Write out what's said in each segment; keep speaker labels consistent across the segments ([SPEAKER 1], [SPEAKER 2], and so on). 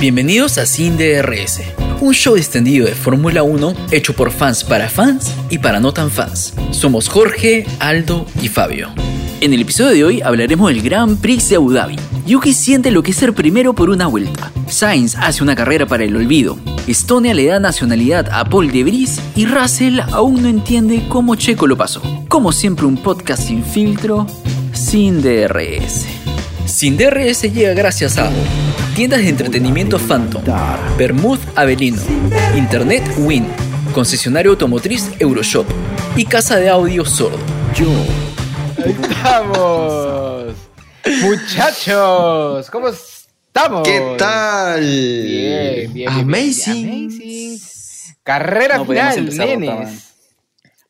[SPEAKER 1] Bienvenidos a Sin DRS, un show extendido de Fórmula 1 hecho por fans para fans y para no tan fans. Somos Jorge, Aldo y Fabio. En el episodio de hoy hablaremos del Gran Prix de Abu Dhabi. Yuki siente lo que es ser primero por una vuelta. Sainz hace una carrera para el olvido. Estonia le da nacionalidad a Paul de Vries y Russell aún no entiende cómo Checo lo pasó. Como siempre un podcast sin filtro, sin DRS. Sin DRS llega gracias a tiendas de entretenimiento Phantom, Bermud Avelino, Internet Win, concesionario automotriz Euroshop y casa de audio sordo.
[SPEAKER 2] Ahí estamos. Muchachos, ¿cómo estamos?
[SPEAKER 3] ¿Qué tal?
[SPEAKER 2] Bien, bien, bien,
[SPEAKER 3] Eh, Amazing.
[SPEAKER 2] bien, amazing. Carrera
[SPEAKER 1] No podíamos
[SPEAKER 2] final,
[SPEAKER 1] empezar, Otaván.
[SPEAKER 2] nenes.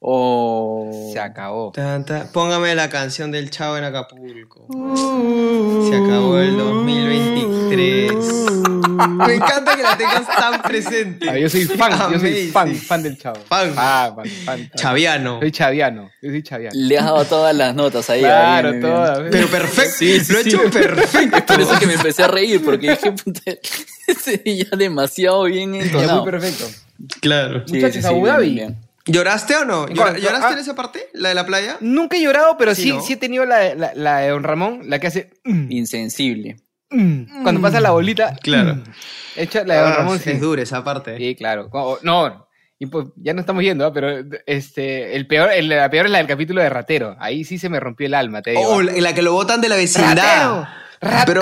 [SPEAKER 1] O
[SPEAKER 2] Se acabó.
[SPEAKER 3] Tan, tan. Póngame la canción del Chavo en Acapulco. Se acabó
[SPEAKER 2] Uh.
[SPEAKER 3] el 2023. Me encanta que la tengas tan presente.
[SPEAKER 2] Ah, yo soy fan, yo soy
[SPEAKER 3] Amazing.
[SPEAKER 2] fan, fan del chavo.
[SPEAKER 3] Fan.
[SPEAKER 2] Ah, fan, fan, fan.
[SPEAKER 3] Chaviano.
[SPEAKER 2] Soy chaviano, yo soy chaviano.
[SPEAKER 1] le has dado todas las notas ahí.
[SPEAKER 2] Claro,
[SPEAKER 1] bien, bien, bien.
[SPEAKER 2] todas.
[SPEAKER 3] Pero perfecto.
[SPEAKER 1] Sí, sí,
[SPEAKER 3] Lo he
[SPEAKER 1] sí.
[SPEAKER 3] hecho perfecto.
[SPEAKER 1] Por eso que me empecé a reír, porque dije, puta, ese ya demasiado bien
[SPEAKER 2] Ya
[SPEAKER 1] entonado.
[SPEAKER 2] muy perfecto.
[SPEAKER 3] Claro.
[SPEAKER 1] Sí,
[SPEAKER 2] Muchachos,
[SPEAKER 1] sí, sí,
[SPEAKER 2] Abu
[SPEAKER 1] bien,
[SPEAKER 2] Dhabi.
[SPEAKER 1] bien.
[SPEAKER 3] ¿Lloraste o no? ¿Llora-
[SPEAKER 2] Ah. Mm.
[SPEAKER 3] ¿Lloraste en esa parte? ¿La de la playa?
[SPEAKER 2] Nunca he llorado, pero sí,
[SPEAKER 3] Sí,
[SPEAKER 2] sí,
[SPEAKER 3] ¿no?
[SPEAKER 2] he tenido la, la- la de Don Ramón, la que hace mm,
[SPEAKER 1] Insensible.
[SPEAKER 2] mm, cuando pasa la bolita.
[SPEAKER 3] Claro.
[SPEAKER 2] mm. Hecha la de Don
[SPEAKER 3] Ah,
[SPEAKER 2] Ramón, sí.
[SPEAKER 3] Es dura esa parte.
[SPEAKER 2] Sí, claro. Co- No, y pues ya no estamos yendo, ¿ah? pero este, el peor, el- la peor es la del capítulo de Ratero. Ahí sí se me rompió el alma, te digo.
[SPEAKER 3] Oh, la la que lo botan de la
[SPEAKER 2] ¡Ratero!
[SPEAKER 3] vecindad.
[SPEAKER 2] ¡Ratero!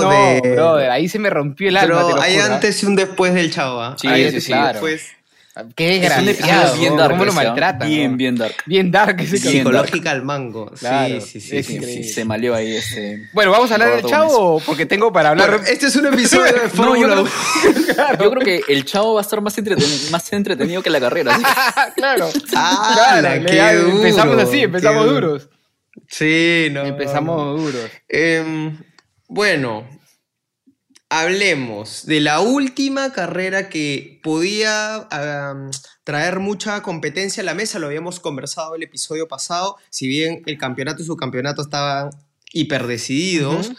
[SPEAKER 2] No,
[SPEAKER 3] Brother.
[SPEAKER 2] brother, ahí se me rompió el alma, te
[SPEAKER 3] Pero
[SPEAKER 2] lo
[SPEAKER 3] hay
[SPEAKER 2] juro, ¿ah?
[SPEAKER 3] antes y un después del Chavo. ¿ah?
[SPEAKER 1] Sí,
[SPEAKER 3] Hay
[SPEAKER 2] sí,
[SPEAKER 3] antes y
[SPEAKER 2] claro.
[SPEAKER 3] después.
[SPEAKER 2] Qué
[SPEAKER 3] Es un
[SPEAKER 2] desgraciado.
[SPEAKER 3] episodio
[SPEAKER 1] bien
[SPEAKER 2] ¿no?
[SPEAKER 1] dark.
[SPEAKER 2] ¿Cómo lo
[SPEAKER 1] ese, ¿ah?
[SPEAKER 2] maltratan?
[SPEAKER 1] Bien,
[SPEAKER 2] ¿no?
[SPEAKER 1] bien dark.
[SPEAKER 2] Bien dark ese
[SPEAKER 1] Sí,
[SPEAKER 2] capítulo.
[SPEAKER 3] Psicológica al mango.
[SPEAKER 2] Claro,
[SPEAKER 3] sí, sí, sí.
[SPEAKER 1] Sí,
[SPEAKER 2] Es
[SPEAKER 1] sí,
[SPEAKER 2] increíble.
[SPEAKER 1] se maleó ahí este.
[SPEAKER 2] Bueno, ¿vamos a hablar del
[SPEAKER 1] Roberto
[SPEAKER 2] chavo? Porque tengo para hablar...
[SPEAKER 3] Bueno, este es un episodio de
[SPEAKER 1] No, yo
[SPEAKER 3] Fórmula
[SPEAKER 1] creo,
[SPEAKER 3] 1.
[SPEAKER 1] yo creo que el chavo va a estar más entretenido, más entretenido que la carrera. así que-
[SPEAKER 2] Ah, claro.
[SPEAKER 3] ¡Hala,
[SPEAKER 2] Claro,
[SPEAKER 3] Ah, qué
[SPEAKER 2] ya
[SPEAKER 3] duro,
[SPEAKER 2] empezamos así,
[SPEAKER 3] qué
[SPEAKER 2] empezamos
[SPEAKER 3] duro.
[SPEAKER 2] duros.
[SPEAKER 3] Sí, no.
[SPEAKER 2] Empezamos duros.
[SPEAKER 3] Em, bueno, hablemos de la última carrera que podía am, traer mucha competencia a la mesa. Lo habíamos conversado el episodio pasado. Si bien el campeonato y su campeonato estaban hiperdecididos,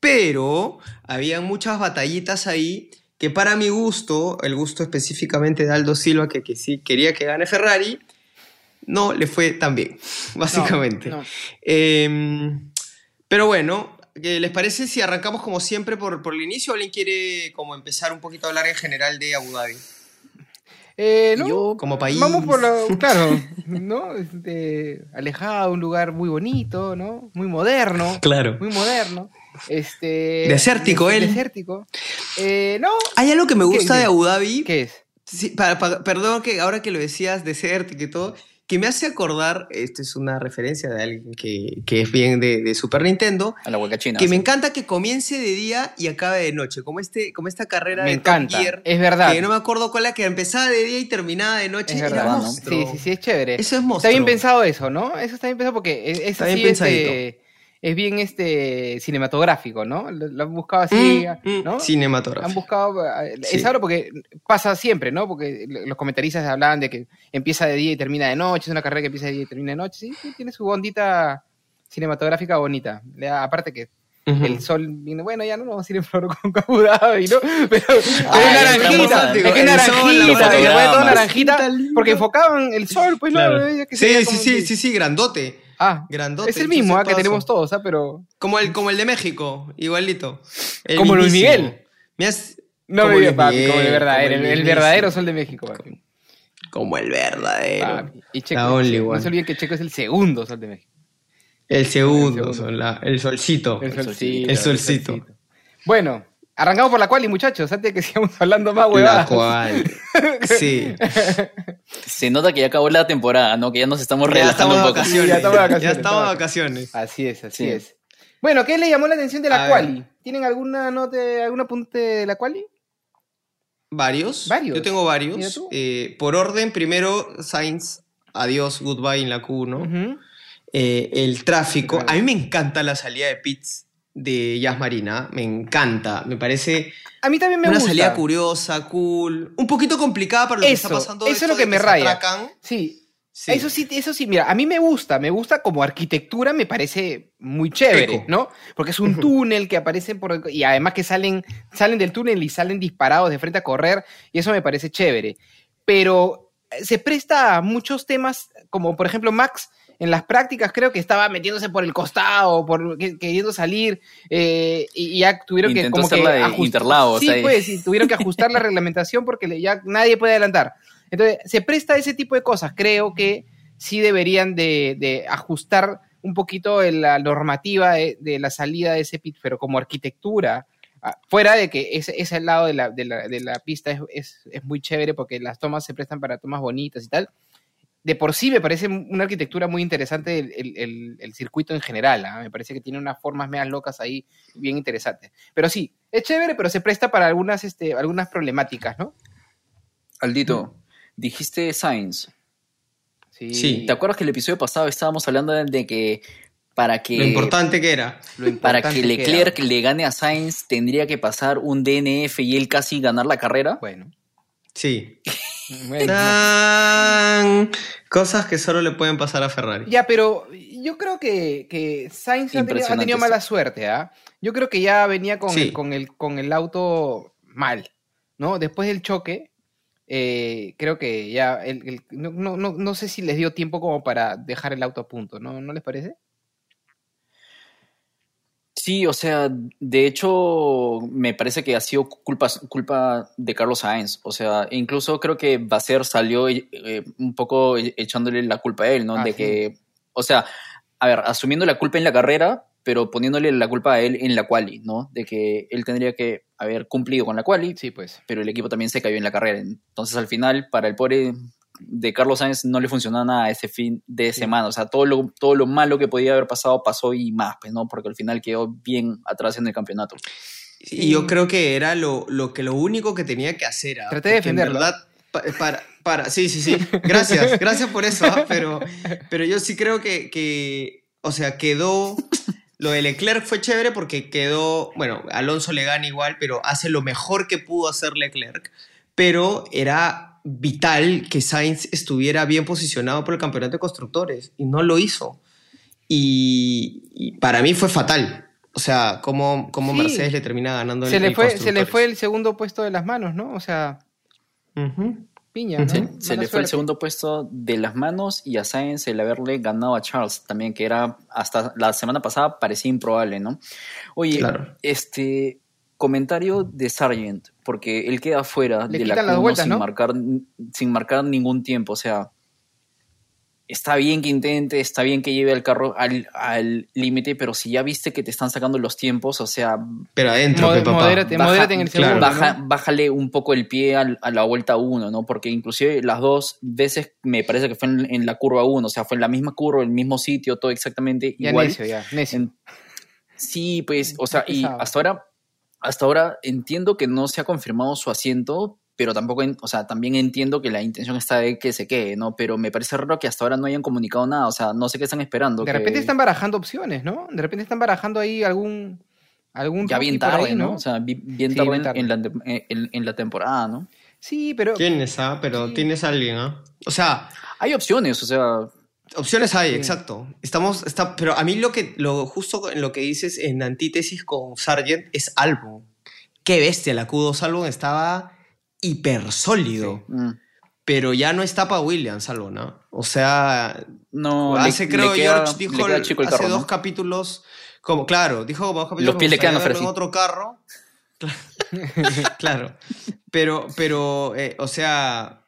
[SPEAKER 3] pero había muchas batallitas ahí que para mi gusto, el gusto específicamente de Aldo Silva, que, que sí quería que gane Ferrari, no le fue tan bien, básicamente.
[SPEAKER 2] No, no.
[SPEAKER 3] Em, pero bueno, ¿qué ¿les parece si arrancamos como siempre por, por el inicio? ¿O ¿Alguien quiere como empezar un poquito a hablar en general de Abu Dhabi?
[SPEAKER 2] Eh, no,
[SPEAKER 1] Yo,
[SPEAKER 3] Como país.
[SPEAKER 2] Vamos por lo, claro, ¿no? Este, alejado, un lugar muy bonito, ¿no? Muy moderno,
[SPEAKER 3] Claro.
[SPEAKER 2] muy moderno. Este,
[SPEAKER 3] Desértico él.
[SPEAKER 2] Desértico. Eh, no,
[SPEAKER 3] Hay algo que me gusta
[SPEAKER 2] ¿Qué?
[SPEAKER 3] de Abu Dhabi.
[SPEAKER 2] ¿qué es?
[SPEAKER 3] Sí, pa- pa- perdón que ahora que lo decías, desértico y todo, que me hace acordar, esto es una referencia de alguien que, que es bien de, de Super Nintendo,
[SPEAKER 1] a la huacachina.
[SPEAKER 3] que me encanta que comience de día y acabe de noche, como, este, como esta carrera
[SPEAKER 2] Me
[SPEAKER 3] de Top
[SPEAKER 2] encanta,
[SPEAKER 3] Gear,
[SPEAKER 2] es verdad.
[SPEAKER 3] que no me acuerdo cuál era, que empezaba de día y terminaba de noche.
[SPEAKER 2] Es
[SPEAKER 3] era
[SPEAKER 2] verdad, ¿no? Sí,
[SPEAKER 3] monstruo.
[SPEAKER 2] sí, sí, es chévere.
[SPEAKER 3] Eso es monstruo.
[SPEAKER 2] está bien pensado eso, ¿no? Eso está bien pensado porque es, es
[SPEAKER 3] Está bien
[SPEAKER 2] así, este,
[SPEAKER 3] pensadito.
[SPEAKER 2] es bien este cinematográfico, ¿no? Lo, lo han buscado así,
[SPEAKER 3] Mm, mm,
[SPEAKER 2] ¿no? Han
[SPEAKER 3] Cinematográfico.
[SPEAKER 2] buscado. eh,
[SPEAKER 3] Sí.
[SPEAKER 2] Es ahora porque pasa siempre, ¿no? Porque l- los comentaristas hablaban de que empieza de día y termina de noche, es una carrera que empieza de día y termina de noche. Sí, sí, tiene su bondita cinematográfica bonita. Le da- Aparte que
[SPEAKER 3] Ujú.
[SPEAKER 2] el sol viene, bueno, ya no nos vamos a ir en flor con Abu Dhabi, ¿no? Pero, pero
[SPEAKER 1] Ay,
[SPEAKER 2] es naranjita,
[SPEAKER 1] estamos
[SPEAKER 2] es que es
[SPEAKER 3] el
[SPEAKER 2] naranjita,
[SPEAKER 3] sol, los
[SPEAKER 2] que se fue todo
[SPEAKER 1] fotogramas.
[SPEAKER 2] naranjita,
[SPEAKER 3] Está lindo.
[SPEAKER 2] porque enfocaban el sol, pues no,
[SPEAKER 3] Claro.
[SPEAKER 2] Ella que se veía
[SPEAKER 3] Sí, sí,
[SPEAKER 2] como
[SPEAKER 3] sí,
[SPEAKER 2] que-
[SPEAKER 3] sí, sí, grandote.
[SPEAKER 2] Ah,
[SPEAKER 3] Grandote.
[SPEAKER 2] es el mismo ah, que
[SPEAKER 3] chuzetazo.
[SPEAKER 2] tenemos todos, ¿ah? Pero
[SPEAKER 3] Como el, como el de México, igualito. El
[SPEAKER 2] Como Luis
[SPEAKER 3] mismísimo.
[SPEAKER 2] Miguel.
[SPEAKER 3] Me has-
[SPEAKER 2] no
[SPEAKER 3] como
[SPEAKER 2] me digas,
[SPEAKER 3] Luis
[SPEAKER 2] papi, como el
[SPEAKER 3] Miguel,
[SPEAKER 2] verdadero, el,
[SPEAKER 3] como el
[SPEAKER 2] el verdadero
[SPEAKER 3] mismísimo.
[SPEAKER 2] sol de México, papi.
[SPEAKER 3] Como el verdadero.
[SPEAKER 2] Papi. Ah, Y Checo,
[SPEAKER 3] La only
[SPEAKER 2] no
[SPEAKER 3] one.
[SPEAKER 2] se olviden que Checo es el segundo sol de México.
[SPEAKER 3] El segundo,
[SPEAKER 2] El segundo.
[SPEAKER 3] son la- el solcito.
[SPEAKER 2] El solcito.
[SPEAKER 1] solcito,
[SPEAKER 3] el solcito.
[SPEAKER 2] Bueno, arrancamos por la cual y muchachos, antes de que sigamos hablando más
[SPEAKER 3] La
[SPEAKER 2] huevadas.
[SPEAKER 3] cual. Sí.
[SPEAKER 1] Se nota que ya acabó la temporada, ¿no? Que ya nos estamos
[SPEAKER 3] ya
[SPEAKER 1] relajando
[SPEAKER 3] estamos de
[SPEAKER 1] un poco.
[SPEAKER 3] vacaciones.
[SPEAKER 2] Sí, ya estamos de vacaciones,
[SPEAKER 3] Ya estamos de
[SPEAKER 2] estamos.
[SPEAKER 3] vacaciones.
[SPEAKER 2] Así es, así
[SPEAKER 1] Sí.
[SPEAKER 2] es. Bueno, ¿qué le llamó la atención de la
[SPEAKER 3] A
[SPEAKER 2] quali? ¿Tienen alguna nota, algún apunte de la quali?
[SPEAKER 3] Varios.
[SPEAKER 2] Varios.
[SPEAKER 3] Yo tengo
[SPEAKER 2] Mira
[SPEAKER 3] varios.
[SPEAKER 2] tú.
[SPEAKER 3] Eh, por orden, primero, Sainz. Adiós, goodbye en la Q, ¿no?
[SPEAKER 2] Ujú.
[SPEAKER 3] eh, el tráfico.
[SPEAKER 2] Claro.
[SPEAKER 3] A mí me encanta la salida de pits de Yas Marina, me encanta, me parece
[SPEAKER 2] A mí también me
[SPEAKER 3] una
[SPEAKER 2] gusta.
[SPEAKER 3] salida curiosa, cool, un poquito complicada para lo que
[SPEAKER 2] Eso,
[SPEAKER 3] está pasando.
[SPEAKER 2] eso es
[SPEAKER 3] esto
[SPEAKER 2] lo que
[SPEAKER 3] de
[SPEAKER 2] me
[SPEAKER 3] se
[SPEAKER 2] raya.
[SPEAKER 3] atracan.
[SPEAKER 2] Sí,
[SPEAKER 3] Sí.
[SPEAKER 2] Eso sí, eso sí, mira, a mí me gusta, me gusta como arquitectura, me parece muy chévere,
[SPEAKER 3] Eco.
[SPEAKER 2] ¿no? Porque es un
[SPEAKER 3] Ujú.
[SPEAKER 2] túnel que aparece por y además que salen salen del túnel y salen disparados de frente a correr y eso me parece chévere. Pero eh, se presta a muchos temas como por ejemplo Max en las prácticas creo que estaba metiéndose por el costado, por que- queriendo salir eh, y y ya tuvieron
[SPEAKER 1] Intentó
[SPEAKER 2] que como
[SPEAKER 1] hacerla
[SPEAKER 2] que
[SPEAKER 1] de
[SPEAKER 2] ajust-
[SPEAKER 1] Interlagos
[SPEAKER 2] Sí,
[SPEAKER 1] ahí.
[SPEAKER 2] pues, y tuvieron que ajustar la reglamentación porque le- ya nadie puede adelantar. Entonces, se presta a ese tipo de cosas. Creo que sí deberían de, de ajustar un poquito el- la normativa de, de la salida de ese pit, pero como arquitectura, ah, fuera de que ese, ese lado de la, de la- de la pista es, es- es muy chévere porque las tomas se prestan para tomas bonitas y tal. De por sí me parece una arquitectura muy interesante el, el- el- el circuito en general. ah, Me parece que tiene unas formas medias locas ahí bien interesantes. Pero sí, es chévere, pero se presta para algunas, este, algunas problemáticas, ¿no?
[SPEAKER 1] Aldito, dijiste Sainz.
[SPEAKER 3] Sí.
[SPEAKER 1] ¿Te acuerdas que el episodio pasado estábamos hablando de- de que para que
[SPEAKER 3] Lo importante que era.
[SPEAKER 2] lo importante
[SPEAKER 1] para que
[SPEAKER 2] era.
[SPEAKER 1] Leclerc le gane a Sainz tendría que pasar un DNF y él casi ganar la carrera?
[SPEAKER 2] Bueno.
[SPEAKER 3] Sí. Ah,
[SPEAKER 2] bueno.
[SPEAKER 3] ¡Tan! Cosas que solo le pueden pasar a Ferrari.
[SPEAKER 2] Ya, pero yo creo que, que Sainz ha tenido, ha
[SPEAKER 1] Impresionante
[SPEAKER 2] tenido
[SPEAKER 1] eso.
[SPEAKER 2] mala suerte, ¿ah? Yo creo que ya venía con,
[SPEAKER 3] Sí.
[SPEAKER 2] el, con, el, con el auto mal, ¿no? Después del choque, eh, creo que ya, el- el- no, no- no- no sé si les dio tiempo como para dejar el auto a punto, ¿no? ¿No les parece?
[SPEAKER 1] Sí, o sea, de hecho me parece que ha sido culpa, culpa de Carlos Sainz. O sea, incluso creo que Bacer salió eh, un poco echándole la culpa a él, ¿no?
[SPEAKER 2] Ah,
[SPEAKER 1] de
[SPEAKER 2] sí.
[SPEAKER 1] que, o sea, a ver, asumiendo la culpa en la carrera, pero poniéndole la culpa a él en la quali, ¿no? De que él tendría que haber cumplido con la quali,
[SPEAKER 2] Sí, pues.
[SPEAKER 1] pero el equipo también se cayó en la carrera. Entonces, al final, para el pobre de Carlos Sainz no le funcionó nada ese fin de
[SPEAKER 2] Sí.
[SPEAKER 1] semana. O sea, todo lo, todo lo malo que podía haber pasado pasó y más, pues, ¿no? Porque al final quedó bien atrás en el campeonato.
[SPEAKER 3] Y yo creo que era lo, lo que lo único que tenía que hacer. ¿ah?
[SPEAKER 2] Traté de
[SPEAKER 3] Porque en
[SPEAKER 2] defenderlo.
[SPEAKER 3] verdad, pa- eh, para, para, sí, sí, sí. Gracias, gracias por eso. ¿ah? Pero, pero yo sí creo que, que, o sea, quedó. Lo de Leclerc fue chévere porque quedó, bueno, Alonso le gana igual, pero hace lo mejor que pudo hacer Leclerc. Pero era vital que Sainz estuviera bien posicionado por el campeonato de constructores y no lo hizo. Y, y para mí fue fatal. O sea, cómo, cómo
[SPEAKER 2] Sí.
[SPEAKER 3] Mercedes le termina ganando el-
[SPEAKER 2] Se le,
[SPEAKER 3] el
[SPEAKER 2] fue, se le
[SPEAKER 3] constructores.
[SPEAKER 2] fue el segundo puesto de las manos, ¿no? O sea,
[SPEAKER 3] Ujú.
[SPEAKER 2] piña, ¿no?
[SPEAKER 3] Sí,
[SPEAKER 1] Se,
[SPEAKER 2] Mala
[SPEAKER 1] se le fue el
[SPEAKER 2] suerte.
[SPEAKER 1] segundo puesto de las manos y a Sainz el haberle ganado a Charles también, que era hasta la semana pasada parecía improbable, ¿no? Oye,
[SPEAKER 3] Claro.
[SPEAKER 1] este comentario de Sargent, porque él queda fuera
[SPEAKER 2] Le
[SPEAKER 1] de la
[SPEAKER 2] quitan las
[SPEAKER 1] Q1
[SPEAKER 2] vueltas,
[SPEAKER 1] sin,
[SPEAKER 2] ¿no?
[SPEAKER 1] marcar, sin marcar ningún tiempo, o sea, está bien que intente, está bien que lleve al carro al al límite, pero si ya viste que te están sacando los tiempos, o sea,
[SPEAKER 3] Pero adentro,
[SPEAKER 2] Mode-
[SPEAKER 3] pe, papá.
[SPEAKER 2] modérate. Te modérate en el
[SPEAKER 1] claro,
[SPEAKER 3] segundo,
[SPEAKER 1] baja-
[SPEAKER 2] ¿no?
[SPEAKER 1] Bájale un poco el pie al- a, la vuelta 1, ¿no? Porque inclusive las dos veces me parece que fue en, en la curva 1, o sea, fue en la misma curva, el mismo sitio, todo exactamente
[SPEAKER 2] Ya
[SPEAKER 1] igual.
[SPEAKER 2] necio, ya, necio.
[SPEAKER 1] En- sí, pues, o sea, y
[SPEAKER 2] Mm, Pesado.
[SPEAKER 1] hasta ahora, hasta ahora entiendo que no se ha confirmado su asiento, pero tampoco, en- o sea, también entiendo que la intención está de que se quede, ¿no? Pero me parece raro que hasta ahora no hayan comunicado nada, o sea, no sé qué están esperando.
[SPEAKER 2] De
[SPEAKER 1] que-
[SPEAKER 2] repente están barajando opciones, ¿no? De repente están barajando ahí algún. algún
[SPEAKER 1] ya bien
[SPEAKER 2] rookie por
[SPEAKER 1] tarde,
[SPEAKER 2] ahí,
[SPEAKER 1] ¿no? O sea, bi- bien
[SPEAKER 2] Sí,
[SPEAKER 1] tarde,
[SPEAKER 2] bien tarde.
[SPEAKER 1] En, la, eh, en- en la temporada, ¿no?
[SPEAKER 2] sí, pero.
[SPEAKER 3] Tienes, ah, pero
[SPEAKER 2] Sí.
[SPEAKER 3] tienes a alguien, ¿ah? O sea,
[SPEAKER 1] Hay opciones, o sea,
[SPEAKER 3] opciones hay,
[SPEAKER 2] Sí.
[SPEAKER 3] exacto. Estamos, está, pero a mí lo que, lo justo en lo que dices en antítesis con Sargent es Albon. Qué bestia, la Q2 Albon estaba hiper sólido,
[SPEAKER 1] mm,
[SPEAKER 3] pero ya no está para Williams Albon, ¿ah? O sea,
[SPEAKER 1] no le-
[SPEAKER 3] hace creo
[SPEAKER 1] le queda-
[SPEAKER 3] George
[SPEAKER 1] le
[SPEAKER 3] dijo
[SPEAKER 1] queda
[SPEAKER 3] el-
[SPEAKER 1] chico el
[SPEAKER 3] hace
[SPEAKER 1] carro, ¿no?
[SPEAKER 3] dos capítulos como claro dijo como dos capítulos
[SPEAKER 1] Los pies
[SPEAKER 3] como
[SPEAKER 1] le quedan a
[SPEAKER 3] salieron
[SPEAKER 1] Ferfi.
[SPEAKER 3] en otro carro Claro. claro pero pero eh, o sea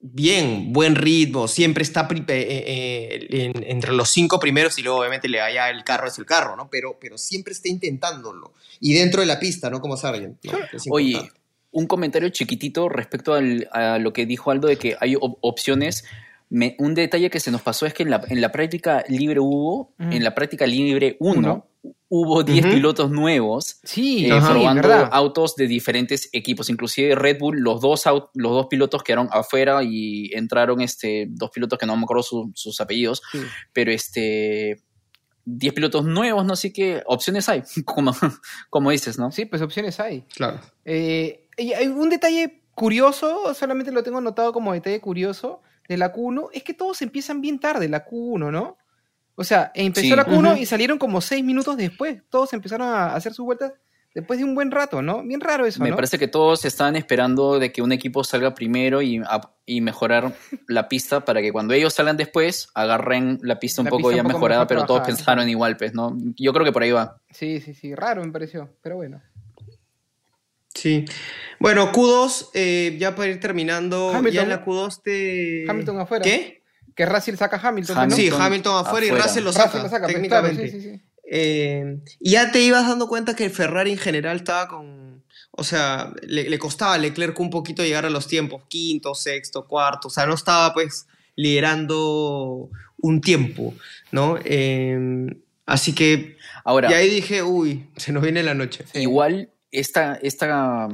[SPEAKER 3] bien buen ritmo siempre está pri- eh, eh, en- entre los cinco primeros y luego obviamente le vaya el carro es el carro no pero pero siempre está intentándolo y dentro de la pista no como Sargent ¿no? Que es
[SPEAKER 1] Oye,
[SPEAKER 3] importante.
[SPEAKER 1] un comentario chiquitito respecto al- a lo que dijo Aldo de que hay op- opciones. Me- un detalle que se nos pasó es que en la, en la práctica libre hubo,
[SPEAKER 2] Ujú.
[SPEAKER 1] en la práctica libre 1, hubo 10
[SPEAKER 3] Ujú.
[SPEAKER 1] pilotos nuevos
[SPEAKER 2] Sí,
[SPEAKER 1] eh,
[SPEAKER 3] Ajá.
[SPEAKER 2] sí,
[SPEAKER 1] probando
[SPEAKER 2] ¿verdad?
[SPEAKER 1] autos de diferentes equipos. Inclusive Red Bull, los dos, au- los dos pilotos quedaron afuera y entraron este, dos pilotos que no me acuerdo su- sus apellidos,
[SPEAKER 2] Sí.
[SPEAKER 1] pero este... 10 pilotos nuevos, no sé qué opciones hay, como, como dices, ¿no?
[SPEAKER 2] Sí, pues opciones hay.
[SPEAKER 3] claro
[SPEAKER 2] Eh, y hay un detalle curioso, solamente lo tengo anotado como detalle curioso, de la Q1 es que todos empiezan bien tarde, la Q1, ¿no? O sea, empezó
[SPEAKER 1] Sí.
[SPEAKER 2] la Q1
[SPEAKER 3] Ujú.
[SPEAKER 2] y salieron como seis minutos después. Todos empezaron a hacer sus vueltas después de un buen rato, ¿no? Bien raro eso,
[SPEAKER 1] Me
[SPEAKER 2] ¿no?
[SPEAKER 1] parece que todos están esperando de que un equipo salga primero y, a- y mejorar la pista para que cuando ellos salgan después agarren la pista un
[SPEAKER 2] La
[SPEAKER 1] poco
[SPEAKER 2] pista
[SPEAKER 1] ya
[SPEAKER 2] un poco
[SPEAKER 1] mejorada,
[SPEAKER 2] mejor
[SPEAKER 1] pero todos
[SPEAKER 2] trabajada.
[SPEAKER 1] pensaron igual, pues, ¿no? Yo creo que por ahí va.
[SPEAKER 2] Sí, sí, sí, raro me pareció, pero bueno.
[SPEAKER 3] Sí. Bueno, Q2, eh, ya para ir terminando, ya
[SPEAKER 2] Hamilton.
[SPEAKER 3] en la Q2 te...
[SPEAKER 2] Hamilton afuera.
[SPEAKER 3] Eh, ¿Qué?
[SPEAKER 2] Que Russell saca a Hamilton,
[SPEAKER 1] Hamilton
[SPEAKER 3] sí, Hamilton
[SPEAKER 1] afuera.
[SPEAKER 3] afuera, y Russell
[SPEAKER 2] ¿no?
[SPEAKER 3] lo saca,
[SPEAKER 2] Russell lo saca, pues, claro,
[SPEAKER 3] técnicamente.
[SPEAKER 2] sí, sí, sí.
[SPEAKER 3] Eh, y ya te ibas dando cuenta que Ferrari en general estaba con... O sea, le, le costaba a Leclerc un poquito llegar a los tiempos, quinto, sexto, cuarto, o sea, no estaba pues liderando un tiempo, ¿no? Eh, así que
[SPEAKER 1] Ahora,
[SPEAKER 3] y ahí dije, uy, se nos viene la noche.
[SPEAKER 1] igual esta, esta,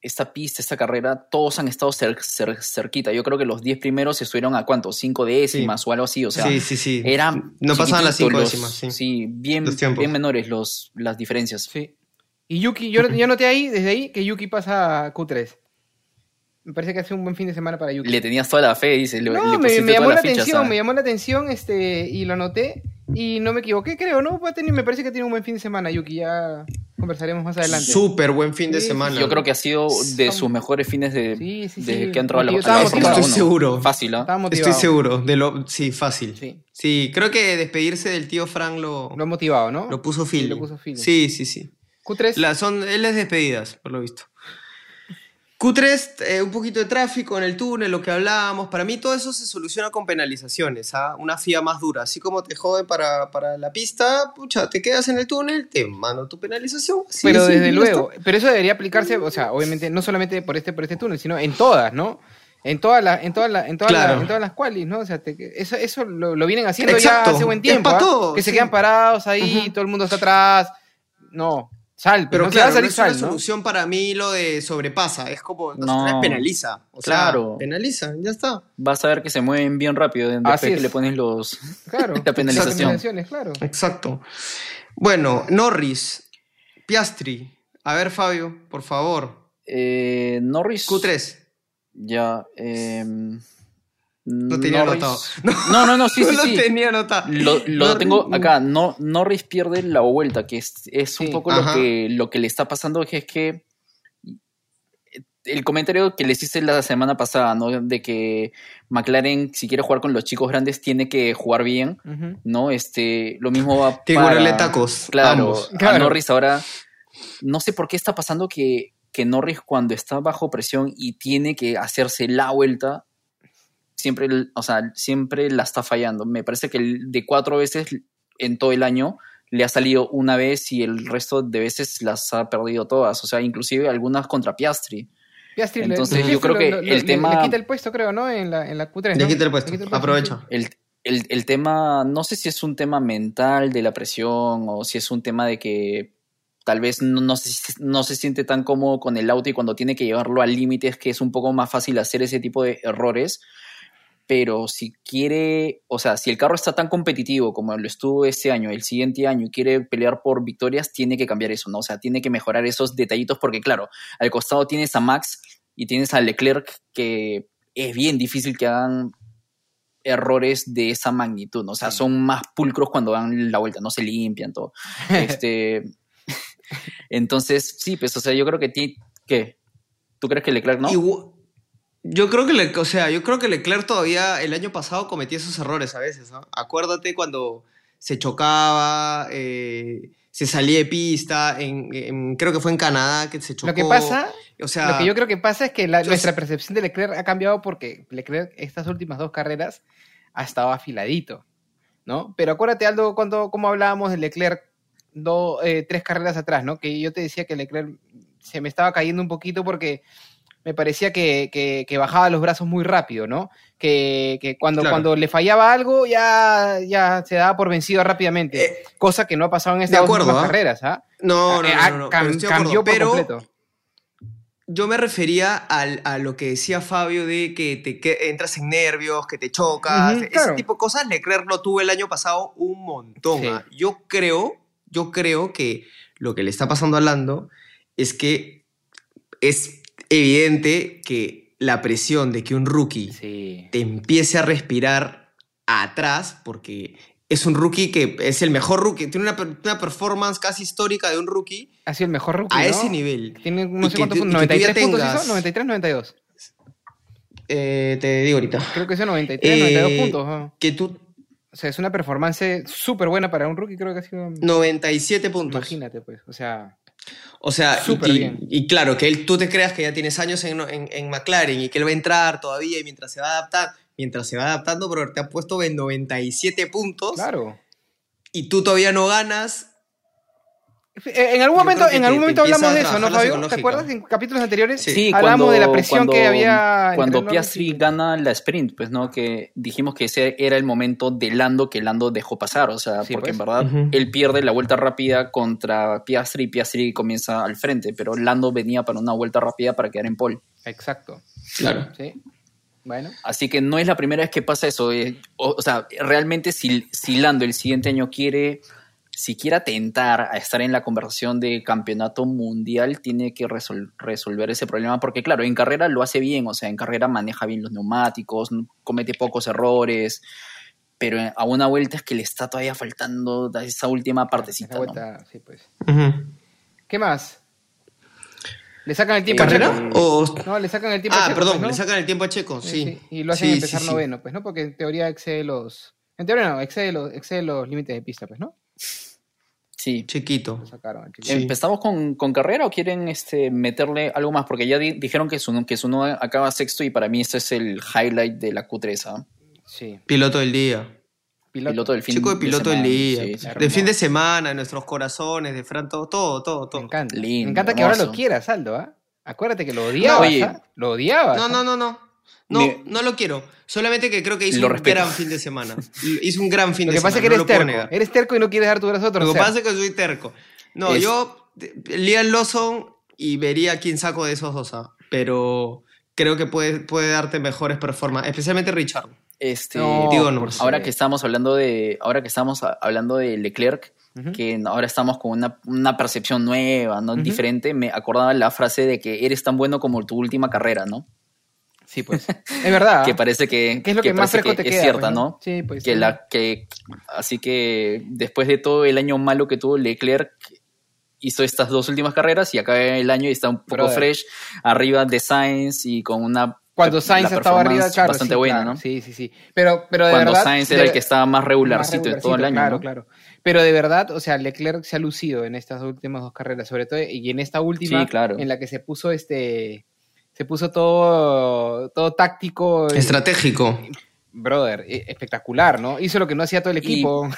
[SPEAKER 1] esta pista, esta carrera, todos han estado cer- cer- cerquita. Yo creo que los 10 primeros se subieron a cuánto, 5 décimas o algo así, o sea,
[SPEAKER 3] sí, sí, sí.
[SPEAKER 1] era
[SPEAKER 3] no pasaban las
[SPEAKER 1] chiquitito
[SPEAKER 3] cinco
[SPEAKER 1] los-
[SPEAKER 3] décimas, sí.
[SPEAKER 1] bien,
[SPEAKER 3] Los tiempos.
[SPEAKER 1] bien menores los, las diferencias.
[SPEAKER 2] Sí. Y Yuki, yo, yo noté ahí, desde ahí, que Yuki pasa a Q3. Me parece que hace un buen fin de semana para Yuki.
[SPEAKER 1] Le tenías toda la fe, dice. Le,
[SPEAKER 2] no,
[SPEAKER 1] le
[SPEAKER 2] me,
[SPEAKER 1] pusiste
[SPEAKER 2] me
[SPEAKER 1] toda
[SPEAKER 2] llamó la,
[SPEAKER 1] ficha,
[SPEAKER 2] atención,
[SPEAKER 1] ¿sabes?
[SPEAKER 2] me llamó la atención este, y lo anoté. Y no me equivoqué, creo, ¿no? Va a tener- me parece que tiene un buen fin de semana, Yuki. Ya conversaremos más adelante.
[SPEAKER 3] Súper buen fin de
[SPEAKER 2] Sí, sí,
[SPEAKER 3] semana.
[SPEAKER 1] Yo creo que ha sido de sus mejores fines de,
[SPEAKER 2] Sí, sí,
[SPEAKER 1] de
[SPEAKER 2] sí.
[SPEAKER 1] que ha entrado a la, a
[SPEAKER 2] Yo
[SPEAKER 1] la
[SPEAKER 2] estaba
[SPEAKER 1] Fórmula
[SPEAKER 3] motivado.
[SPEAKER 1] 1.
[SPEAKER 3] Estoy seguro.
[SPEAKER 1] Fácil, ¿ah?
[SPEAKER 2] Estaba motivado.
[SPEAKER 3] Estoy seguro de lo sí, fácil. Sí.
[SPEAKER 2] Sí,
[SPEAKER 3] creo que despedirse del tío Frank lo,
[SPEAKER 2] lo ha motivado, ¿no?
[SPEAKER 3] lo puso
[SPEAKER 2] Sí,
[SPEAKER 3] Phil.
[SPEAKER 2] lo puso Phil.
[SPEAKER 3] Sí, sí, sí.
[SPEAKER 2] Q3.
[SPEAKER 3] La, son él es despedidas, por lo visto. Q3, eh, un poquito de tráfico en el túnel, lo que hablábamos. Para mí todo eso se soluciona con penalizaciones, ¿ah? una FIA más dura. Así como te joden para, para la pista, pucha, te quedas en el túnel, te mando tu penalización. Sí,
[SPEAKER 2] pero
[SPEAKER 3] sí,
[SPEAKER 2] desde
[SPEAKER 3] ya
[SPEAKER 2] luego, pero eso debería aplicarse, o sea, obviamente no solamente por este por este túnel, sino en todas, ¿no? En todas las en todas las en todas
[SPEAKER 3] Claro.
[SPEAKER 2] las en todas las qualis, ¿no? O sea, te- eso eso lo, lo vienen haciendo
[SPEAKER 3] Exacto.
[SPEAKER 2] ya hace buen
[SPEAKER 3] Es
[SPEAKER 2] tiempo,
[SPEAKER 3] pa'
[SPEAKER 2] ¿ah?
[SPEAKER 3] todo,
[SPEAKER 2] que se
[SPEAKER 3] sí.
[SPEAKER 2] quedan parados ahí,
[SPEAKER 3] Ujú.
[SPEAKER 2] todo el mundo está atrás. No, sal, pero
[SPEAKER 3] Pero
[SPEAKER 2] no se va
[SPEAKER 3] claro,
[SPEAKER 2] a salir
[SPEAKER 3] no es
[SPEAKER 2] sal,
[SPEAKER 3] una
[SPEAKER 2] ¿no?
[SPEAKER 3] solución para mí lo de sobrepasa. Es como,
[SPEAKER 1] No.
[SPEAKER 3] no, penaliza. O
[SPEAKER 1] Claro.
[SPEAKER 3] sea, penaliza, ya está.
[SPEAKER 1] Vas a ver que se mueven bien rápido ¿eh? después
[SPEAKER 2] Así
[SPEAKER 1] que
[SPEAKER 2] es.
[SPEAKER 1] le pones los...
[SPEAKER 2] Claro.
[SPEAKER 1] La penalización.
[SPEAKER 2] Las penalizaciones, claro.
[SPEAKER 3] Exacto. Bueno, Norris, Piastri. A ver, Fabio, por favor.
[SPEAKER 1] Eh, Norris.
[SPEAKER 3] Q3.
[SPEAKER 1] Ya. Eh, no
[SPEAKER 3] tenía anotado.
[SPEAKER 1] No, no, no, sí,
[SPEAKER 3] no
[SPEAKER 1] sí,
[SPEAKER 3] lo
[SPEAKER 1] sí.
[SPEAKER 3] tenía anotado.
[SPEAKER 1] Lo, lo
[SPEAKER 3] Norris-
[SPEAKER 1] tengo acá. No, Norris pierde la vuelta, que es, es un
[SPEAKER 2] Sí.
[SPEAKER 1] poco lo
[SPEAKER 3] Ajá.
[SPEAKER 1] que, lo que le está pasando, que es que el comentario que les hice la semana pasada, ¿no? De que McLaren, si quiere jugar con los chicos grandes, tiene que jugar bien,
[SPEAKER 2] Ujú.
[SPEAKER 1] ¿no? Este, lo mismo va
[SPEAKER 3] Tiene que
[SPEAKER 1] para-
[SPEAKER 3] ponerle tacos.
[SPEAKER 1] Claro,
[SPEAKER 3] ambos.
[SPEAKER 1] a
[SPEAKER 2] Claro.
[SPEAKER 1] Norris ahora. No sé por qué está pasando que, que Norris, cuando está bajo presión y tiene que hacerse la vuelta, siempre, el- o sea, siempre la está fallando. Me parece que el- de cuatro veces en todo el año le ha salido una vez y el resto de veces las ha perdido todas. O sea, inclusive algunas contra Piastri.
[SPEAKER 2] Piastri le-
[SPEAKER 1] Entonces,
[SPEAKER 2] Piastri
[SPEAKER 1] yo creo
[SPEAKER 2] lo-
[SPEAKER 1] que
[SPEAKER 2] lo-
[SPEAKER 1] el
[SPEAKER 2] le- le-
[SPEAKER 1] tema-
[SPEAKER 2] le quita el puesto, creo, ¿no? En la en la Q3,
[SPEAKER 3] Le
[SPEAKER 2] ¿no?
[SPEAKER 3] quita el puesto.
[SPEAKER 2] Le quita el
[SPEAKER 3] Aprovecha.
[SPEAKER 1] El, el- el tema, no sé si es un tema mental de la presión o si es un tema de que tal vez no, no se, no se siente tan cómodo con el auto y cuando tiene que llevarlo al límite es que es un poco más fácil hacer ese tipo de errores. Pero si quiere, o sea, si el carro está tan competitivo como lo estuvo este año, el siguiente año y quiere pelear por victorias, tiene que cambiar eso, ¿no? O sea, tiene que mejorar esos detallitos porque, claro, al costado tienes a Max y tienes a Leclerc que es bien difícil que hagan errores de esa magnitud, ¿no? O sea,
[SPEAKER 2] Sí.
[SPEAKER 1] son más pulcros cuando dan la vuelta, no se limpian, todo. Este, entonces, sí, pues, o sea, yo creo que ti, ¿qué? ¿Tú crees que Leclerc no?
[SPEAKER 3] Igu- yo creo que, Le- o sea, yo creo que Leclerc todavía el año pasado cometía esos errores a veces, ¿no? Acuérdate cuando se chocaba, eh, se salía de pista, en, en- creo que fue en Canadá que se chocó.
[SPEAKER 2] Lo que pasa
[SPEAKER 3] o sea,
[SPEAKER 2] lo que yo creo que pasa es que la-
[SPEAKER 3] yo
[SPEAKER 2] nuestra
[SPEAKER 3] sé-
[SPEAKER 2] percepción de Leclerc ha cambiado porque Leclerc estas últimas dos carreras ha estado afiladito, ¿no? Pero acuérdate, Aldo, cuando, cómo hablábamos de Leclerc do- eh, tres carreras atrás, ¿no? Que yo te decía que Leclerc se me estaba cayendo un poquito porque me parecía que, que- que bajaba los brazos muy rápido, ¿no? Que, que cuando,
[SPEAKER 3] Claro.
[SPEAKER 2] cuando le fallaba algo ya, ya se daba por vencido rápidamente,
[SPEAKER 3] Eh,
[SPEAKER 2] cosa que no ha pasado en
[SPEAKER 3] de
[SPEAKER 2] estas dos
[SPEAKER 3] acuerdo,
[SPEAKER 2] últimas
[SPEAKER 3] ¿ah?
[SPEAKER 2] carreras, ¿ah?
[SPEAKER 3] no, no,
[SPEAKER 2] Eh, ah,
[SPEAKER 3] no, no, no,
[SPEAKER 2] cam-
[SPEAKER 3] pero estoy de acuerdo.
[SPEAKER 2] cambió por
[SPEAKER 3] Pero
[SPEAKER 2] completo.
[SPEAKER 3] Yo me refería al- a lo que decía Fabio de que te que entras en nervios, que te chocas,
[SPEAKER 2] Ujú,
[SPEAKER 3] ese
[SPEAKER 2] claro.
[SPEAKER 3] tipo de cosas. Leclerc lo tuvo el año pasado un montón.
[SPEAKER 2] Sí.
[SPEAKER 3] ¿ah? Yo creo, yo creo que lo que le está pasando a Lando es que es evidente que la presión de que un rookie
[SPEAKER 2] Sí.
[SPEAKER 3] te empiece a respirar atrás, porque es un rookie que es el mejor rookie, tiene una, per- una performance casi histórica de un rookie
[SPEAKER 2] Ha sido el mejor rookie.
[SPEAKER 3] a
[SPEAKER 2] ¿no?
[SPEAKER 3] ese nivel.
[SPEAKER 2] Tiene no
[SPEAKER 3] Y
[SPEAKER 2] sé
[SPEAKER 3] que
[SPEAKER 2] cuántos
[SPEAKER 3] tú- y que
[SPEAKER 2] puntos.
[SPEAKER 3] tú ya
[SPEAKER 2] ¿93 puntos
[SPEAKER 3] tengas-
[SPEAKER 2] hizo? 93, 92.
[SPEAKER 3] Eh, te digo ahorita.
[SPEAKER 2] Creo que hizo 93,
[SPEAKER 3] Eh,
[SPEAKER 2] 92 puntos. ¿no?
[SPEAKER 3] Que tú,
[SPEAKER 2] O sea, es una performance súper buena para un rookie. Creo que ha sido.
[SPEAKER 3] 97 puntos.
[SPEAKER 2] Imagínate, pues. O sea,
[SPEAKER 3] O sea, y-
[SPEAKER 2] Súper
[SPEAKER 3] y,
[SPEAKER 2] bien.
[SPEAKER 3] y claro, que él, tú te creas que ya tienes años en, en- en McLaren y que él va a entrar todavía y mientras se va a adaptar, mientras se va adaptando, pero te ha puesto en 97 puntos
[SPEAKER 2] claro.
[SPEAKER 3] y tú todavía no ganas.
[SPEAKER 2] Eh, En algún
[SPEAKER 3] Yo
[SPEAKER 2] momento,
[SPEAKER 3] creo que
[SPEAKER 2] en
[SPEAKER 3] te-
[SPEAKER 2] algún
[SPEAKER 3] te
[SPEAKER 2] momento
[SPEAKER 3] empieza
[SPEAKER 2] hablamos
[SPEAKER 3] a
[SPEAKER 2] de eso, ¿no,
[SPEAKER 3] trabajar la
[SPEAKER 2] Fabio? ¿Te
[SPEAKER 3] psicológica.
[SPEAKER 2] acuerdas en capítulos anteriores?
[SPEAKER 3] Sí.
[SPEAKER 2] Hablamos de la presión que había entre
[SPEAKER 1] Cuando
[SPEAKER 2] Norris
[SPEAKER 1] Piastri
[SPEAKER 2] y-
[SPEAKER 1] gana la sprint, pues no, que dijimos que ese era el momento de Lando que Lando dejó pasar, o sea,
[SPEAKER 2] Sí,
[SPEAKER 1] porque en
[SPEAKER 2] pues.
[SPEAKER 1] verdad
[SPEAKER 3] Ujú.
[SPEAKER 1] él pierde la vuelta rápida contra Piastri y Piastri comienza al frente, pero Lando venía para una vuelta rápida para quedar en pole.
[SPEAKER 2] Exacto.
[SPEAKER 3] Claro.
[SPEAKER 2] Sí. Bueno.
[SPEAKER 1] Así que no es la primera vez que pasa eso. eh. O, o sea, realmente si, si Lando el siguiente año quiere siquiera tentar a estar en la conversación de campeonato mundial, tiene que resol- resolver ese problema. Porque claro, en carrera lo hace bien, o sea, en carrera maneja bien los neumáticos, no- comete pocos errores, pero a una vuelta es que le está todavía faltando da- esa última partecita.
[SPEAKER 2] Esa
[SPEAKER 1] ¿no?
[SPEAKER 2] vuelta, sí, pues. ¿Qué más? ¿Le sacan el tiempo a
[SPEAKER 3] ¿Carrera?
[SPEAKER 2] Checo?
[SPEAKER 3] O-
[SPEAKER 2] No, le sacan el tiempo a
[SPEAKER 3] Ah,
[SPEAKER 2] Checo,
[SPEAKER 3] perdón,
[SPEAKER 2] pues, ¿no?
[SPEAKER 3] le sacan el tiempo a Checo, sí.
[SPEAKER 2] Sí, Y lo hacen
[SPEAKER 3] Sí,
[SPEAKER 2] empezar
[SPEAKER 3] sí, sí.
[SPEAKER 2] noveno, pues, ¿no? Porque en teoría excede los. En teoría no, excede los, excede los límites de pista, pues, ¿no?
[SPEAKER 1] Sí.
[SPEAKER 3] Chiquito.
[SPEAKER 2] Lo sacaron, chicos.
[SPEAKER 3] Sí.
[SPEAKER 1] ¿Empezamos con, con carrera o quieren este, meterle algo más? Porque ya di- dijeron que Suno, que Tsunoda acaba sexto y para mí este es el highlight de la Q3. ¿ah?
[SPEAKER 2] Sí.
[SPEAKER 3] Piloto del día.
[SPEAKER 2] Piloto. pues,
[SPEAKER 1] Piloto del fin
[SPEAKER 3] Chico de piloto del día.
[SPEAKER 1] Sí, sí.
[SPEAKER 2] claro.
[SPEAKER 3] del fin de semana, de nuestros corazones, de Fran, todo, todo, todo.
[SPEAKER 2] Me
[SPEAKER 3] todo.
[SPEAKER 2] encanta.
[SPEAKER 1] Lindo,
[SPEAKER 2] Me encanta que ahora lo
[SPEAKER 1] hermoso.
[SPEAKER 2] quieras, Aldo, ¿ah? Acuérdate que lo odiabas,
[SPEAKER 1] oye.
[SPEAKER 2] ¿ah? Lo odiabas.
[SPEAKER 3] No,
[SPEAKER 2] ¿ah?
[SPEAKER 3] no, no, no. No,
[SPEAKER 1] Me-
[SPEAKER 3] no lo quiero. Solamente que creo que hizo
[SPEAKER 1] Lo
[SPEAKER 3] un
[SPEAKER 1] respeto.
[SPEAKER 3] gran fin de semana. Hizo un gran fin
[SPEAKER 2] Lo
[SPEAKER 3] de
[SPEAKER 2] que pasa
[SPEAKER 3] semana.
[SPEAKER 2] es que
[SPEAKER 3] no
[SPEAKER 2] eres
[SPEAKER 3] lo puedo
[SPEAKER 2] terco.
[SPEAKER 3] negar.
[SPEAKER 2] Eres terco y no quieres dar tu brazo a torcer.
[SPEAKER 3] Lo que pasa es que soy terco. No,
[SPEAKER 1] Es-
[SPEAKER 3] yo Lian Lawson y vería quién saco de esos dos, ah, pero creo que puede, puede darte mejores performances, especialmente Richard.
[SPEAKER 1] Este,
[SPEAKER 2] No, pues, eh.
[SPEAKER 3] digo, no.
[SPEAKER 2] por
[SPEAKER 1] ahora
[SPEAKER 2] sí.
[SPEAKER 1] que estamos hablando de ahora que estamos a- hablando de Leclerc,
[SPEAKER 2] Ujú.
[SPEAKER 1] que ahora estamos con una, una percepción nueva, ¿no?
[SPEAKER 2] Ujú.
[SPEAKER 1] diferente, me acordaba la frase de que eres tan bueno como tu última carrera, ¿no?
[SPEAKER 2] Sí, pues. Es verdad.
[SPEAKER 1] Que parece que,
[SPEAKER 2] ¿Qué es lo que, más
[SPEAKER 1] parece
[SPEAKER 2] fresco te
[SPEAKER 1] es
[SPEAKER 2] queda?
[SPEAKER 1] cierta,
[SPEAKER 2] pues,
[SPEAKER 1] ¿no?
[SPEAKER 2] Sí, pues.
[SPEAKER 1] que
[SPEAKER 2] sí.
[SPEAKER 1] la que así que después de todo el año malo que tuvo Leclerc hizo estas dos últimas carreras y acaba el año y está un poco
[SPEAKER 2] Brother.
[SPEAKER 1] fresh arriba de Sainz y con una
[SPEAKER 2] Cuando
[SPEAKER 1] la
[SPEAKER 2] Sainz estaba
[SPEAKER 1] performance
[SPEAKER 2] arriba, claro.
[SPEAKER 1] bastante
[SPEAKER 2] sí,
[SPEAKER 1] buena
[SPEAKER 2] claro,
[SPEAKER 1] no
[SPEAKER 2] Sí, sí, sí. Pero, pero de
[SPEAKER 1] cuando
[SPEAKER 2] verdad.
[SPEAKER 1] Sainz
[SPEAKER 2] de
[SPEAKER 1] era el
[SPEAKER 2] ver-
[SPEAKER 1] que estaba más regularcito de
[SPEAKER 2] Más
[SPEAKER 1] todo el año
[SPEAKER 2] regularcito,
[SPEAKER 1] ¿no?
[SPEAKER 2] Claro, claro. Pero de verdad, o sea, Leclerc se ha lucido en estas últimas dos carreras, sobre todo, y en esta última,
[SPEAKER 1] Sí, claro.
[SPEAKER 2] en la que se puso este. Se puso todo, todo táctico. y-
[SPEAKER 1] Este
[SPEAKER 3] Estratégico.
[SPEAKER 2] Brother, e- espectacular, ¿no? Hizo lo que no hacía todo el equipo.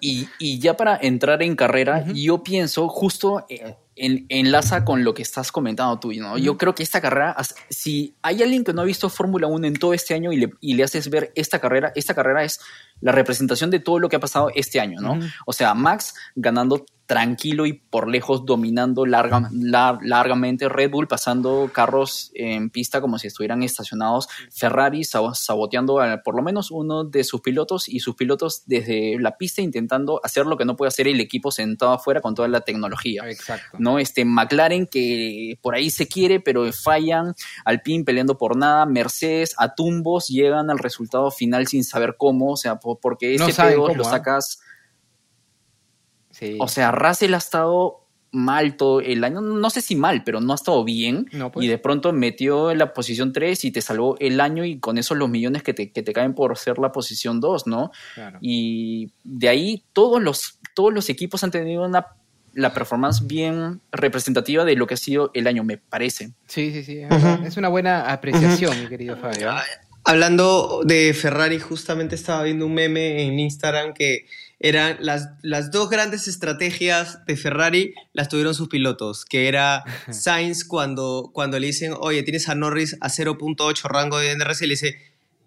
[SPEAKER 1] Y, y ya para entrar en carrera,
[SPEAKER 2] Ujú.
[SPEAKER 1] yo pienso justo eh, en- enlaza con lo que estás comentando tú, ¿no? Yo creo que esta carrera, as- si hay alguien que no ha visto Fórmula 1 en todo este año y le, y le haces ver esta carrera, esta carrera es la representación de todo lo que ha pasado este año, ¿no?
[SPEAKER 2] Ujú.
[SPEAKER 1] O sea, Max ganando tranquilo y por lejos dominando larga, lar- largamente Red Bull, pasando carros en pista como si estuvieran estacionados, Ferrari sab- saboteando a por lo menos uno de sus pilotos y sus pilotos desde la pista intentando hacer lo que no puede hacer el equipo sentado afuera con toda la tecnología.
[SPEAKER 2] Ah, Exacto.
[SPEAKER 1] ¿no? Este McLaren que por ahí se quiere, pero fallan, Alpine peleando por nada, Mercedes a tumbos llegan al resultado final sin saber cómo, o sea, po- porque
[SPEAKER 2] No
[SPEAKER 1] este
[SPEAKER 2] saben
[SPEAKER 1] P2
[SPEAKER 2] cómo,
[SPEAKER 1] lo
[SPEAKER 2] ¿ah?
[SPEAKER 1] sacas,
[SPEAKER 2] Sí.
[SPEAKER 1] o sea, Russell ha estado mal todo el año, no sé si mal, pero no ha estado bien,
[SPEAKER 2] No, pues.
[SPEAKER 1] y de pronto metió en la posición 3 y te salvó el año y con eso los millones que te, que te caen por ser la posición 2, ¿no?
[SPEAKER 2] claro.
[SPEAKER 1] Y de ahí todos los, todos los equipos han tenido una, la performance bien representativa de lo que ha sido el año, me parece.
[SPEAKER 2] Sí, sí, sí. Es, verdad.
[SPEAKER 3] Ujú.
[SPEAKER 2] Es una buena apreciación, mi querido Fabio. ¿ah?
[SPEAKER 3] Hablando de Ferrari, justamente estaba viendo un meme en Instagram que eran las, las dos grandes estrategias de Ferrari las tuvieron sus pilotos, que era Sainz cuando, cuando le dicen, oye, tienes a Norris a 0.8 rango de NRS, y le dice,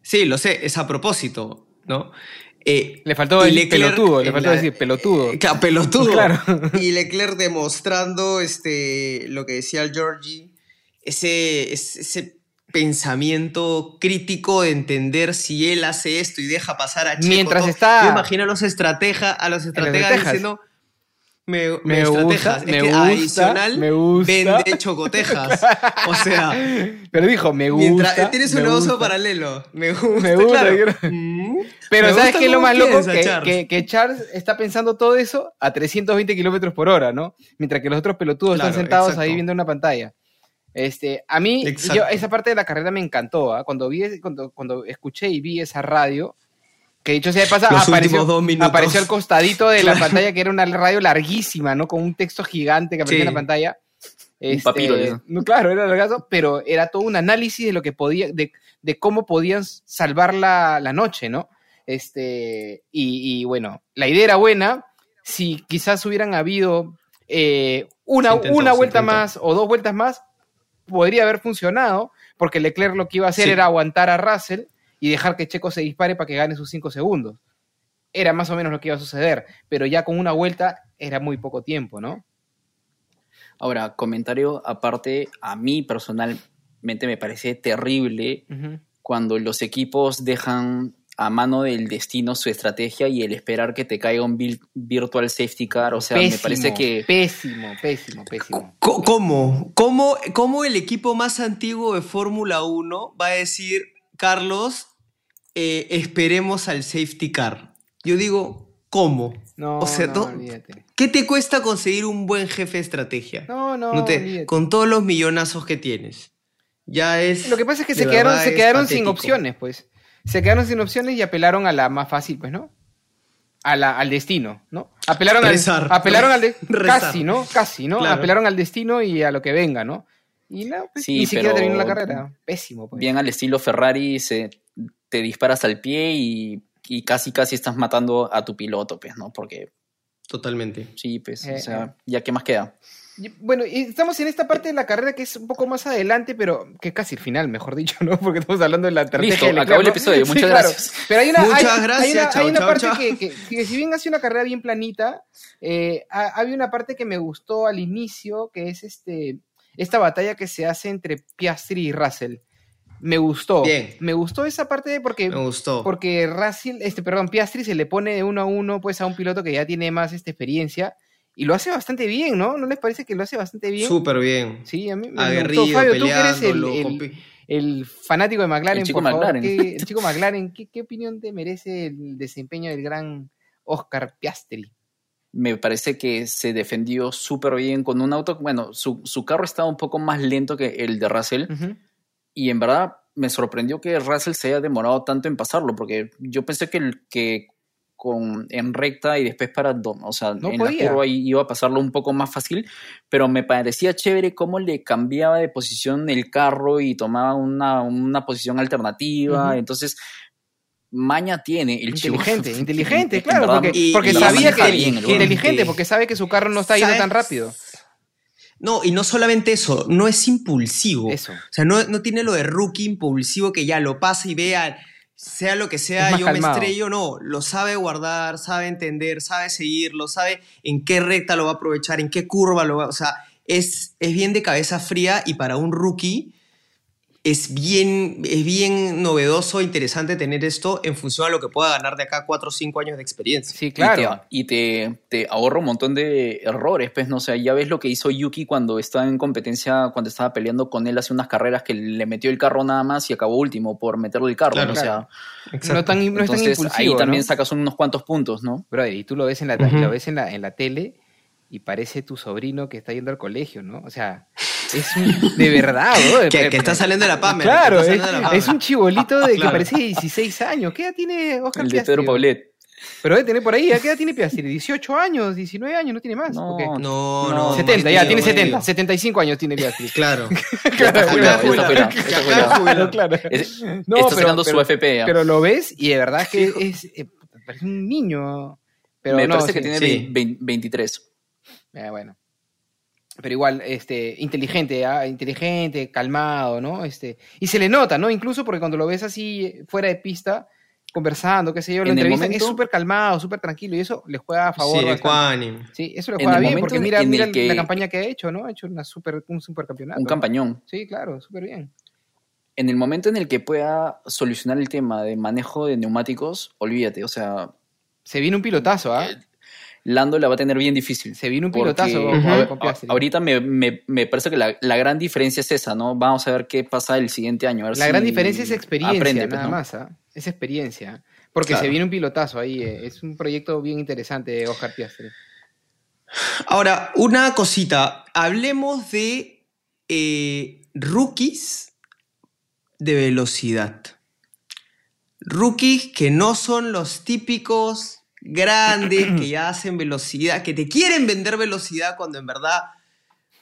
[SPEAKER 3] sí, lo sé, es a propósito, ¿no? Eh,
[SPEAKER 2] Le faltó
[SPEAKER 3] y
[SPEAKER 2] el
[SPEAKER 3] Leclerc
[SPEAKER 2] pelotudo, le
[SPEAKER 3] en
[SPEAKER 2] faltó decir pelotudo.
[SPEAKER 3] eh, claro, pelotudo.
[SPEAKER 2] Claro.
[SPEAKER 3] Y Leclerc demostrando este, lo que decía el Georgie, ese, ese- ese pensamiento crítico de entender si él hace esto y deja pasar a Checo.
[SPEAKER 2] Mientras
[SPEAKER 3] todo.
[SPEAKER 2] está-
[SPEAKER 3] Yo imagino a los estrategas, a los estrategas
[SPEAKER 2] estrategas.
[SPEAKER 3] diciendo, me, me,
[SPEAKER 2] Me
[SPEAKER 3] estratejas.
[SPEAKER 2] gusta,
[SPEAKER 3] es
[SPEAKER 2] me
[SPEAKER 3] que
[SPEAKER 2] gusta,
[SPEAKER 3] adicional
[SPEAKER 2] me gusta.
[SPEAKER 3] vende chocotejas. o sea,
[SPEAKER 2] Pero dijo, me gusta.
[SPEAKER 3] mientras eh, tienes
[SPEAKER 2] me
[SPEAKER 3] un negocio
[SPEAKER 2] gusta.
[SPEAKER 3] paralelo. Me gusta.
[SPEAKER 2] Me gusta,
[SPEAKER 3] claro.
[SPEAKER 2] quiero-
[SPEAKER 3] Mm,
[SPEAKER 2] Pero
[SPEAKER 3] me
[SPEAKER 2] ¿sabes
[SPEAKER 3] gusta
[SPEAKER 2] qué es lo
[SPEAKER 3] cómo
[SPEAKER 2] más loco?
[SPEAKER 3] piensa,
[SPEAKER 2] Que que- que Charles.
[SPEAKER 3] Charles.
[SPEAKER 2] está pensando todo eso a 320 kilómetros por hora, ¿no? Mientras que los otros pelotudos están
[SPEAKER 3] Claro,
[SPEAKER 2] sentados
[SPEAKER 3] exacto.
[SPEAKER 2] ahí viendo una pantalla. Este, a mí,
[SPEAKER 3] Exacto.
[SPEAKER 2] yo, esa parte de la carrera me encantó, ¿ah? cuando, vi, ese- cuando, cuando escuché y vi esa radio, que dicho sea de paso,
[SPEAKER 3] Los
[SPEAKER 2] apareció,
[SPEAKER 3] últimos dos minutos.
[SPEAKER 2] apareció al costadito de la
[SPEAKER 3] Claro.
[SPEAKER 2] pantalla, que era una radio larguísima, ¿no? Con un texto gigante que aparecía
[SPEAKER 3] Sí.
[SPEAKER 2] en la pantalla. Este,
[SPEAKER 1] papiro, eso.
[SPEAKER 2] no, claro, era largazo, pero era todo un análisis de lo que podía, de, de cómo podían salvar la, la noche, ¿no? Este, y, y bueno, la idea era buena. Si quizás hubieran habido eh, una,
[SPEAKER 3] Se intentó,
[SPEAKER 2] una
[SPEAKER 3] se
[SPEAKER 2] vuelta
[SPEAKER 3] intentó.
[SPEAKER 2] más o dos vueltas más, podría haber funcionado, porque Leclerc lo que iba a hacer
[SPEAKER 3] Sí.
[SPEAKER 2] era aguantar a Russell y dejar que Checo se dispare para que gane sus cinco segundos. Era más o menos lo que iba a suceder, pero ya con una vuelta era muy poco tiempo, ¿no?
[SPEAKER 1] Ahora, comentario aparte, a mí personalmente me parece terrible cuando los equipos dejan a mano del destino su estrategia y el esperar que te caiga un vil- virtual safety car, o sea, me parece que...
[SPEAKER 2] Pésimo, pésimo, pésimo.
[SPEAKER 3] Co- ¿Cómo? ¿Cómo, cómo el equipo más antiguo de Fórmula 1 va a decir, Carlos, eh, esperemos al safety car? Yo digo, ¿cómo?
[SPEAKER 2] No,
[SPEAKER 3] o sea,
[SPEAKER 2] no,
[SPEAKER 3] to-
[SPEAKER 2] olvídate.
[SPEAKER 3] ¿qué te cuesta conseguir un buen jefe de estrategia?
[SPEAKER 2] No, no,
[SPEAKER 3] No te-
[SPEAKER 2] olvídate.
[SPEAKER 3] con todos los millonazos que tienes. Ya es.
[SPEAKER 2] Lo que pasa es que
[SPEAKER 3] de
[SPEAKER 2] se quedaron,
[SPEAKER 3] verdad
[SPEAKER 2] se
[SPEAKER 3] es
[SPEAKER 2] quedaron sin
[SPEAKER 3] patético.
[SPEAKER 2] opciones, pues. Se quedaron sin opciones y apelaron a la más fácil, pues, ¿no? A la- al destino, ¿no? Apelaron al,
[SPEAKER 3] Rezar.
[SPEAKER 2] apelaron al de-
[SPEAKER 3] Rezar.
[SPEAKER 2] casi, ¿no? Casi, ¿no?
[SPEAKER 3] Claro.
[SPEAKER 2] Apelaron al destino y a lo que venga, ¿no? Y no, pues,
[SPEAKER 1] Sí,
[SPEAKER 2] ni siquiera
[SPEAKER 1] pero-
[SPEAKER 2] terminó la carrera. Pésimo, pues.
[SPEAKER 1] Bien al estilo Ferrari, se, te disparas al pie y, y casi casi estás matando a tu piloto, pues, ¿no? Porque
[SPEAKER 3] Totalmente.
[SPEAKER 1] sí, pues,
[SPEAKER 2] Eh,
[SPEAKER 1] o sea, ¿ya qué más queda?
[SPEAKER 2] Y, Bueno, y estamos en esta parte de la carrera que es un poco más adelante, pero que casi el final, mejor dicho, ¿no? Porque estamos hablando de la estrategia.
[SPEAKER 1] Listo,
[SPEAKER 2] de Leclerc,
[SPEAKER 1] acabó el
[SPEAKER 2] ¿no?
[SPEAKER 1] episodio, muchas gracias.
[SPEAKER 2] Pero hay una,
[SPEAKER 3] Muchas
[SPEAKER 2] hay- hay
[SPEAKER 3] gracias,
[SPEAKER 2] una- hay
[SPEAKER 3] chao,
[SPEAKER 2] una
[SPEAKER 3] chao,
[SPEAKER 2] parte
[SPEAKER 3] chao.
[SPEAKER 2] Que, que- que si bien hace una carrera bien planita, eh, ha- había una parte que me gustó al inicio, que es este esta batalla que se hace entre Piastri y Russell. Me gustó.
[SPEAKER 3] Bien.
[SPEAKER 2] Me gustó esa parte de- porque
[SPEAKER 3] Me gustó.
[SPEAKER 2] porque Russell, este, perdón, Piastri se le pone de uno a uno pues a un piloto que ya tiene más este, experiencia y lo hace bastante bien, ¿no? ¿No les parece que lo hace bastante bien?
[SPEAKER 3] Súper bien.
[SPEAKER 2] Sí, a mí me- me gustó.
[SPEAKER 3] Aguerrido,
[SPEAKER 2] Fabio, tú que eres el,
[SPEAKER 3] peleándolo.
[SPEAKER 2] el-
[SPEAKER 3] compi-
[SPEAKER 2] el fanático de McLaren,
[SPEAKER 1] El chico
[SPEAKER 2] por favor,
[SPEAKER 1] McLaren.
[SPEAKER 2] ¿qué, el chico McLaren, ¿qué, qué opinión te merece el desempeño del gran Oscar Piastri?
[SPEAKER 1] Me parece que se defendió súper bien con un auto, bueno, su, su carro estaba un poco más lento que el de Russell, y en verdad me sorprendió que Russell se haya demorado tanto en pasarlo, porque yo pensé que, el- que con, en recta y después para, do- o sea,
[SPEAKER 2] No
[SPEAKER 1] en
[SPEAKER 2] podía.
[SPEAKER 1] la curva i- iba a pasarlo un poco más fácil, pero me parecía chévere cómo le cambiaba de posición el carro y tomaba una, una posición alternativa,
[SPEAKER 2] Ujú.
[SPEAKER 1] entonces maña tiene el chivo.
[SPEAKER 2] Inteligente,
[SPEAKER 1] En-
[SPEAKER 2] inteligente,
[SPEAKER 1] en
[SPEAKER 2] claro,
[SPEAKER 1] verdad,
[SPEAKER 2] porque,
[SPEAKER 1] y-
[SPEAKER 2] porque
[SPEAKER 1] y la
[SPEAKER 2] sabía
[SPEAKER 1] maneja
[SPEAKER 2] que
[SPEAKER 1] bien el huevón.
[SPEAKER 2] inteligente, porque sabe que su carro no está yendo
[SPEAKER 3] ¿Sabes?
[SPEAKER 2] tan rápido.
[SPEAKER 3] No, y no solamente eso, no es impulsivo.
[SPEAKER 2] Eso.
[SPEAKER 3] O sea, no, no tiene lo de rookie impulsivo que ya lo pasa y vea, sea lo que
[SPEAKER 2] Es
[SPEAKER 3] sea,
[SPEAKER 2] más
[SPEAKER 3] yo
[SPEAKER 2] calmado.
[SPEAKER 3] me estrello, no. Lo sabe guardar, sabe entender, sabe seguirlo, sabe en qué recta lo va a aprovechar, en qué curva lo va. O sea, es, es bien de cabeza fría y para un rookie es bien, es bien novedoso, interesante tener esto en función a lo que pueda ganar de acá 4 o 5 años de experiencia.
[SPEAKER 2] Sí,
[SPEAKER 1] Y te-
[SPEAKER 2] claro.
[SPEAKER 1] Y te, te ahorra un montón de errores, pues, no sé, ya ves lo que hizo Yuki cuando estaba en competencia, cuando estaba peleando con él hace unas carreras que le metió el carro nada más y acabó último por meterle el carro,
[SPEAKER 3] Claro,
[SPEAKER 1] ¿no? O sea,
[SPEAKER 2] claro. No tan, no es tan
[SPEAKER 1] entonces
[SPEAKER 2] impulsivo.
[SPEAKER 1] ahí también
[SPEAKER 2] ¿no?
[SPEAKER 1] sacas unos cuantos puntos, ¿no?
[SPEAKER 2] Brother, y tú lo ves en la,
[SPEAKER 3] Ujú.
[SPEAKER 2] lo ves en la, en la tele y parece tu sobrino que está yendo al colegio, ¿no? O sea, es un, de verdad, eh, brother.
[SPEAKER 3] Que, que está saliendo de la PAMER.
[SPEAKER 2] Claro,
[SPEAKER 3] E, que
[SPEAKER 2] es,
[SPEAKER 3] está saliendo de la
[SPEAKER 2] es un
[SPEAKER 3] Pamer.
[SPEAKER 2] chibolito de que
[SPEAKER 3] Claro.
[SPEAKER 2] parece 16 años. ¿Qué edad tiene Oscar
[SPEAKER 1] El de Pedro
[SPEAKER 2] Piastri?
[SPEAKER 1] Paulet.
[SPEAKER 2] Pero debe tener por ahí, ¿a qué edad tiene Piastri? 18 años, 19 años, no tiene más.
[SPEAKER 1] No,
[SPEAKER 2] ¿o qué?
[SPEAKER 3] No,
[SPEAKER 1] No,
[SPEAKER 3] no.
[SPEAKER 2] 70, ya,
[SPEAKER 3] Martín,
[SPEAKER 2] tiene 70,
[SPEAKER 3] bueno.
[SPEAKER 2] 75 años tiene Piastri.
[SPEAKER 3] Claro.
[SPEAKER 1] Ya está jubilado,
[SPEAKER 3] Claro,
[SPEAKER 1] ya está jubilado,
[SPEAKER 3] claro.
[SPEAKER 1] ya está jubilado.
[SPEAKER 2] claro, claro.
[SPEAKER 1] Es-
[SPEAKER 2] No,
[SPEAKER 1] está
[SPEAKER 2] pero-
[SPEAKER 1] sacando su
[SPEAKER 2] pero-
[SPEAKER 1] FP. ya.
[SPEAKER 2] Pero lo ves y de verdad es que es, eh, puta, parece un niño. Pero
[SPEAKER 1] Me
[SPEAKER 2] no,
[SPEAKER 1] parece
[SPEAKER 2] sí.
[SPEAKER 1] que tiene
[SPEAKER 3] sí.
[SPEAKER 1] vein- vein- 23.
[SPEAKER 2] Eh, bueno. Pero igual, este, inteligente, ¿ah? inteligente, calmado, ¿no? Este, y se le nota, ¿no? Incluso porque cuando lo ves así eh, fuera de pista, conversando, qué sé yo, lo
[SPEAKER 1] En el
[SPEAKER 2] entrevistan,
[SPEAKER 1] momento-
[SPEAKER 2] es súper calmado, súper tranquilo, y eso le juega a favor.
[SPEAKER 3] Sí,
[SPEAKER 2] bastante.
[SPEAKER 3] ecuánime.
[SPEAKER 2] Sí, eso le
[SPEAKER 1] En
[SPEAKER 2] juega
[SPEAKER 1] el
[SPEAKER 2] bien,
[SPEAKER 1] momento
[SPEAKER 2] porque
[SPEAKER 1] en-
[SPEAKER 2] mira,
[SPEAKER 1] en
[SPEAKER 2] mira
[SPEAKER 1] el que-
[SPEAKER 2] la campaña que ha hecho, ¿no? Ha hecho una super, un super campeonato.
[SPEAKER 1] Un campañón.
[SPEAKER 2] Sí, claro, súper bien.
[SPEAKER 1] en el momento en el que pueda solucionar el tema de manejo de neumáticos, olvídate, o sea,
[SPEAKER 2] Se viene un pilotazo, ¿ah?
[SPEAKER 1] Lando la va a tener bien difícil.
[SPEAKER 2] Se viene un
[SPEAKER 1] Eh, Porque
[SPEAKER 2] pilotazo
[SPEAKER 1] a-
[SPEAKER 2] con-
[SPEAKER 3] Ujú.
[SPEAKER 2] con
[SPEAKER 1] a-
[SPEAKER 2] Piastri.
[SPEAKER 1] ahorita me, me- me parece que la, la gran diferencia es esa, ¿no? Vamos a ver qué pasa el siguiente año. a ver
[SPEAKER 2] La
[SPEAKER 1] si
[SPEAKER 2] gran diferencia es experiencia,
[SPEAKER 1] aprende, pues,
[SPEAKER 2] nada
[SPEAKER 1] ¿no?
[SPEAKER 2] más. ¿ah? Es experiencia. Porque
[SPEAKER 1] Claro.
[SPEAKER 2] se viene un pilotazo ahí. eh. Es un proyecto bien interesante, Oscar Piastri.
[SPEAKER 3] Ahora, una cosita. Hablemos de eh, rookies de velocidad. Rookies que no son los típicos grandes que ya hacen velocidad, que te quieren vender velocidad cuando en verdad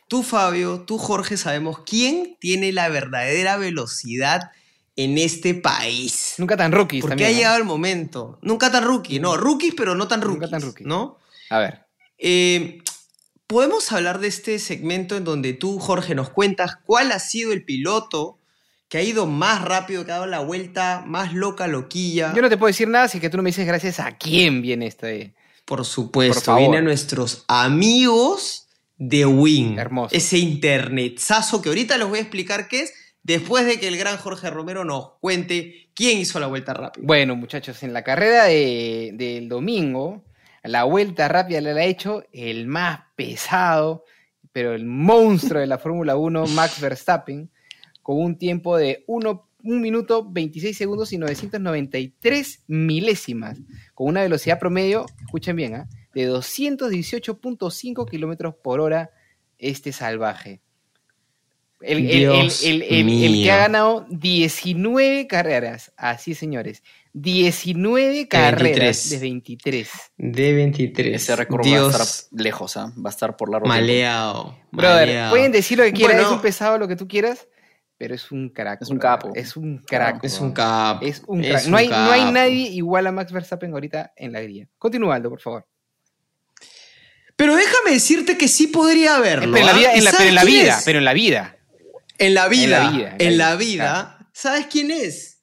[SPEAKER 3] tú, Fabio, tú, Jorge, sabemos quién tiene la verdadera velocidad en este país.
[SPEAKER 2] Nunca tan rookies
[SPEAKER 3] Porque
[SPEAKER 2] también.
[SPEAKER 3] ha
[SPEAKER 2] ¿no?
[SPEAKER 3] llegado el momento. Nunca tan rookie, no, rookies, pero no tan rookies.
[SPEAKER 2] Nunca tan rookie.
[SPEAKER 3] ¿No?
[SPEAKER 2] A ver.
[SPEAKER 3] Eh, Podemos hablar de este segmento en donde tú, Jorge, nos cuentas cuál ha sido el piloto que ha ido más rápido, que ha dado la vuelta más loca, loquilla.
[SPEAKER 2] Yo no te puedo decir nada si es que tú no me dices gracias a quién viene este.
[SPEAKER 3] Por supuesto,
[SPEAKER 2] Por favor.
[SPEAKER 3] viene a nuestros amigos de Wing.
[SPEAKER 2] Hermoso.
[SPEAKER 3] Ese internetazo que ahorita les voy a explicar qué es después de que el gran Jorge Romero nos cuente quién hizo la vuelta rápida.
[SPEAKER 2] Bueno, muchachos, en la carrera de- del domingo, la vuelta rápida la ha hecho el más pesado, pero el monstruo de la Fórmula 1, Max Verstappen, con un tiempo de 1, minuto 26 segundos y 993 milésimas, con una velocidad promedio, escuchen bien, ¿ah? de 218.5 kilómetros por hora este salvaje. El, el- el-
[SPEAKER 3] Dios
[SPEAKER 2] el- el- el que
[SPEAKER 3] mío.
[SPEAKER 2] ha ganado 19 carreras, así señores, 19 carreras
[SPEAKER 3] 23.
[SPEAKER 2] de 23.
[SPEAKER 3] De 23.
[SPEAKER 1] Ese récord va a
[SPEAKER 3] Dios,
[SPEAKER 1] estar lejos, ¿ah? va a estar por largo. tiempo.
[SPEAKER 3] maleado.
[SPEAKER 2] Brother,
[SPEAKER 3] maleado.
[SPEAKER 2] pueden decir lo que quieran,
[SPEAKER 3] Bueno.
[SPEAKER 2] es un pesado lo que tú quieras, pero es un crack.
[SPEAKER 1] Es un
[SPEAKER 2] brother.
[SPEAKER 1] capo.
[SPEAKER 2] Es un crack.
[SPEAKER 3] Es un
[SPEAKER 2] brother.
[SPEAKER 3] capo.
[SPEAKER 2] Es un
[SPEAKER 3] es
[SPEAKER 2] crack.
[SPEAKER 3] un
[SPEAKER 2] no, hay, no hay
[SPEAKER 3] capo.
[SPEAKER 2] nadie igual a Max Verstappen ahorita en la grilla. Continúa, Aldo, por favor.
[SPEAKER 3] Pero déjame decirte que sí podría haberlo.
[SPEAKER 2] pero en la
[SPEAKER 3] ¿ah?
[SPEAKER 2] vida,
[SPEAKER 3] ¿Y
[SPEAKER 2] en la,
[SPEAKER 3] sabes
[SPEAKER 2] pero en la
[SPEAKER 3] quién
[SPEAKER 2] vida,
[SPEAKER 3] es?
[SPEAKER 2] pero en la vida.
[SPEAKER 3] En la vida.
[SPEAKER 2] en la
[SPEAKER 3] En
[SPEAKER 2] vida,
[SPEAKER 3] la vida.
[SPEAKER 2] en la vida,
[SPEAKER 3] ¿Sabes quién es?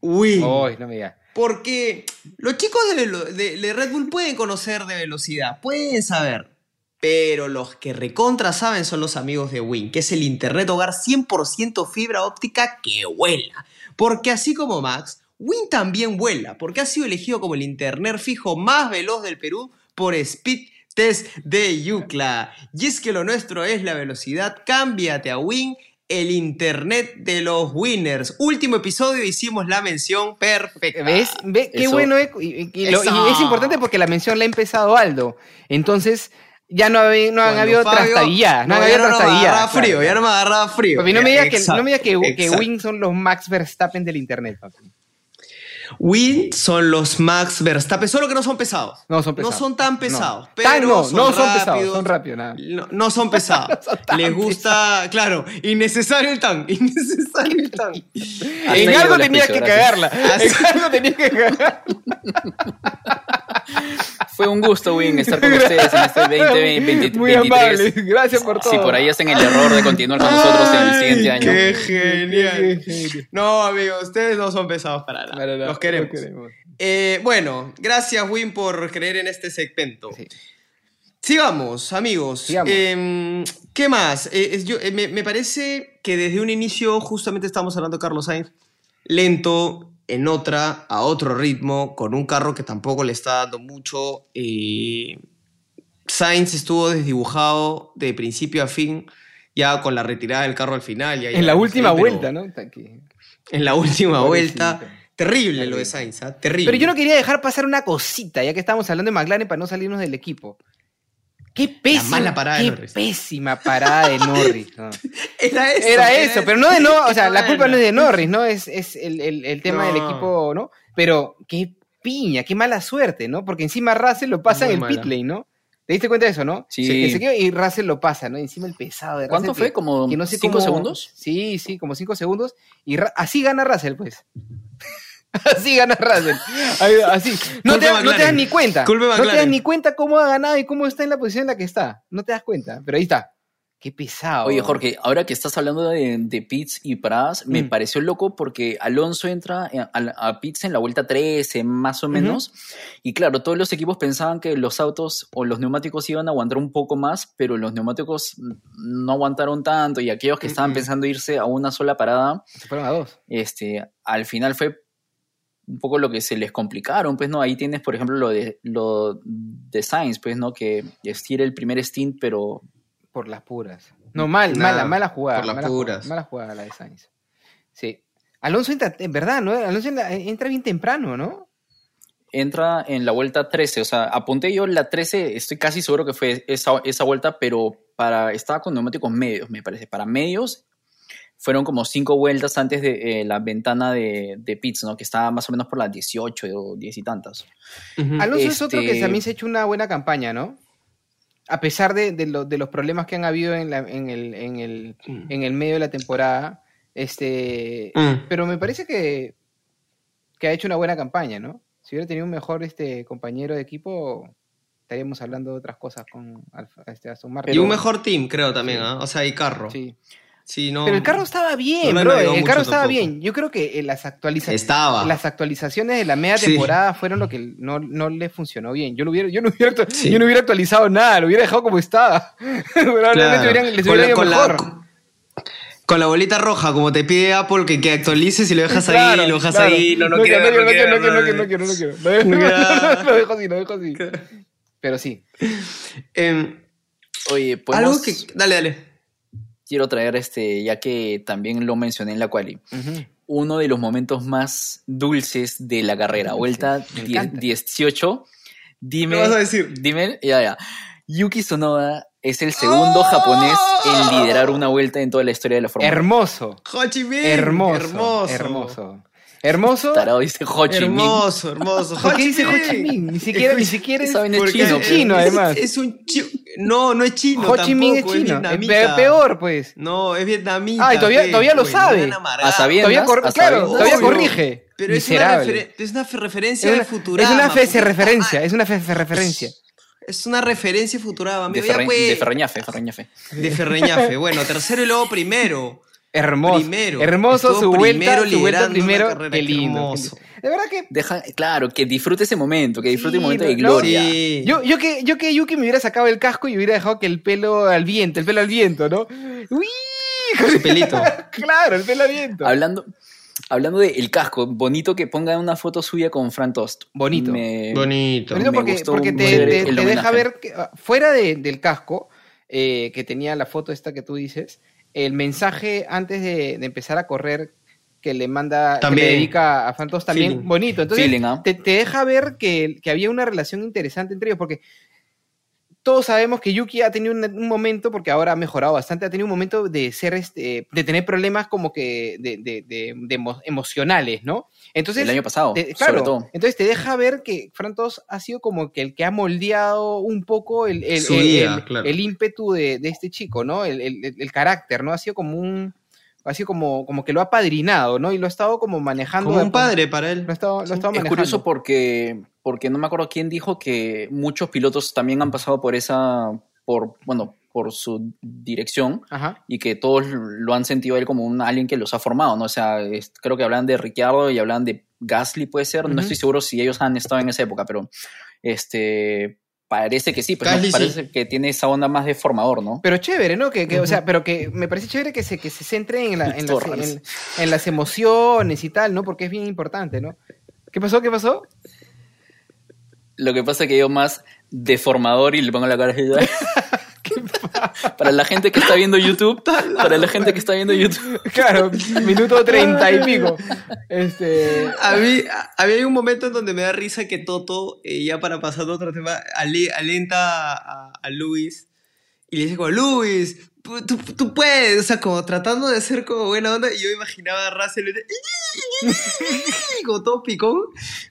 [SPEAKER 3] Win.
[SPEAKER 2] Ay, no me digas.
[SPEAKER 3] Porque los chicos de, velo- de- de Red Bull pueden conocer de velocidad, pueden saber. Pero los que recontra saben son los amigos de Win, que es el internet hogar 100% fibra óptica que vuela. Porque así como Max, Win también vuela, porque ha sido elegido como el internet fijo más veloz del Perú por Speed Test de Yucla. Y es que lo nuestro es la velocidad. Cámbiate a Win, el internet de los winners. Último episodio hicimos la mención perfecta.
[SPEAKER 2] ¿Ves? ¿Ve? Qué
[SPEAKER 1] Eso.
[SPEAKER 2] bueno. eh, y- y- y lo- y
[SPEAKER 3] Eso.
[SPEAKER 2] es importante porque la mención la ha empezado Aldo. Entonces, ya no, habe- no han
[SPEAKER 3] Cuando
[SPEAKER 2] habido
[SPEAKER 3] Fabio-
[SPEAKER 2] trastadilladas. No, han habido
[SPEAKER 3] ya no me
[SPEAKER 2] trastadilladas,
[SPEAKER 3] agarraba frío,
[SPEAKER 2] claro.
[SPEAKER 3] ya no me agarraba frío.
[SPEAKER 2] Papi, Pues, no me digas que, no me digas que, que
[SPEAKER 3] exacto.
[SPEAKER 2] Wing son los Max Verstappen del internet, papi.
[SPEAKER 3] Win son los Max Verstappen, solo que no son pesados.
[SPEAKER 2] No son pesados.
[SPEAKER 3] No son tan
[SPEAKER 2] No.
[SPEAKER 3] pesados,
[SPEAKER 2] Tan
[SPEAKER 3] pero
[SPEAKER 2] no,
[SPEAKER 3] son
[SPEAKER 2] no son pesados,
[SPEAKER 3] rápidos.
[SPEAKER 2] son rápidos, nada.
[SPEAKER 3] No, no son pesados.
[SPEAKER 2] No son tan
[SPEAKER 3] Les gusta, claro, innecesario el tan, innecesario el tan.
[SPEAKER 1] Hasta ahí
[SPEAKER 2] En
[SPEAKER 1] llegó
[SPEAKER 2] algo
[SPEAKER 1] la
[SPEAKER 2] tenías que
[SPEAKER 1] especie,
[SPEAKER 2] cagarla. En
[SPEAKER 3] Así- Ah,
[SPEAKER 2] algo tenías que cagarla.
[SPEAKER 1] Fue un gusto, Win, estar con ustedes en este 2023.
[SPEAKER 2] Muy amable. Gracias por todo.
[SPEAKER 1] Si por ahí hacen el error de continuar con nosotros en el siguiente
[SPEAKER 3] Ay,
[SPEAKER 1] año.
[SPEAKER 3] Qué genial.
[SPEAKER 2] Qué genial.
[SPEAKER 3] No, amigos, ustedes no son pesados para nada.
[SPEAKER 2] Para nada,
[SPEAKER 3] Los queremos.
[SPEAKER 2] los queremos.
[SPEAKER 3] Eh, bueno, gracias Win por creer en este segmento.
[SPEAKER 2] Sí.
[SPEAKER 3] Sigamos, amigos.
[SPEAKER 2] Sigamos.
[SPEAKER 3] Eh, ¿Qué más? Eh, es- yo- eh, me, me parece que desde un inicio, justamente estábamos hablando de Carlos Sainz, lento, en otra, a otro ritmo, con un carro que tampoco le está dando mucho. eh, Sainz estuvo desdibujado de principio a fin, ya con la retirada del carro al final. ya-
[SPEAKER 2] En
[SPEAKER 3] ya
[SPEAKER 2] la
[SPEAKER 3] no
[SPEAKER 2] última
[SPEAKER 3] sé, pero-
[SPEAKER 2] vuelta, ¿no? Está aquí.
[SPEAKER 3] En la última
[SPEAKER 2] Pobrecito.
[SPEAKER 3] vuelta. Terrible lo de Sainz, ¿ah? terrible.
[SPEAKER 2] Pero yo no quería dejar pasar una cosita, ya que estábamos hablando de McLaren para no salirnos del equipo. Qué pésima,
[SPEAKER 3] mala parada de
[SPEAKER 2] qué
[SPEAKER 3] Norris.
[SPEAKER 2] pésima parada de Norris. ¿no?
[SPEAKER 3] Era eso,
[SPEAKER 2] Era eso, pero no de no, o sea, la culpa no es
[SPEAKER 3] de
[SPEAKER 2] de Norris, ¿no? Es, es el, el- el tema del
[SPEAKER 3] No.
[SPEAKER 2] equipo, ¿no? Pero qué piña, qué mala suerte, ¿no? Porque encima Russell lo pasa
[SPEAKER 3] Muy
[SPEAKER 2] en el
[SPEAKER 3] mala.
[SPEAKER 2] pit lane, ¿no? ¿Te diste cuenta de eso, no?
[SPEAKER 1] Sí.
[SPEAKER 2] Se- que se queda y Russell lo pasa, ¿no? Encima el pesado de Russell.
[SPEAKER 1] ¿Cuánto
[SPEAKER 2] que-
[SPEAKER 1] fue? ¿Como
[SPEAKER 2] que
[SPEAKER 1] 5
[SPEAKER 2] no sé cómo-
[SPEAKER 1] segundos?
[SPEAKER 2] Sí, sí, como cinco segundos. Y Ra- así gana Russell, pues. así gana Russell. Ahí va, Así. No te,
[SPEAKER 3] Culpa
[SPEAKER 2] no te das
[SPEAKER 3] McLaren.
[SPEAKER 2] ni cuenta.
[SPEAKER 3] Culpa
[SPEAKER 2] No te das
[SPEAKER 3] McLaren.
[SPEAKER 2] ni cuenta cómo ha ganado y cómo está en la posición en la que está. No te das cuenta, pero ahí está. Qué pesado.
[SPEAKER 1] Oye, Jorge, ahora que estás hablando de, de pits y paradas, me
[SPEAKER 2] Mm.
[SPEAKER 1] pareció loco porque Alonso entra a, a- a pits en la vuelta 13, más o menos. Y claro, todos los equipos pensaban que los autos o los neumáticos iban a aguantar un poco más, pero los neumáticos no aguantaron tanto. Y aquellos que estaban
[SPEAKER 3] Mm-mm.
[SPEAKER 1] pensando irse a una sola parada,
[SPEAKER 2] Se fueron a dos.
[SPEAKER 1] este, al final fue un poco lo que se les complicaron, pues no, ahí tienes, por ejemplo, lo de, lo de Sainz, pues no, que estira el primer stint, pero
[SPEAKER 2] Por las puras. No, mal,
[SPEAKER 3] Mm, Nada,
[SPEAKER 2] mala, mala jugada.
[SPEAKER 3] por las
[SPEAKER 2] mala jugada,
[SPEAKER 3] puras.
[SPEAKER 2] mala jugada la de Sainz. Sí. Alonso entra, en verdad, ¿no? Alonso en la- entra bien temprano, ¿no?
[SPEAKER 1] entra en la vuelta 13, o sea, apunté yo la 13, estoy casi seguro que fue esa, esa vuelta, pero para, estaba con neumáticos medios, me parece, para medios fueron como cinco vueltas antes de eh, la ventana de, de pits, ¿no? Que estaba más o menos por las 18 o 10 y tantas.
[SPEAKER 3] Mm,
[SPEAKER 2] Alonso es otro que
[SPEAKER 1] Este-
[SPEAKER 2] también se ha hecho una buena campaña, ¿no? A pesar de, de lo- de los problemas que han habido en, la- en el, en, el, en el medio de la temporada, este,
[SPEAKER 3] Mm.
[SPEAKER 2] pero me parece que, que ha hecho una buena campaña, ¿no? Si hubiera tenido un mejor este, compañero de equipo, estaríamos hablando de otras cosas con Alfa- este, Aston Martin.
[SPEAKER 3] y un mejor team, creo también,
[SPEAKER 2] Sí.
[SPEAKER 3] ¿ah? O sea, y carro.
[SPEAKER 2] Sí.
[SPEAKER 3] Sí, no-
[SPEAKER 2] Pero el carro estaba bien,
[SPEAKER 3] No le
[SPEAKER 2] bro,
[SPEAKER 3] navegó
[SPEAKER 2] El
[SPEAKER 3] mucho
[SPEAKER 2] carro estaba
[SPEAKER 3] tampoco.
[SPEAKER 2] bien. Yo creo que eh, las actualizaciones.
[SPEAKER 3] estaba.
[SPEAKER 2] Las actualizaciones de la media
[SPEAKER 3] Sí.
[SPEAKER 2] temporada fueron lo que no, no le funcionó bien. Yo, lo hubiera, yo, no hubiera, actu-
[SPEAKER 3] Sí.
[SPEAKER 2] yo no hubiera actualizado nada, lo hubiera dejado como estaba. Probablemente
[SPEAKER 3] Claro.
[SPEAKER 2] hubieran- les
[SPEAKER 3] Con
[SPEAKER 2] hubiera
[SPEAKER 3] la-
[SPEAKER 2] ido
[SPEAKER 3] con la-
[SPEAKER 2] mejor.
[SPEAKER 3] con- Con la bolita roja, como te pide Apple que, que actualices y lo dejas
[SPEAKER 2] Claro,
[SPEAKER 3] ahí, lo dejas
[SPEAKER 2] claro.
[SPEAKER 3] ahí, no, no, quiero,
[SPEAKER 2] quiero,
[SPEAKER 3] ver,
[SPEAKER 2] no quiero, no
[SPEAKER 3] no
[SPEAKER 2] quiero, no
[SPEAKER 3] quiero,
[SPEAKER 2] quiero, no quiero, no quiero, no quiero.
[SPEAKER 3] Ya.
[SPEAKER 2] Lo dejo así, lo dejo así. Pero sí.
[SPEAKER 3] Em,
[SPEAKER 1] Oye,
[SPEAKER 2] Pues
[SPEAKER 3] algo
[SPEAKER 1] podemos...
[SPEAKER 3] que. Dale, dale.
[SPEAKER 1] quiero traer este, ya que también lo mencioné en la quali, uno de los momentos más dulces de la carrera,
[SPEAKER 2] Dulces,
[SPEAKER 1] vuelta
[SPEAKER 2] me
[SPEAKER 1] 10
[SPEAKER 2] encanta.
[SPEAKER 1] 18. Dime,
[SPEAKER 3] ¿Qué vas a decir?
[SPEAKER 1] dime, ya, ya. Yuki Tsunoda es el segundo
[SPEAKER 3] ¡Oh!
[SPEAKER 1] japonés en liderar una vuelta en toda la historia de la Fórmula
[SPEAKER 2] Hermoso,
[SPEAKER 3] Ho Chi Minh,
[SPEAKER 2] hermoso, hermoso,
[SPEAKER 3] hermoso.
[SPEAKER 2] hermoso.
[SPEAKER 1] uno. Tarado dice Ho Chi Minh.
[SPEAKER 3] Hermoso, hermoso.
[SPEAKER 2] ¿Por qué dice Ho Chi Minh? Ni siquiera, ni
[SPEAKER 3] Escucha,
[SPEAKER 2] siquiera es
[SPEAKER 1] esa vaina es
[SPEAKER 2] porque
[SPEAKER 1] chino,
[SPEAKER 2] es chino, además.
[SPEAKER 3] Es, un chino. No, no es chino.
[SPEAKER 2] Ho Chi Minh es
[SPEAKER 3] tampoco,
[SPEAKER 2] chino, es
[SPEAKER 3] vietnamita.
[SPEAKER 2] pe- peor, pues.
[SPEAKER 3] No, es vietnamita.
[SPEAKER 2] Ah, y todavía-
[SPEAKER 3] pe,
[SPEAKER 2] todavía lo
[SPEAKER 3] pues,
[SPEAKER 2] sabe.
[SPEAKER 3] no sean amargados.
[SPEAKER 1] A sabiendas,
[SPEAKER 2] Todavía cor-
[SPEAKER 1] a
[SPEAKER 2] claro,
[SPEAKER 1] sabiendas.
[SPEAKER 2] todavía
[SPEAKER 3] Obvio.
[SPEAKER 2] corrige.
[SPEAKER 3] Pero es una,
[SPEAKER 2] Miserable.
[SPEAKER 3] refer- es una fe-
[SPEAKER 2] Es
[SPEAKER 3] referencia
[SPEAKER 2] una,
[SPEAKER 3] de Futurama.
[SPEAKER 2] es una
[SPEAKER 3] puta.
[SPEAKER 2] fe- referencia, es una fe- referencia.
[SPEAKER 3] Es una referencia de Futurama.
[SPEAKER 1] De,
[SPEAKER 3] amigo, ya,
[SPEAKER 1] Ferre-
[SPEAKER 3] pues.
[SPEAKER 1] de Ferreñafe, Ferreñafe.
[SPEAKER 3] De Ferreñafe. Bueno, tercero y luego primero.
[SPEAKER 2] Hermoso.
[SPEAKER 3] Primero.
[SPEAKER 2] hermoso
[SPEAKER 3] Estuvo
[SPEAKER 2] su vuelta,
[SPEAKER 3] primero
[SPEAKER 2] su vuelta
[SPEAKER 3] liderando una
[SPEAKER 2] primero.
[SPEAKER 3] carrera,
[SPEAKER 2] qué
[SPEAKER 3] qué
[SPEAKER 2] lindo.
[SPEAKER 3] hermoso.
[SPEAKER 2] De verdad que
[SPEAKER 1] Deja, claro, que disfrute ese momento, que disfrute el
[SPEAKER 2] Sí,
[SPEAKER 1] momento de
[SPEAKER 2] ¿no?
[SPEAKER 1] gloria.
[SPEAKER 3] Sí.
[SPEAKER 2] yo, yo que yo que Yuki me hubiera sacado el casco y hubiera dejado que el pelo al viento, el pelo al viento, ¿no? Uy,
[SPEAKER 3] Su pelito.
[SPEAKER 2] claro, el pelo al viento.
[SPEAKER 1] Hablando, hablando del casco, bonito que ponga una foto suya con Fran Tost.
[SPEAKER 2] Bonito.
[SPEAKER 1] Me-
[SPEAKER 3] Bonito.
[SPEAKER 2] Bonito
[SPEAKER 1] me
[SPEAKER 2] porque,
[SPEAKER 1] gustó
[SPEAKER 2] porque te,
[SPEAKER 1] ver
[SPEAKER 2] te-
[SPEAKER 1] el
[SPEAKER 2] te
[SPEAKER 1] homenaje.
[SPEAKER 2] deja ver que, ah, fuera de- del casco eh, que tenía la foto esta que tú dices, el mensaje antes de, de empezar a correr que le manda, que
[SPEAKER 3] También.
[SPEAKER 2] le dedica a Fantos también
[SPEAKER 3] Feeling.
[SPEAKER 2] bonito. Entonces
[SPEAKER 1] Feeling, ¿ah?
[SPEAKER 2] te, te deja ver que, que había una relación interesante entre ellos porque todos sabemos que Yuki ha tenido un, un momento, porque ahora ha mejorado bastante, ha tenido un momento de ser, este, de tener problemas como que de, de- de- de emo- emocionales, ¿no? Entonces,
[SPEAKER 1] el año pasado,
[SPEAKER 2] te-
[SPEAKER 1] sobre
[SPEAKER 2] Eh, claro,
[SPEAKER 1] todo.
[SPEAKER 2] entonces te deja ver que Frantos ha sido como que el que ha moldeado un poco el, el-
[SPEAKER 3] Su
[SPEAKER 2] el-
[SPEAKER 3] vida,
[SPEAKER 2] el-
[SPEAKER 3] claro.
[SPEAKER 2] el ímpetu de, de este chico, ¿no? El, el- el- el carácter, ¿no? Ha sido como un. Ha sido como, como que lo ha padrinado, ¿no? Y lo ha estado como manejando.
[SPEAKER 3] Como
[SPEAKER 2] de-
[SPEAKER 3] un padre para
[SPEAKER 2] Lo ha
[SPEAKER 3] él.
[SPEAKER 2] estado, lo ha estado
[SPEAKER 1] Es
[SPEAKER 2] manejando.
[SPEAKER 1] curioso porque, porque no me acuerdo quién dijo que muchos pilotos también han pasado por esa, por, bueno, por su dirección
[SPEAKER 2] Ajá.
[SPEAKER 1] y que todos lo han sentido a él como un alguien que los ha formado, ¿no? O sea, es- creo que hablan de Ricciardo y hablan de Gasly, puede ser.
[SPEAKER 2] Ujú.
[SPEAKER 1] No estoy seguro si ellos han estado en esa época, pero este parece que sí, pues, ¿no?
[SPEAKER 3] Gasly sí.
[SPEAKER 1] parece que tiene esa onda más de formador, ¿no?
[SPEAKER 2] Pero chévere, ¿no? Que, que, O sea, pero que me parece chévere que se, que se centre en, la- en las,
[SPEAKER 1] Torres.
[SPEAKER 2] en- en las emociones y tal, ¿no? Porque es bien importante, ¿no? ¿Qué pasó? ¿Qué pasó?
[SPEAKER 1] Lo que pasa es que yo más deformador y le pongo la cara así. para la gente que está viendo YouTube, para la gente que está viendo YouTube.
[SPEAKER 2] Claro, minuto treinta y pico. Este.
[SPEAKER 3] A mí, a- a mí hay un momento en donde me da risa que Toto, eh, ya para pasar a otro tema, ali- alienta a, a- a Luis y le dice como, Luis, pu- tú, tú puedes, o sea, como tratando de ser como buena onda, y yo imaginaba a Russell y- como todo picón,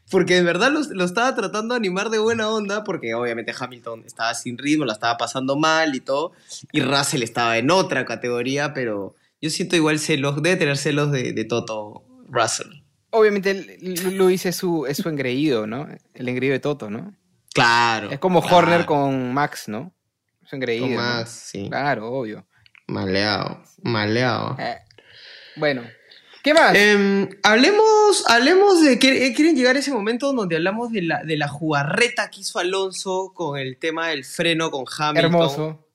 [SPEAKER 3] porque de verdad los- lo, estaba tratando de animar de buena onda, porque obviamente Hamilton estaba sin ritmo, la estaba pasando mal y todo, y Russell estaba en otra categoría, pero yo siento igual celos, debe tener celos de, de Toto Russell.
[SPEAKER 2] Obviamente el- Lu- Luis es su, es su engreído, ¿no? El engreído de Toto, ¿no?
[SPEAKER 3] Claro.
[SPEAKER 2] Es como
[SPEAKER 3] claro.
[SPEAKER 2] Horner con Max, ¿no? Su engreído.
[SPEAKER 3] Con
[SPEAKER 2] ¿no?
[SPEAKER 3] Max, sí.
[SPEAKER 2] Claro, obvio.
[SPEAKER 3] Maleado, maleado.
[SPEAKER 2] Eh, Bueno, ¿qué más?
[SPEAKER 3] Em, hablemos, hablemos de que eh, quieren llegar a ese momento donde hablamos de la, de la jugarreta que hizo Alonso con el tema del freno con Hamilton.
[SPEAKER 2] Hermoso.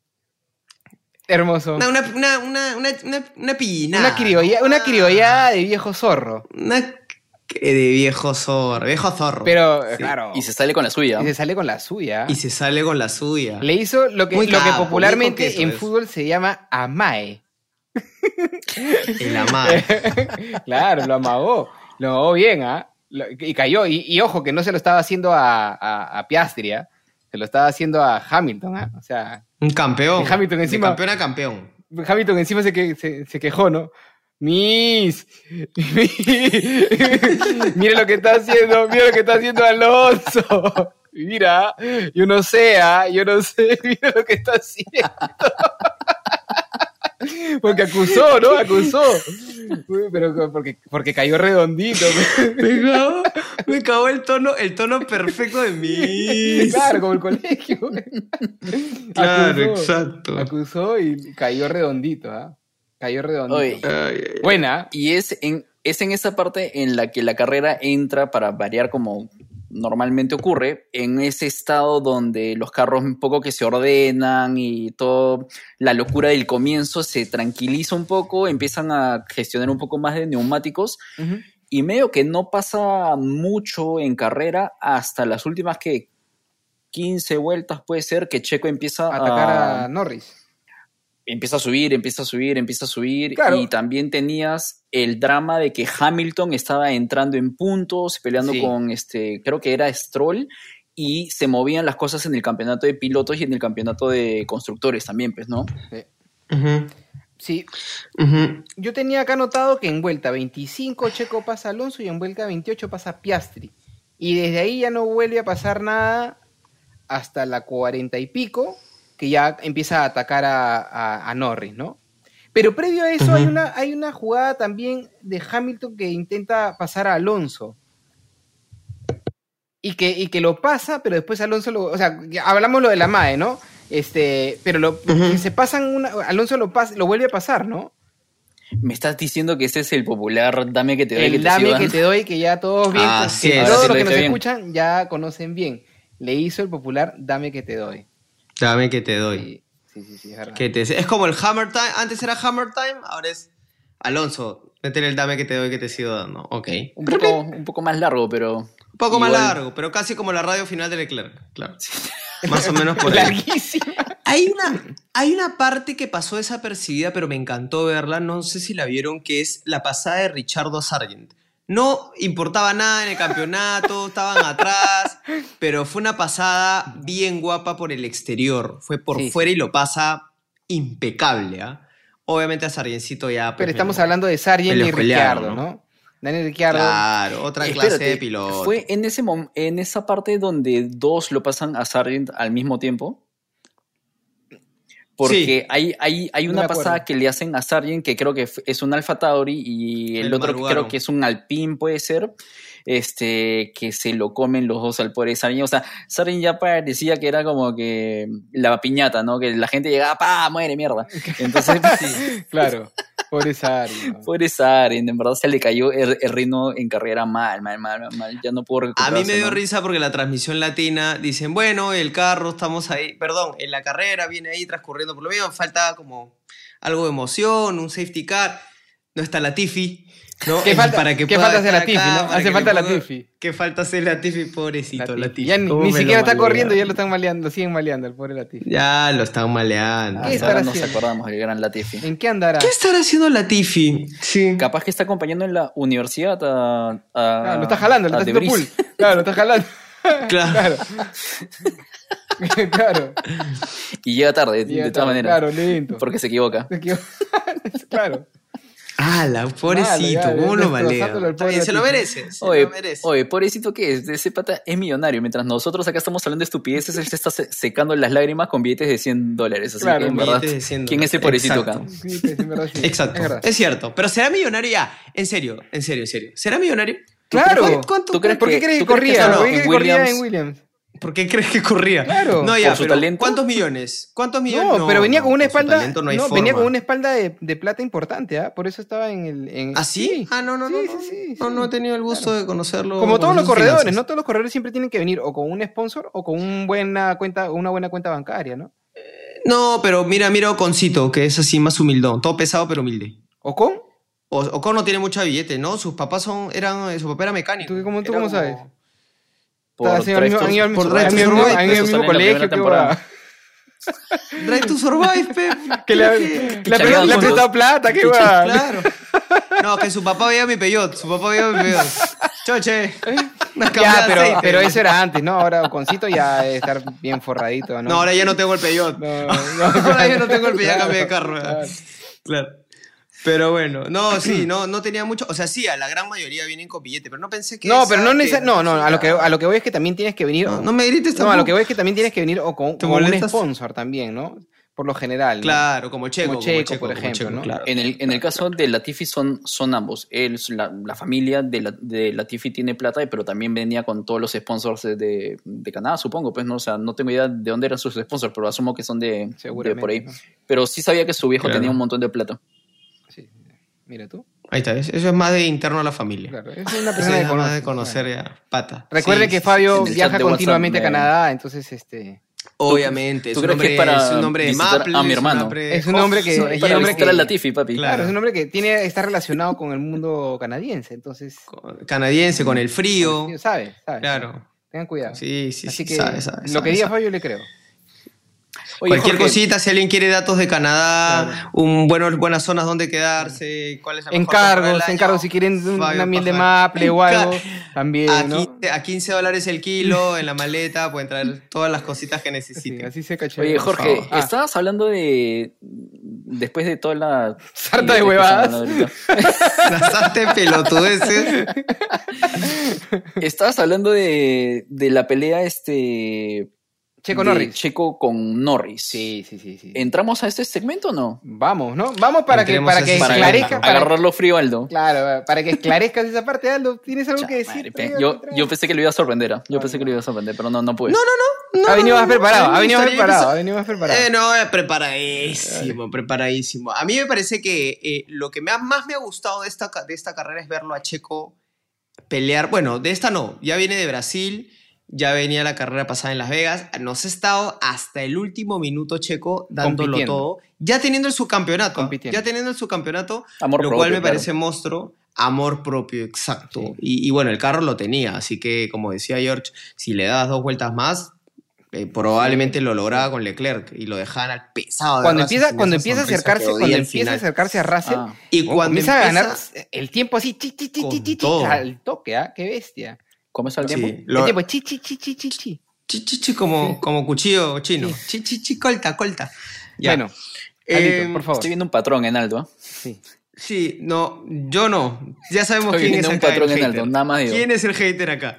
[SPEAKER 2] Hermoso.
[SPEAKER 3] Una,
[SPEAKER 2] Una,
[SPEAKER 3] una, una, una, una, una, una pillinada,
[SPEAKER 2] criolla,
[SPEAKER 3] ¿no?
[SPEAKER 2] una criollada de viejo zorro.
[SPEAKER 3] Una- Qué de viejo zorro, viejo zorro.
[SPEAKER 2] Pero, eh,
[SPEAKER 3] Sí.
[SPEAKER 2] claro.
[SPEAKER 1] Y se sale con la suya.
[SPEAKER 2] y se sale con la suya.
[SPEAKER 3] Y se sale con la suya.
[SPEAKER 2] Le hizo lo que,
[SPEAKER 3] Muy
[SPEAKER 2] lo que
[SPEAKER 3] capo,
[SPEAKER 2] popularmente
[SPEAKER 3] dijo que eso
[SPEAKER 2] en
[SPEAKER 3] es.
[SPEAKER 2] fútbol se llama amae.
[SPEAKER 3] El amar.
[SPEAKER 2] Claro, lo amagó. Lo amagó bien, ¿ah? Lo- Y cayó. Y, y ojo, que no se lo estaba haciendo a, a, a Piastri, ¿ah? Se lo estaba haciendo a Hamilton, ¿ah? O sea,
[SPEAKER 3] Un campeón.
[SPEAKER 2] Y Hamilton
[SPEAKER 3] De
[SPEAKER 2] encima.
[SPEAKER 3] campeón a campeón.
[SPEAKER 2] Hamilton encima se, que, se, se quejó, ¿no? Mis, mis, mira lo que está haciendo, mira lo que está haciendo Alonso. Mira, yo no sé, ah, yo no sé, mira lo que está haciendo. Porque acusó, ¿no? Acusó. Pero porque, porque cayó redondito.
[SPEAKER 3] Me cago, me cago el tono, el tono perfecto de mí.
[SPEAKER 2] Claro, como el colegio.
[SPEAKER 3] Claro,
[SPEAKER 2] Acusó.
[SPEAKER 3] exacto.
[SPEAKER 2] Acusó y cayó redondito, ¿ah? Cayó redondito.
[SPEAKER 1] Oye,
[SPEAKER 3] Ay, ay, ay.
[SPEAKER 2] Buena.
[SPEAKER 1] Y es en, es en esa parte en la que la carrera entra, para variar como normalmente ocurre, en ese estado donde los carros un poco que se ordenan y todo, la locura del comienzo se tranquiliza un poco, empiezan a gestionar un poco más de neumáticos
[SPEAKER 2] Ujú.
[SPEAKER 1] y medio que no pasa mucho en carrera hasta las últimas que 15 vueltas puede ser que Checo empieza
[SPEAKER 2] ¿ah? atacar
[SPEAKER 1] a
[SPEAKER 3] Ah.
[SPEAKER 2] a Norris.
[SPEAKER 1] empieza a subir, empieza a subir, empieza a subir.
[SPEAKER 2] Claro.
[SPEAKER 1] Y también tenías el drama de que Hamilton estaba entrando en puntos, peleando
[SPEAKER 2] Sí.
[SPEAKER 1] con este, creo que era Stroll, y se movían las cosas en el campeonato de pilotos y en el campeonato de constructores también, pues, ¿no?
[SPEAKER 3] Ujú,
[SPEAKER 2] Sí,
[SPEAKER 3] ujú.
[SPEAKER 2] yo tenía acá anotado que en vuelta 25 Checo pasa Alonso y en vuelta 28 pasa Piastri. Y desde ahí ya no vuelve a pasar nada hasta la 40 y pico, que ya empieza a atacar a, a- a Norris, ¿no? Pero previo a eso
[SPEAKER 3] Ujú.
[SPEAKER 2] hay, una, hay una jugada también de Hamilton que intenta pasar a Alonso. Y que, y que lo pasa, pero después Alonso lo. O sea, ya hablamos lo de la MAE, ¿no? Este, pero lo,
[SPEAKER 3] Ujú.
[SPEAKER 2] se pasan una. Alonso lo, pas- lo vuelve a pasar, ¿no?
[SPEAKER 1] Me estás diciendo que ese es el popular dame que te doy
[SPEAKER 2] el
[SPEAKER 1] que te
[SPEAKER 2] dame
[SPEAKER 1] sigo
[SPEAKER 2] que
[SPEAKER 1] dando.
[SPEAKER 2] te doy, que ya todos bien, pues,
[SPEAKER 3] Así
[SPEAKER 2] que
[SPEAKER 3] es.
[SPEAKER 2] todos
[SPEAKER 1] Ahora sí
[SPEAKER 2] los
[SPEAKER 1] lo
[SPEAKER 2] que nos
[SPEAKER 1] hice bien.
[SPEAKER 2] escuchan ya conocen bien. Le hizo el popular dame que te doy.
[SPEAKER 3] Dame que te doy.
[SPEAKER 2] Sí, sí, sí, sí, es verdad.
[SPEAKER 3] Que te- Es como el Hammer Time. Antes era Hammer Time, ahora es Alonso. Métele el dame que te doy que te sigo dando. Ok.
[SPEAKER 1] Un poco, un poco más largo, pero.
[SPEAKER 3] Un poco más
[SPEAKER 1] Igual.
[SPEAKER 3] largo, pero casi como la radio final de Leclerc. Claro. Más o menos por ahí.
[SPEAKER 2] Larguísimo.
[SPEAKER 3] Hay una, hay una parte que pasó desapercibida, pero me encantó verla. No sé si la vieron, que es la pasada de Richardo Sargent. No importaba nada en el campeonato, estaban atrás, pero fue una pasada bien guapa por el exterior. Fue por
[SPEAKER 2] Sí,
[SPEAKER 3] fuera y lo pasa impecable. ¿ah? Obviamente a Sargencito ya. pues,
[SPEAKER 2] Pero estamos
[SPEAKER 3] me lo-
[SPEAKER 2] hablando de Sargent
[SPEAKER 3] Me
[SPEAKER 2] y
[SPEAKER 3] lo pelearon,
[SPEAKER 2] Ricciardo,
[SPEAKER 3] ¿no?
[SPEAKER 2] ¿no? Daniel Ricciardo.
[SPEAKER 3] Claro, otra clase
[SPEAKER 1] Eh, Espérate,
[SPEAKER 3] de piloto.
[SPEAKER 1] Fue en, ese mom- en esa parte donde dos lo pasan a Sargent al mismo tiempo. Porque hay, hay, hay
[SPEAKER 2] No
[SPEAKER 1] una
[SPEAKER 2] me acuerdo.
[SPEAKER 1] pasada que le hacen a Sargent que creo que f- es un Alfa Tauri y el
[SPEAKER 3] El
[SPEAKER 1] otro que
[SPEAKER 3] Maruano.
[SPEAKER 1] creo que es un Alpine puede ser, este que se lo comen los dos al pobre Sargent. O sea, Sargent ya parecía que era como que la piñata, ¿no? Que la gente llegaba, ¡pa! ¡Muere, mierda! Entonces, sí,
[SPEAKER 2] Claro. Pobre Sargent.
[SPEAKER 3] Pues,
[SPEAKER 1] pobre Sargent, en verdad se le cayó el, el ritmo en carrera mal, mal, mal, mal, mal. Ya no pudo
[SPEAKER 3] A mí
[SPEAKER 1] recuperarse,
[SPEAKER 3] me dio
[SPEAKER 1] ¿no?
[SPEAKER 3] risa porque la transmisión latina dicen, bueno, el carro, estamos ahí, perdón, en la carrera, viene ahí transcurriendo por lo mismo, falta como algo de emoción, un safety car, no está la Tifi, ¿no?
[SPEAKER 2] ¿Qué
[SPEAKER 3] Es
[SPEAKER 2] falta,
[SPEAKER 3] para que
[SPEAKER 2] ¿qué
[SPEAKER 3] pueda
[SPEAKER 2] falta hace
[SPEAKER 3] estar
[SPEAKER 2] la Tifi,
[SPEAKER 3] acá,
[SPEAKER 2] no?
[SPEAKER 3] para
[SPEAKER 2] Hace
[SPEAKER 3] que
[SPEAKER 2] falta
[SPEAKER 3] le
[SPEAKER 2] la
[SPEAKER 3] ponga-
[SPEAKER 2] Tifi.
[SPEAKER 3] ¿Qué falta hacer la Tifi, pobrecito, la Tifi?
[SPEAKER 2] Ya ni,
[SPEAKER 3] ¿Cómo
[SPEAKER 2] ni
[SPEAKER 3] me lo
[SPEAKER 2] siquiera está
[SPEAKER 3] malearon?
[SPEAKER 2] corriendo, ya lo están maleando, siguen maleando al pobre Latifi.
[SPEAKER 3] Ya lo están
[SPEAKER 1] Ah,
[SPEAKER 3] maleando.
[SPEAKER 2] ¿Qué
[SPEAKER 1] ahora
[SPEAKER 2] estará
[SPEAKER 1] nos
[SPEAKER 2] haciendo?
[SPEAKER 1] acordamos del gran Latifi.
[SPEAKER 2] ¿En qué andará?
[SPEAKER 3] ¿Qué estará haciendo la Tifi? Sí.
[SPEAKER 1] Capaz que está acompañando en la universidad a. a-
[SPEAKER 2] Ah, lo está jalando, lo
[SPEAKER 1] a
[SPEAKER 2] está haciendo
[SPEAKER 1] De Vries.
[SPEAKER 2] pull. Claro, lo está jalando.
[SPEAKER 3] Claro.
[SPEAKER 2] Claro. claro.
[SPEAKER 1] Y llega tarde, de- de todas maneras.
[SPEAKER 2] Claro, lento.
[SPEAKER 1] Porque se equivoca.
[SPEAKER 2] Aquí- claro.
[SPEAKER 3] Ah, la pobrecito,
[SPEAKER 2] ya,
[SPEAKER 3] ¿cómo lo
[SPEAKER 2] destrozándolo al
[SPEAKER 3] malea?
[SPEAKER 2] pobre
[SPEAKER 3] Está bien, Se lo
[SPEAKER 2] Latifi.
[SPEAKER 3] merece, se
[SPEAKER 1] Oye,
[SPEAKER 3] lo merece.
[SPEAKER 1] oye, pobrecito que es, ese pata es millonario. Mientras nosotros acá estamos hablando de estupideces, él se está se- secando las lágrimas con billetes de 100 dólares. Así
[SPEAKER 2] Claro,
[SPEAKER 1] que, en
[SPEAKER 3] billetes
[SPEAKER 1] verdad,
[SPEAKER 3] de 100
[SPEAKER 1] ¿quién es ese pobrecito acá?
[SPEAKER 3] Exacto.
[SPEAKER 2] Sí, pues, en verdad sí.
[SPEAKER 3] Exacto.
[SPEAKER 2] Es
[SPEAKER 3] Es,
[SPEAKER 2] verdad.
[SPEAKER 3] cierto. Pero será millonario ya. En serio, en serio, en serio. ¿Será millonario?
[SPEAKER 2] Claro.
[SPEAKER 3] ¿Cuánto- cuánto-
[SPEAKER 1] ¿Tú crees
[SPEAKER 2] ¿Por qué
[SPEAKER 1] que-
[SPEAKER 2] crees que
[SPEAKER 1] tú crees que
[SPEAKER 2] corría?
[SPEAKER 3] solo
[SPEAKER 2] ¿Por qué crees que
[SPEAKER 1] en
[SPEAKER 2] corría
[SPEAKER 1] Williams?
[SPEAKER 2] en Williams?
[SPEAKER 3] ¿Por qué crees que corría?
[SPEAKER 2] Claro.
[SPEAKER 3] No, ya,
[SPEAKER 1] ¿Por su
[SPEAKER 3] pero
[SPEAKER 1] talento?
[SPEAKER 3] ¿Cuántos millones? ¿Cuántos millones?
[SPEAKER 2] No, pero venía con una
[SPEAKER 3] por su
[SPEAKER 2] espalda.
[SPEAKER 3] talento
[SPEAKER 2] No,
[SPEAKER 3] no hay
[SPEAKER 2] venía
[SPEAKER 3] forma.
[SPEAKER 2] con una espalda de, de plata importante, ¿ah? Por eso estaba en el. En...
[SPEAKER 3] ¿Ah, sí? Ah, no, no,
[SPEAKER 2] Sí,
[SPEAKER 3] no.
[SPEAKER 2] sí,
[SPEAKER 3] no.
[SPEAKER 2] sí,
[SPEAKER 3] no,
[SPEAKER 2] sí.
[SPEAKER 3] no he tenido el gusto de conocerlo.
[SPEAKER 2] Como
[SPEAKER 3] con
[SPEAKER 2] todos los
[SPEAKER 3] sus
[SPEAKER 2] corredores,
[SPEAKER 3] finanzas.
[SPEAKER 2] ¿no? Todos los corredores siempre tienen que venir o con un sponsor o con una buena cuenta, una buena cuenta bancaria, ¿no?
[SPEAKER 3] No, pero mira, mira Oconcito, que es así más humildón. Todo pesado, pero humilde.
[SPEAKER 2] O con
[SPEAKER 3] O- Ocon no tiene mucho billete, ¿no? Sus papás son, eran, eh, su papá era mecánico.
[SPEAKER 2] ¿Tú qué- cómo- tú
[SPEAKER 3] Era
[SPEAKER 2] cómo
[SPEAKER 3] como-
[SPEAKER 2] sabes?
[SPEAKER 4] Por
[SPEAKER 2] Ah, sí, han
[SPEAKER 4] Drive
[SPEAKER 2] ido-
[SPEAKER 4] to-
[SPEAKER 2] han ido al mismo-
[SPEAKER 4] por
[SPEAKER 3] Drive
[SPEAKER 2] han
[SPEAKER 3] to
[SPEAKER 2] ido al mismo-
[SPEAKER 3] Survive,
[SPEAKER 2] han ido al
[SPEAKER 4] eso sale en
[SPEAKER 2] mismo
[SPEAKER 4] la primera
[SPEAKER 2] colegio, qué
[SPEAKER 4] temporada.
[SPEAKER 2] huevada.
[SPEAKER 3] Drive to Survive, pe.
[SPEAKER 2] Que le ha le ha
[SPEAKER 1] Que salgan
[SPEAKER 2] prestado- le ha
[SPEAKER 1] juntos.
[SPEAKER 2] prestado plata, qué huevada.
[SPEAKER 3] Claro. No, que su papá veía mi peyot. Su papá veía mi peyot. Choche. Nos cambió
[SPEAKER 2] Ya,
[SPEAKER 3] de
[SPEAKER 2] pero,
[SPEAKER 3] aceite.
[SPEAKER 2] pero eso era antes, ¿no? Ahora Oconcito ya debe estar bien forradito, ¿no?
[SPEAKER 3] No, ahora ya no tengo el peyot.
[SPEAKER 2] No,
[SPEAKER 3] Ahora yo no tengo el peyot, ya cambié de carro. ya.
[SPEAKER 2] Claro.
[SPEAKER 3] Claro. Pero bueno, no, sí, no, no tenía mucho. O sea, sí, a la gran mayoría vienen con billete, pero no pensé que.
[SPEAKER 2] No,
[SPEAKER 3] esa
[SPEAKER 2] pero no
[SPEAKER 3] que-
[SPEAKER 2] necesita- No, no, a lo, que, a lo que voy es que también tienes que venir.
[SPEAKER 3] No, no me grites
[SPEAKER 2] No, a lo que
[SPEAKER 3] tampoco.
[SPEAKER 2] voy es que también tienes que venir o con,
[SPEAKER 3] ¿Te
[SPEAKER 2] con un
[SPEAKER 3] molestas?
[SPEAKER 2] sponsor también, ¿no? Por lo general. ¿no?
[SPEAKER 3] Claro, como checo.
[SPEAKER 2] Como Checo, por ejemplo, ¿no?
[SPEAKER 4] Claro.
[SPEAKER 3] claro.
[SPEAKER 1] En el, en el caso de Latifi son, son ambos. Él, la, la familia de, la- de Latifi tiene plata, pero también venía con todos los sponsors de- de, de Canadá, supongo. Pues no, o sea, no tengo idea de dónde eran sus sponsors, pero asumo que son de, de
[SPEAKER 2] Seguramente.
[SPEAKER 1] por ahí.
[SPEAKER 2] ¿no?
[SPEAKER 1] Pero sí sabía que su viejo
[SPEAKER 3] Claro.
[SPEAKER 1] tenía un montón de plata.
[SPEAKER 2] Sí. Mira tú.
[SPEAKER 3] Ahí está, es- eso es más de interno a la familia.
[SPEAKER 2] Claro. Es una
[SPEAKER 3] Eso
[SPEAKER 2] persona
[SPEAKER 3] es
[SPEAKER 2] que
[SPEAKER 3] más de
[SPEAKER 2] conoce.
[SPEAKER 3] conocer ya pata.
[SPEAKER 2] Recuerde
[SPEAKER 3] Sí,
[SPEAKER 2] que
[SPEAKER 3] sí,
[SPEAKER 2] Fabio
[SPEAKER 1] sí, sí. En el
[SPEAKER 2] viaja
[SPEAKER 1] chat de WhatsApp
[SPEAKER 2] continuamente a
[SPEAKER 1] me-
[SPEAKER 2] Canadá, entonces este.
[SPEAKER 3] Obviamente,
[SPEAKER 1] ¿Tú
[SPEAKER 3] su
[SPEAKER 1] crees que
[SPEAKER 3] nombre
[SPEAKER 1] es para
[SPEAKER 3] es un nombre de
[SPEAKER 1] visitar
[SPEAKER 3] Maple,
[SPEAKER 1] a mi
[SPEAKER 3] es un
[SPEAKER 1] hermano?
[SPEAKER 3] nombre-
[SPEAKER 2] Es un nombre que-
[SPEAKER 3] Sí,
[SPEAKER 2] es
[SPEAKER 1] Es
[SPEAKER 2] un
[SPEAKER 1] para
[SPEAKER 2] hombre
[SPEAKER 1] visitar
[SPEAKER 2] que-
[SPEAKER 1] a Latifi, papi.
[SPEAKER 3] Claro.
[SPEAKER 2] Claro, es un hombre que tiene, está relacionado con el mundo canadiense, entonces.
[SPEAKER 3] canadiense con el frío.
[SPEAKER 2] Sabe, sabe.
[SPEAKER 3] Claro.
[SPEAKER 2] Tengan cuidado.
[SPEAKER 3] Sí, sí,
[SPEAKER 2] Así
[SPEAKER 3] sí,
[SPEAKER 2] que
[SPEAKER 3] sabe, sabe,
[SPEAKER 2] lo
[SPEAKER 3] sabe,
[SPEAKER 2] que diga
[SPEAKER 3] sabe.
[SPEAKER 2] Fabio le creo.
[SPEAKER 1] Oye,
[SPEAKER 3] Cualquier
[SPEAKER 1] Jorge,
[SPEAKER 3] cosita, si alguien quiere datos de Canadá, un buenos, buenas zonas donde quedarse, cuál es la mejor temporada
[SPEAKER 2] Encargos,
[SPEAKER 3] del
[SPEAKER 2] encargos
[SPEAKER 3] año,
[SPEAKER 2] si quieren un-
[SPEAKER 3] Fabio
[SPEAKER 2] una miel de
[SPEAKER 3] Pajar.
[SPEAKER 2] maple o algo también,
[SPEAKER 3] A
[SPEAKER 2] ¿no?
[SPEAKER 3] 15, a 15 dólares el kilo en la maleta, pueden traer todas las cositas que
[SPEAKER 2] Sí,
[SPEAKER 3] necesiten.
[SPEAKER 2] así se cachó.
[SPEAKER 1] Oye, Jorge,
[SPEAKER 2] Ah,
[SPEAKER 1] estabas hablando de. Después de toda la.
[SPEAKER 2] Sarta de
[SPEAKER 1] que
[SPEAKER 2] huevadas.
[SPEAKER 1] estamos hablando ahorita.
[SPEAKER 3] Bastante pelotudeces.
[SPEAKER 1] Estabas hablando de, de la pelea este.
[SPEAKER 2] Checo
[SPEAKER 1] de
[SPEAKER 2] Norris.
[SPEAKER 1] Checo con Norris.
[SPEAKER 2] Sí, sí, sí, sí.
[SPEAKER 1] ¿Entramos a este segmento o no?
[SPEAKER 2] Vamos, ¿no? Vamos para que,
[SPEAKER 3] Entremos
[SPEAKER 2] para
[SPEAKER 3] a
[SPEAKER 2] que
[SPEAKER 3] ese
[SPEAKER 1] Para
[SPEAKER 3] segmento.
[SPEAKER 2] esclarezcas.
[SPEAKER 1] agarrar-
[SPEAKER 2] para-
[SPEAKER 1] agarrarlo frío, Aldo.
[SPEAKER 2] Claro, para que esclarezcas esa parte, Aldo. ¿Tienes algo
[SPEAKER 1] Cha,
[SPEAKER 2] que decir?
[SPEAKER 1] madre, pe- yo, yo pensé que lo iba a sorprender. ¿ah? Yo
[SPEAKER 2] No,
[SPEAKER 1] pensé
[SPEAKER 2] no.
[SPEAKER 1] que lo iba a sorprender, pero no, no pude.
[SPEAKER 2] ha venido más preparado, ha venido más
[SPEAKER 3] más
[SPEAKER 2] preparado, ha venido más preparado.
[SPEAKER 3] Eh, no, eh, preparadísimo, preparadísimo. A mí me parece que eh, lo que me ha- más me ha gustado de esta, ca- de esta carrera es verlo a Checo pelear. Bueno, de esta no, ya viene de Brasil, ya venía la carrera pasada en Las Vegas. Nos ha estado hasta el último minuto Checo dándolo
[SPEAKER 2] Compitiendo.
[SPEAKER 3] todo, ya teniendo el subcampeonato. ¿ah?
[SPEAKER 2] Compitiendo.
[SPEAKER 3] Ya teniendo el subcampeonato,
[SPEAKER 1] Amor
[SPEAKER 3] lo
[SPEAKER 1] propio,
[SPEAKER 3] cual me
[SPEAKER 1] claro.
[SPEAKER 3] parece monstruo. Amor propio, exacto.
[SPEAKER 2] Sí.
[SPEAKER 3] Y, y bueno, el carro lo tenía, así que como decía George, si le dabas dos vueltas más, eh, probablemente lo lograba con Leclerc y lo dejaban al pesado. de
[SPEAKER 2] cuando
[SPEAKER 3] Russell
[SPEAKER 2] empieza,
[SPEAKER 3] con
[SPEAKER 2] cuando
[SPEAKER 3] esa
[SPEAKER 2] empieza a
[SPEAKER 3] sonrisa
[SPEAKER 2] acercarse,
[SPEAKER 3] que odia
[SPEAKER 2] cuando
[SPEAKER 3] al
[SPEAKER 2] empieza a
[SPEAKER 3] final.
[SPEAKER 2] acercarse a Russell,
[SPEAKER 1] Ah,
[SPEAKER 3] y
[SPEAKER 2] oh,
[SPEAKER 3] cuando
[SPEAKER 2] comienza a ganar
[SPEAKER 3] empieza-
[SPEAKER 2] el tiempo así, chi, chi, chi,
[SPEAKER 3] con
[SPEAKER 2] chi, chi, chi,
[SPEAKER 3] todo.
[SPEAKER 2] al toque, ¿ah? Qué bestia.
[SPEAKER 1] ¿Cómo está el
[SPEAKER 3] Sí,
[SPEAKER 1] tiempo?
[SPEAKER 3] lo-
[SPEAKER 2] El tiempo, Este, pues, chi, chi, chi, chi, chi, chi.
[SPEAKER 3] chi, chi, chi, como, como cuchillo chino. Chi, chi, chi, colta, colta. Ya.
[SPEAKER 2] Bueno,
[SPEAKER 3] Eh,
[SPEAKER 2] Aldito, por favor.
[SPEAKER 1] Estoy viendo un patrón en Aldo. ¿ah?
[SPEAKER 2] Sí.
[SPEAKER 3] Sí, no, yo no. Ya sabemos
[SPEAKER 1] Estoy
[SPEAKER 3] quién es
[SPEAKER 1] viendo un
[SPEAKER 3] acá el
[SPEAKER 1] patrón en
[SPEAKER 3] hater.
[SPEAKER 1] Aldo. Nada más digo.
[SPEAKER 3] ¿Quién es el hater acá?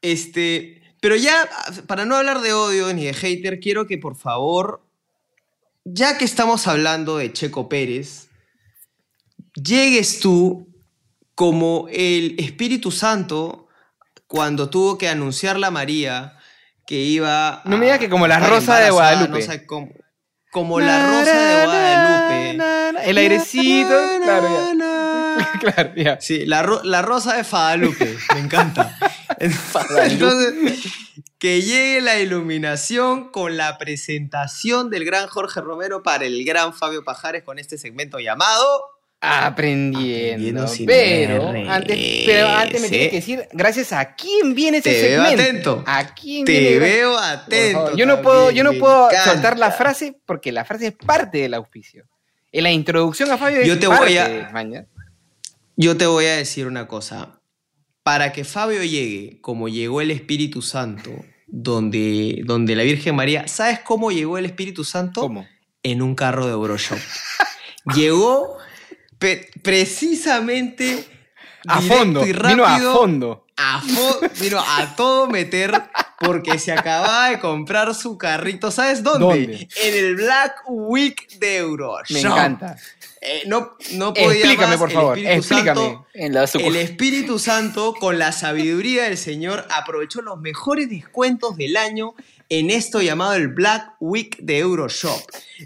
[SPEAKER 3] Este, pero ya, para no hablar de odio ni de hater, quiero que por favor, ya que estamos hablando de Checo Pérez, llegues tú como el Espíritu Santo cuando tuvo que anunciarle a María que iba
[SPEAKER 2] No
[SPEAKER 3] a-
[SPEAKER 2] me digas que como la
[SPEAKER 3] a estar
[SPEAKER 2] Rosa de
[SPEAKER 3] embarazada,
[SPEAKER 2] Guadalupe.
[SPEAKER 3] no sé, como, como la Rosa de Guadalupe.
[SPEAKER 2] Na, na, na, El airecito, claro, ya. Claro, ya.
[SPEAKER 3] Sí, la, ro- la rosa de Fadalupe, me encanta. Entonces, que llegue la iluminación con la presentación del gran Jorge Romero para el gran Fabio Pajares con este segmento llamado...
[SPEAKER 2] Aprendiendo.
[SPEAKER 3] Aprendiendo sin
[SPEAKER 2] pero,
[SPEAKER 3] R.
[SPEAKER 2] antes, pero antes me
[SPEAKER 3] Sí.
[SPEAKER 2] tienes que decir, gracias a quién viene ese
[SPEAKER 3] Te veo
[SPEAKER 2] Este segmento.
[SPEAKER 3] atento.
[SPEAKER 2] ¿A quién viene?
[SPEAKER 3] Te
[SPEAKER 2] gracias-
[SPEAKER 3] veo
[SPEAKER 2] Por favor,
[SPEAKER 3] atento.
[SPEAKER 2] Yo no
[SPEAKER 3] también,
[SPEAKER 2] puedo, yo no
[SPEAKER 3] me
[SPEAKER 2] puedo
[SPEAKER 3] encanta.
[SPEAKER 2] soltar la frase porque la frase es parte del auspicio. En la introducción a Fabio
[SPEAKER 3] Yo
[SPEAKER 2] es
[SPEAKER 3] te
[SPEAKER 2] parte,
[SPEAKER 3] voy a-
[SPEAKER 2] maña.
[SPEAKER 3] Yo te voy a decir una cosa. Para que Fabio llegue como llegó el Espíritu Santo, donde, donde la Virgen María... ¿Sabes cómo llegó el Espíritu Santo?
[SPEAKER 2] ¿Cómo?
[SPEAKER 3] en un carro de Euroshop. Llegó pe- precisamente
[SPEAKER 2] A
[SPEAKER 3] directo
[SPEAKER 2] fondo,
[SPEAKER 3] y
[SPEAKER 2] vino a
[SPEAKER 3] rápido,
[SPEAKER 2] fondo.
[SPEAKER 3] a fo- vino a todo meter porque se acababa de comprar su carrito. ¿Sabes dónde?
[SPEAKER 2] ¿Dónde?
[SPEAKER 3] En el Black Week de Euroshop.
[SPEAKER 2] Me encanta.
[SPEAKER 3] Eh, no, no podía
[SPEAKER 2] Explícame,
[SPEAKER 3] más,
[SPEAKER 2] por
[SPEAKER 3] el
[SPEAKER 2] favor,
[SPEAKER 3] Espíritu
[SPEAKER 2] explícame.
[SPEAKER 3] Santo-
[SPEAKER 1] En la
[SPEAKER 3] el
[SPEAKER 1] sucu-
[SPEAKER 3] Espíritu Santo, con la sabiduría del Señor, aprovechó los mejores descuentos del año en esto llamado el Black Week de Euroshop,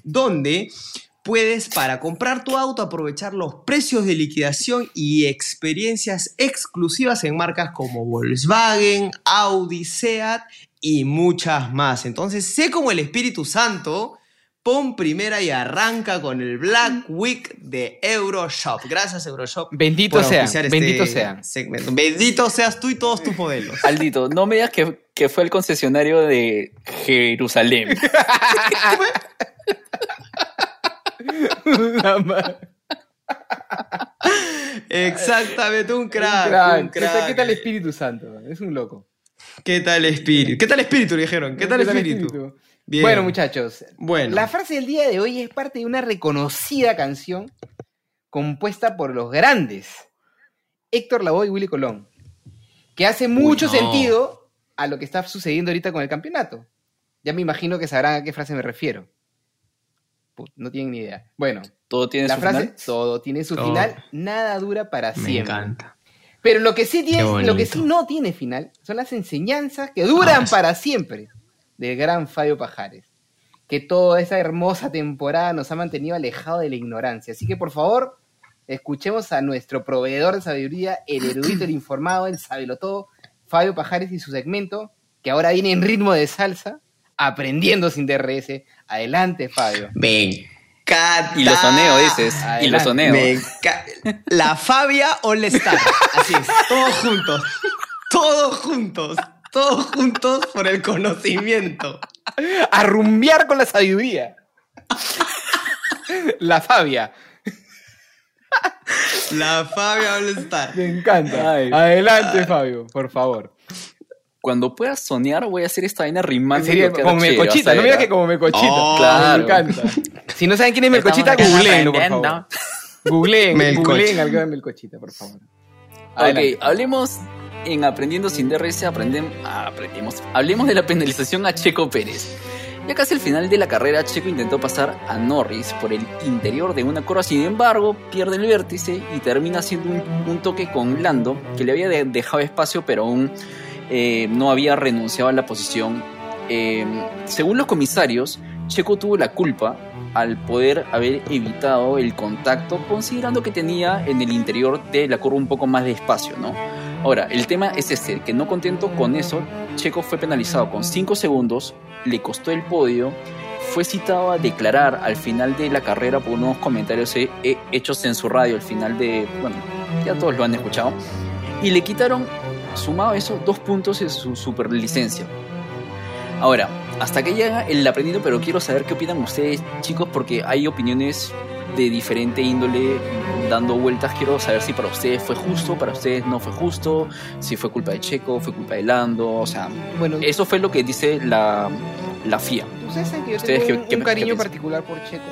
[SPEAKER 3] donde puedes para comprar tu auto aprovechar los precios de liquidación y experiencias exclusivas en marcas como Volkswagen, Audi, Seat y muchas más. Entonces, sé como el Espíritu Santo pon primera y arranca con el Black Week de Euroshop. Gracias, Euroshop.
[SPEAKER 2] Bendito
[SPEAKER 3] por
[SPEAKER 2] sean,
[SPEAKER 3] auspiciar este
[SPEAKER 2] bendito sean.
[SPEAKER 3] segmento. Bendito seas tú y todos tus modelos.
[SPEAKER 1] Aldito, no me digas que, que fue el concesionario de Jerusalén.
[SPEAKER 3] Exactamente, un crack. un
[SPEAKER 2] ¿Qué,
[SPEAKER 3] crack.
[SPEAKER 2] tal, qué tal Espíritu Santo? man? Es un loco.
[SPEAKER 3] ¿Qué tal espíritu? ¿Qué tal espíritu? Le dijeron. ¿Qué tal espíritu? Bien.
[SPEAKER 2] Bueno, muchachos,
[SPEAKER 3] Bueno.
[SPEAKER 2] la frase del día de hoy es parte de una reconocida canción compuesta por los grandes, Héctor Lavoe y Willy Colón, que hace mucho
[SPEAKER 3] no.
[SPEAKER 2] sentido a lo que está sucediendo ahorita con el campeonato. Ya me imagino que sabrán a qué frase me refiero. Put, no tienen ni idea. Bueno,
[SPEAKER 1] Todo tiene
[SPEAKER 2] la
[SPEAKER 1] su
[SPEAKER 2] frase,
[SPEAKER 1] final.
[SPEAKER 2] todo tiene su
[SPEAKER 3] Todo.
[SPEAKER 2] final, nada dura para
[SPEAKER 3] Me
[SPEAKER 2] siempre.
[SPEAKER 3] encanta.
[SPEAKER 2] Pero lo que sí tiene,
[SPEAKER 3] Qué bonito.
[SPEAKER 2] lo que sí no tiene final son las enseñanzas que duran
[SPEAKER 3] Ah, es-
[SPEAKER 2] para siempre del gran Fabio Pajares, que toda esa hermosa temporada nos ha mantenido alejado de la ignorancia. Así que por favor, escuchemos a nuestro proveedor de sabiduría, el erudito, el informado, el sabelotodo, Fabio Pajares y su segmento, que ahora viene en ritmo de salsa, aprendiendo sin DRS. Adelante, Fabio.
[SPEAKER 3] Me encanta.
[SPEAKER 1] Y lo soneo, dices. Y lo
[SPEAKER 2] Adelante.
[SPEAKER 1] soneo.
[SPEAKER 3] Me enca- La Fabia All Star. Así es. Todos juntos. Todos juntos. Todos juntos por el conocimiento.
[SPEAKER 2] A rumbear con la sabiduría. La Fabia.
[SPEAKER 3] La Fabia All Star.
[SPEAKER 2] Me encanta.
[SPEAKER 1] Ay.
[SPEAKER 2] Adelante, Fabio, por favor.
[SPEAKER 1] Cuando pueda soñar, voy a hacer esta vaina rimando.
[SPEAKER 2] Sería
[SPEAKER 1] lo que
[SPEAKER 2] como
[SPEAKER 1] era chévere,
[SPEAKER 2] Melcochita,
[SPEAKER 1] vas a
[SPEAKER 2] no
[SPEAKER 1] ver,
[SPEAKER 2] mira que como Melcochita.
[SPEAKER 3] Oh,
[SPEAKER 1] claro.
[SPEAKER 2] Me encanta. Si no saben quién es Melcochita,
[SPEAKER 1] Estamos acá
[SPEAKER 2] googleenlo, por
[SPEAKER 1] aprendiendo.
[SPEAKER 2] favor. Googleen,
[SPEAKER 3] Melcoch.
[SPEAKER 2] googleen al gran Melcochita, por favor. Adelante.
[SPEAKER 1] Ok, hablemos en Aprendiendo sin DRS, aprenden, ah, aprendimos. Hablemos de la penalización a Checo Pérez. Ya casi al final de la carrera, Checo intentó pasar a Norris por el interior de una curva, sin embargo, pierde el vértice y termina haciendo un, un toque con Lando, que le había de- dejado espacio, pero aún eh, no había renunciado a la posición. Eh, según los comisarios, Checo tuvo la culpa al poder haber evitado el contacto, considerando que tenía en el interior de la curva un poco más de espacio, ¿no? Ahora, el tema es este, que no contento con eso, Checo fue penalizado con 5 segundos, le costó el podio, fue citado a declarar al final de la carrera por unos comentarios eh, eh, hechos en su radio, al final de, bueno, ya todos lo han escuchado, y le quitaron, sumado a eso, dos puntos en su superlicencia. Ahora, hasta que llega el aprendido, pero quiero saber qué opinan ustedes, chicos, porque hay opiniones de diferente índole dando vueltas. Quiero saber si para ustedes fue justo, para ustedes no fue justo, si fue culpa de Checo, fue culpa de Lando, o sea,
[SPEAKER 2] Bueno,
[SPEAKER 1] eso fue lo que dice la, la FIA.
[SPEAKER 2] ustedes saben que yo
[SPEAKER 1] ¿ustedes
[SPEAKER 2] tengo
[SPEAKER 1] qué-
[SPEAKER 2] un,
[SPEAKER 1] qué-
[SPEAKER 2] un
[SPEAKER 1] qué
[SPEAKER 2] cariño
[SPEAKER 1] piensan?
[SPEAKER 2] particular por Checo.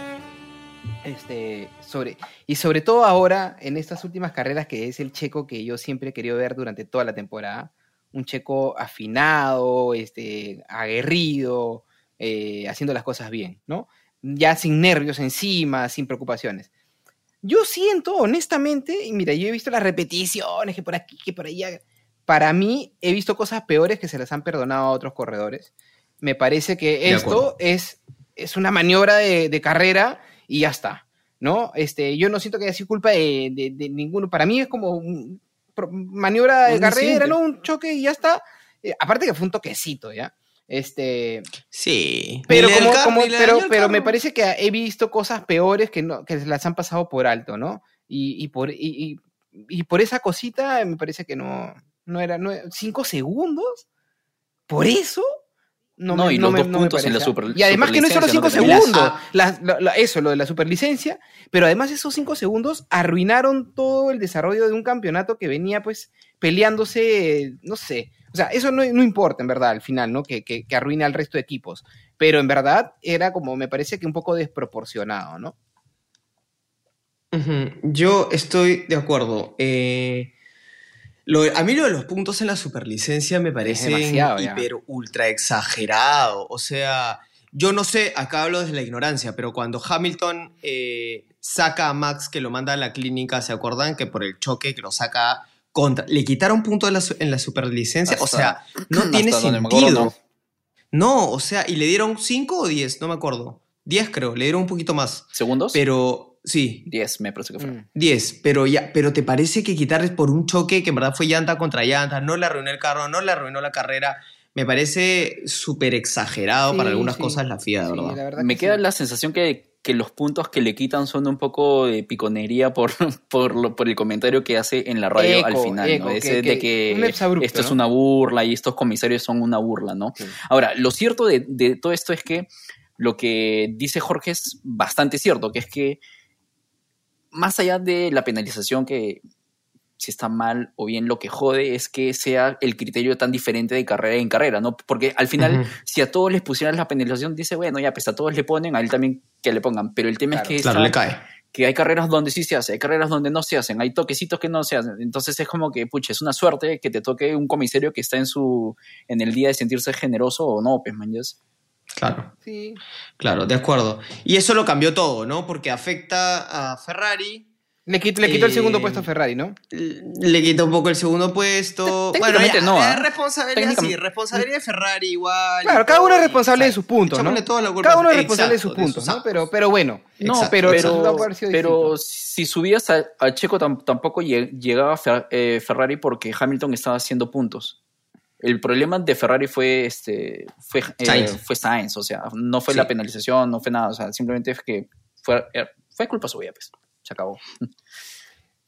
[SPEAKER 2] Este, sobre, y sobre todo ahora, en estas últimas carreras, que es el Checo que yo siempre he querido ver durante toda la temporada. Un Checo afinado, este, aguerrido, eh, haciendo las cosas bien, ¿no? Ya sin nervios encima, sin preocupaciones. Yo siento, honestamente, y mira, yo he visto las repeticiones, que por aquí, que por allá. Para mí, he visto cosas peores que se las han perdonado a otros corredores. Me parece que
[SPEAKER 3] De
[SPEAKER 2] esto
[SPEAKER 3] acuerdo.
[SPEAKER 2] es, es una maniobra de, de carrera y ya está, ¿no? Este, yo no siento que haya sido culpa de, de- de ninguno. Para mí es como un- pro- maniobra de
[SPEAKER 3] Un
[SPEAKER 2] carrera,
[SPEAKER 3] incidente.
[SPEAKER 2] ¿no? Un choque y ya está. Eh, aparte que fue un toquecito, ¿ya? Este,
[SPEAKER 3] Sí.
[SPEAKER 2] pero,
[SPEAKER 3] Ni le
[SPEAKER 2] como,
[SPEAKER 3] del car-
[SPEAKER 2] como-
[SPEAKER 3] ni le
[SPEAKER 2] pero,
[SPEAKER 3] dañó el
[SPEAKER 2] pero me
[SPEAKER 3] carro.
[SPEAKER 2] parece que he visto cosas peores que, no, que se las han pasado por alto, ¿no? Y, y por, y, y- y por esa cosita me parece que no, no era... No, ¿Cinco segundos? ¿Por eso?
[SPEAKER 1] No, y los dos
[SPEAKER 2] me
[SPEAKER 1] puntos en la
[SPEAKER 2] parece, ¿ah?
[SPEAKER 1] super-
[SPEAKER 2] Y además que no es solo cinco
[SPEAKER 1] superlicencia,
[SPEAKER 3] ¿no? Que
[SPEAKER 2] segundos.
[SPEAKER 3] también-
[SPEAKER 2] Las- la- la- eso, lo de la superlicencia. Pero además esos cinco segundos arruinaron todo el desarrollo de un campeonato que venía pues peleándose, eh, no sé. O sea, eso no, no importa en verdad al final, ¿no? Que, que, que arruina al resto de equipos. Pero en verdad era como, me parece que un poco desproporcionado, ¿no?
[SPEAKER 3] Ujú, Yo estoy de acuerdo. Eh, lo- a mí lo de los puntos en la superlicencia me parece
[SPEAKER 2] demasiado ya.
[SPEAKER 3] hiper ultra exagerado. O sea, yo no sé, acá hablo desde la ignorancia, pero cuando Hamilton eh, saca a Max que lo manda a la clínica, ¿se acuerdan? Que por el choque que lo saca contra. Le quitaron puntos en la, su- en la superlicencia. o
[SPEAKER 1] Hasta-
[SPEAKER 3] sea, no tiene
[SPEAKER 1] hasta donde me acuerdo,
[SPEAKER 3] sentido.
[SPEAKER 1] no.
[SPEAKER 3] No, o sea, y le dieron 5 o 10, no me acuerdo. 10 creo, le dieron un poquito más.
[SPEAKER 1] ¿Segundos?
[SPEAKER 3] Pero sí,
[SPEAKER 1] 10, me parece que fue.
[SPEAKER 3] 10, pero ya, pero te parece que quitarles por un choque que en verdad fue llanta contra llanta, no le arruinó el carro, no le arruinó la carrera, me parece súper exagerado
[SPEAKER 2] Sí,
[SPEAKER 3] para algunas
[SPEAKER 2] sí.
[SPEAKER 3] cosas la FIA, de
[SPEAKER 2] Sí,
[SPEAKER 3] verdad.
[SPEAKER 2] la verdad
[SPEAKER 1] Me
[SPEAKER 2] que
[SPEAKER 1] queda
[SPEAKER 2] sí.
[SPEAKER 1] la sensación que, que los puntos que le quitan son un poco de piconería por, por, lo- por el comentario que hace en la radio
[SPEAKER 2] Eco,
[SPEAKER 1] al final,
[SPEAKER 2] eco,
[SPEAKER 1] ¿no? Ese de
[SPEAKER 2] que- que-
[SPEAKER 1] que
[SPEAKER 2] un exabrupto,
[SPEAKER 1] esto es
[SPEAKER 2] ¿no?
[SPEAKER 1] una burla y estos comisarios son una burla, ¿no?
[SPEAKER 2] Sí.
[SPEAKER 1] Ahora, lo cierto de, de todo esto es que lo que dice Jorge es bastante cierto, que es que más allá de la penalización que si está mal o bien lo que jode es que sea el criterio tan diferente de carrera en carrera, ¿no? Porque al final,
[SPEAKER 3] Ujú.
[SPEAKER 1] si a todos les pusieran la penalización, dice, bueno, ya, pues a todos le ponen, a él también que le pongan. Pero el tema
[SPEAKER 2] Claro.
[SPEAKER 1] es que,
[SPEAKER 3] Claro,
[SPEAKER 1] esa-
[SPEAKER 3] le cae.
[SPEAKER 1] que hay carreras donde sí se hace, hay carreras donde no se hacen, hay toquecitos que no se hacen. Entonces es como que, pucha, es una suerte que te toque un comisario que está en su en el día de sentirse generoso o no, pues, man, ya es-
[SPEAKER 3] Claro.
[SPEAKER 2] Sí.
[SPEAKER 3] Claro, de acuerdo. Y eso lo cambió todo, ¿no? Porque afecta a Ferrari,
[SPEAKER 2] Le quitó, le quitó el segundo
[SPEAKER 3] Eh,
[SPEAKER 2] puesto a Ferrari, ¿no?
[SPEAKER 3] l- le quita un poco el segundo puesto.
[SPEAKER 1] Te-
[SPEAKER 3] bueno,
[SPEAKER 1] técnicamente
[SPEAKER 3] ya,
[SPEAKER 1] no,
[SPEAKER 3] eh,
[SPEAKER 1] ¿ah?
[SPEAKER 3] responsabilidad, sí,
[SPEAKER 1] Técnicamente-
[SPEAKER 3] responsabilidad de Ferrari igual. y
[SPEAKER 2] Claro, cada
[SPEAKER 3] todo,
[SPEAKER 2] uno es
[SPEAKER 3] y,
[SPEAKER 2] responsable
[SPEAKER 3] o
[SPEAKER 2] de
[SPEAKER 3] sea,
[SPEAKER 2] sus puntos, ¿no?
[SPEAKER 3] echémosle toda la culpa
[SPEAKER 2] Cada uno
[SPEAKER 3] a-
[SPEAKER 2] es responsable de sus
[SPEAKER 3] exacto,
[SPEAKER 2] puntos, ¿no?
[SPEAKER 3] actos.
[SPEAKER 2] Pero, pero bueno.
[SPEAKER 1] No,
[SPEAKER 3] Exacto,
[SPEAKER 1] pero,
[SPEAKER 2] exacto. Pudo haber sido
[SPEAKER 1] pero
[SPEAKER 2] distinto.
[SPEAKER 1] si subías a, a Checo tam- tampoco lle- llegaba Fer- eh, Ferrari porque Hamilton estaba haciendo puntos. El problema de Ferrari fue este fue, eh,
[SPEAKER 3] Sainz.
[SPEAKER 1] fue Sainz, o sea, no fue
[SPEAKER 3] Sí.
[SPEAKER 1] la penalización, no fue nada, o sea, simplemente es que fue, eh, fue culpa suya, pues. Se acabó.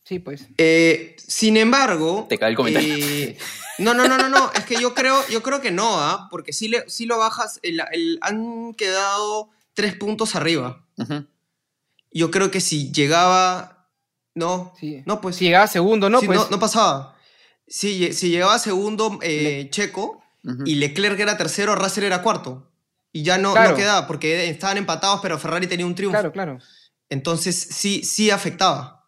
[SPEAKER 2] Sí, pues.
[SPEAKER 3] Eh, sin embargo.
[SPEAKER 1] Te cae el comentario.
[SPEAKER 3] eh, no, no, no, no, no. Es que yo creo, yo creo que no, ¿ah? Porque si, le, si lo bajas, el- el- han quedado tres puntos arriba.
[SPEAKER 1] Ujú.
[SPEAKER 3] Yo creo que si llegaba. No.
[SPEAKER 2] Sí.
[SPEAKER 3] No, pues.
[SPEAKER 2] Si llegaba segundo, no,
[SPEAKER 3] Sí,
[SPEAKER 2] pues.
[SPEAKER 3] no, no pasaba. Si, lle- si llegaba segundo eh, Checo
[SPEAKER 1] Ujú.
[SPEAKER 3] y Leclerc era tercero, Russell era cuarto. Y ya no, no
[SPEAKER 2] Claro.
[SPEAKER 3] quedaba, porque estaban empatados, pero Ferrari tenía un triunfo.
[SPEAKER 2] Claro, claro.
[SPEAKER 3] Entonces sí, sí afectaba.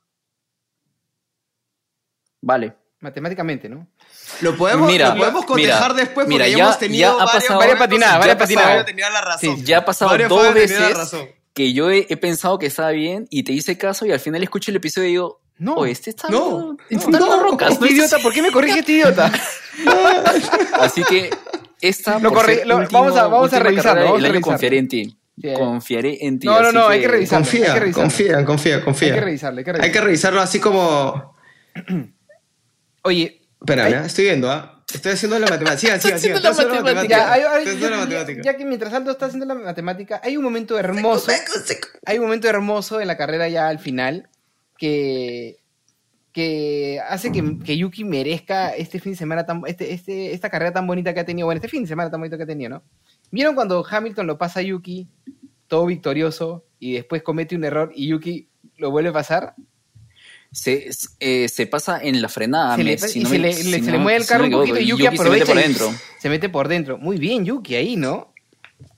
[SPEAKER 1] Vale.
[SPEAKER 2] Matemáticamente, ¿no?
[SPEAKER 3] Lo podemos,
[SPEAKER 1] Mira,
[SPEAKER 3] lo podemos cotejar
[SPEAKER 1] mira,
[SPEAKER 3] después
[SPEAKER 1] mira,
[SPEAKER 3] porque ya,
[SPEAKER 1] ya-
[SPEAKER 3] hemos tenido
[SPEAKER 1] ya ha
[SPEAKER 3] varios-
[SPEAKER 1] pasado-
[SPEAKER 2] varias patinadas,
[SPEAKER 3] cosas.
[SPEAKER 2] varias
[SPEAKER 3] Ya ha pasado,
[SPEAKER 2] patinadas.
[SPEAKER 3] tenía la razón.
[SPEAKER 1] Sí, ya ha pasado
[SPEAKER 3] Varios
[SPEAKER 1] dos
[SPEAKER 3] Fabio tenía la
[SPEAKER 1] veces.
[SPEAKER 3] razón.
[SPEAKER 1] Que yo he, he pensado que estaba bien y te hice caso y al final escucho el episodio y digo,
[SPEAKER 2] No.
[SPEAKER 1] "Oh, este está
[SPEAKER 3] no,
[SPEAKER 1] está dando rocas, ¿no?
[SPEAKER 2] Este idiota, ¿por qué me corrige este idiota?
[SPEAKER 1] Así que esta
[SPEAKER 2] Lo
[SPEAKER 1] por
[SPEAKER 2] corri-
[SPEAKER 1] ser
[SPEAKER 2] lo-
[SPEAKER 1] último-
[SPEAKER 2] vamos a- vamos a
[SPEAKER 1] última
[SPEAKER 2] revisarlo,
[SPEAKER 1] carrera
[SPEAKER 2] vamos
[SPEAKER 1] del
[SPEAKER 2] a
[SPEAKER 1] año
[SPEAKER 2] revisarlo.
[SPEAKER 1] confiaré en ti.
[SPEAKER 2] Sí.
[SPEAKER 1] Confiaré en ti.
[SPEAKER 2] No, no,
[SPEAKER 1] así
[SPEAKER 2] no, hay que revisar. Confía, Hay que revisarlo. confía,
[SPEAKER 3] confía, confía.
[SPEAKER 2] Hay que revisarlo, hay que revisarlo.
[SPEAKER 3] revisarlo así como.
[SPEAKER 2] Oye,
[SPEAKER 3] Espérame, estoy viendo, ¿ah? Estoy haciendo la matemática.
[SPEAKER 1] Estoy haciendo la matemática.
[SPEAKER 2] ya, hay- hay-
[SPEAKER 3] Estoy haciendo
[SPEAKER 2] ya-
[SPEAKER 3] la
[SPEAKER 2] ya-
[SPEAKER 3] matemática.
[SPEAKER 2] ya que mientras Aldo está haciendo la matemática, hay un momento hermoso. Hay un momento hermoso en la carrera ya al final que, que hace que, que Yuki merezca este fin de semana tan este, este, esta carrera tan bonita que ha tenido, bueno, este fin de semana tan bonito que ha tenido, ¿no? ¿Vieron cuando Hamilton lo pasa a Yuki, todo victorioso, y después comete un error y Yuki lo vuelve a pasar?
[SPEAKER 1] Se, eh, se pasa en la frenada.
[SPEAKER 2] Se
[SPEAKER 1] me-
[SPEAKER 2] le-
[SPEAKER 1] si
[SPEAKER 2] y
[SPEAKER 1] no
[SPEAKER 2] se
[SPEAKER 1] me-
[SPEAKER 2] le-
[SPEAKER 1] si
[SPEAKER 2] le-
[SPEAKER 1] no
[SPEAKER 2] se le
[SPEAKER 1] me-
[SPEAKER 2] mueve el
[SPEAKER 1] si no
[SPEAKER 2] carro
[SPEAKER 1] me
[SPEAKER 2] un poquito y
[SPEAKER 1] equivoco,
[SPEAKER 2] Yuki
[SPEAKER 1] se mete
[SPEAKER 2] aprovecha
[SPEAKER 1] por
[SPEAKER 2] y-
[SPEAKER 1] dentro.
[SPEAKER 2] Se mete por dentro. Muy bien, Yuki, ahí, ¿no?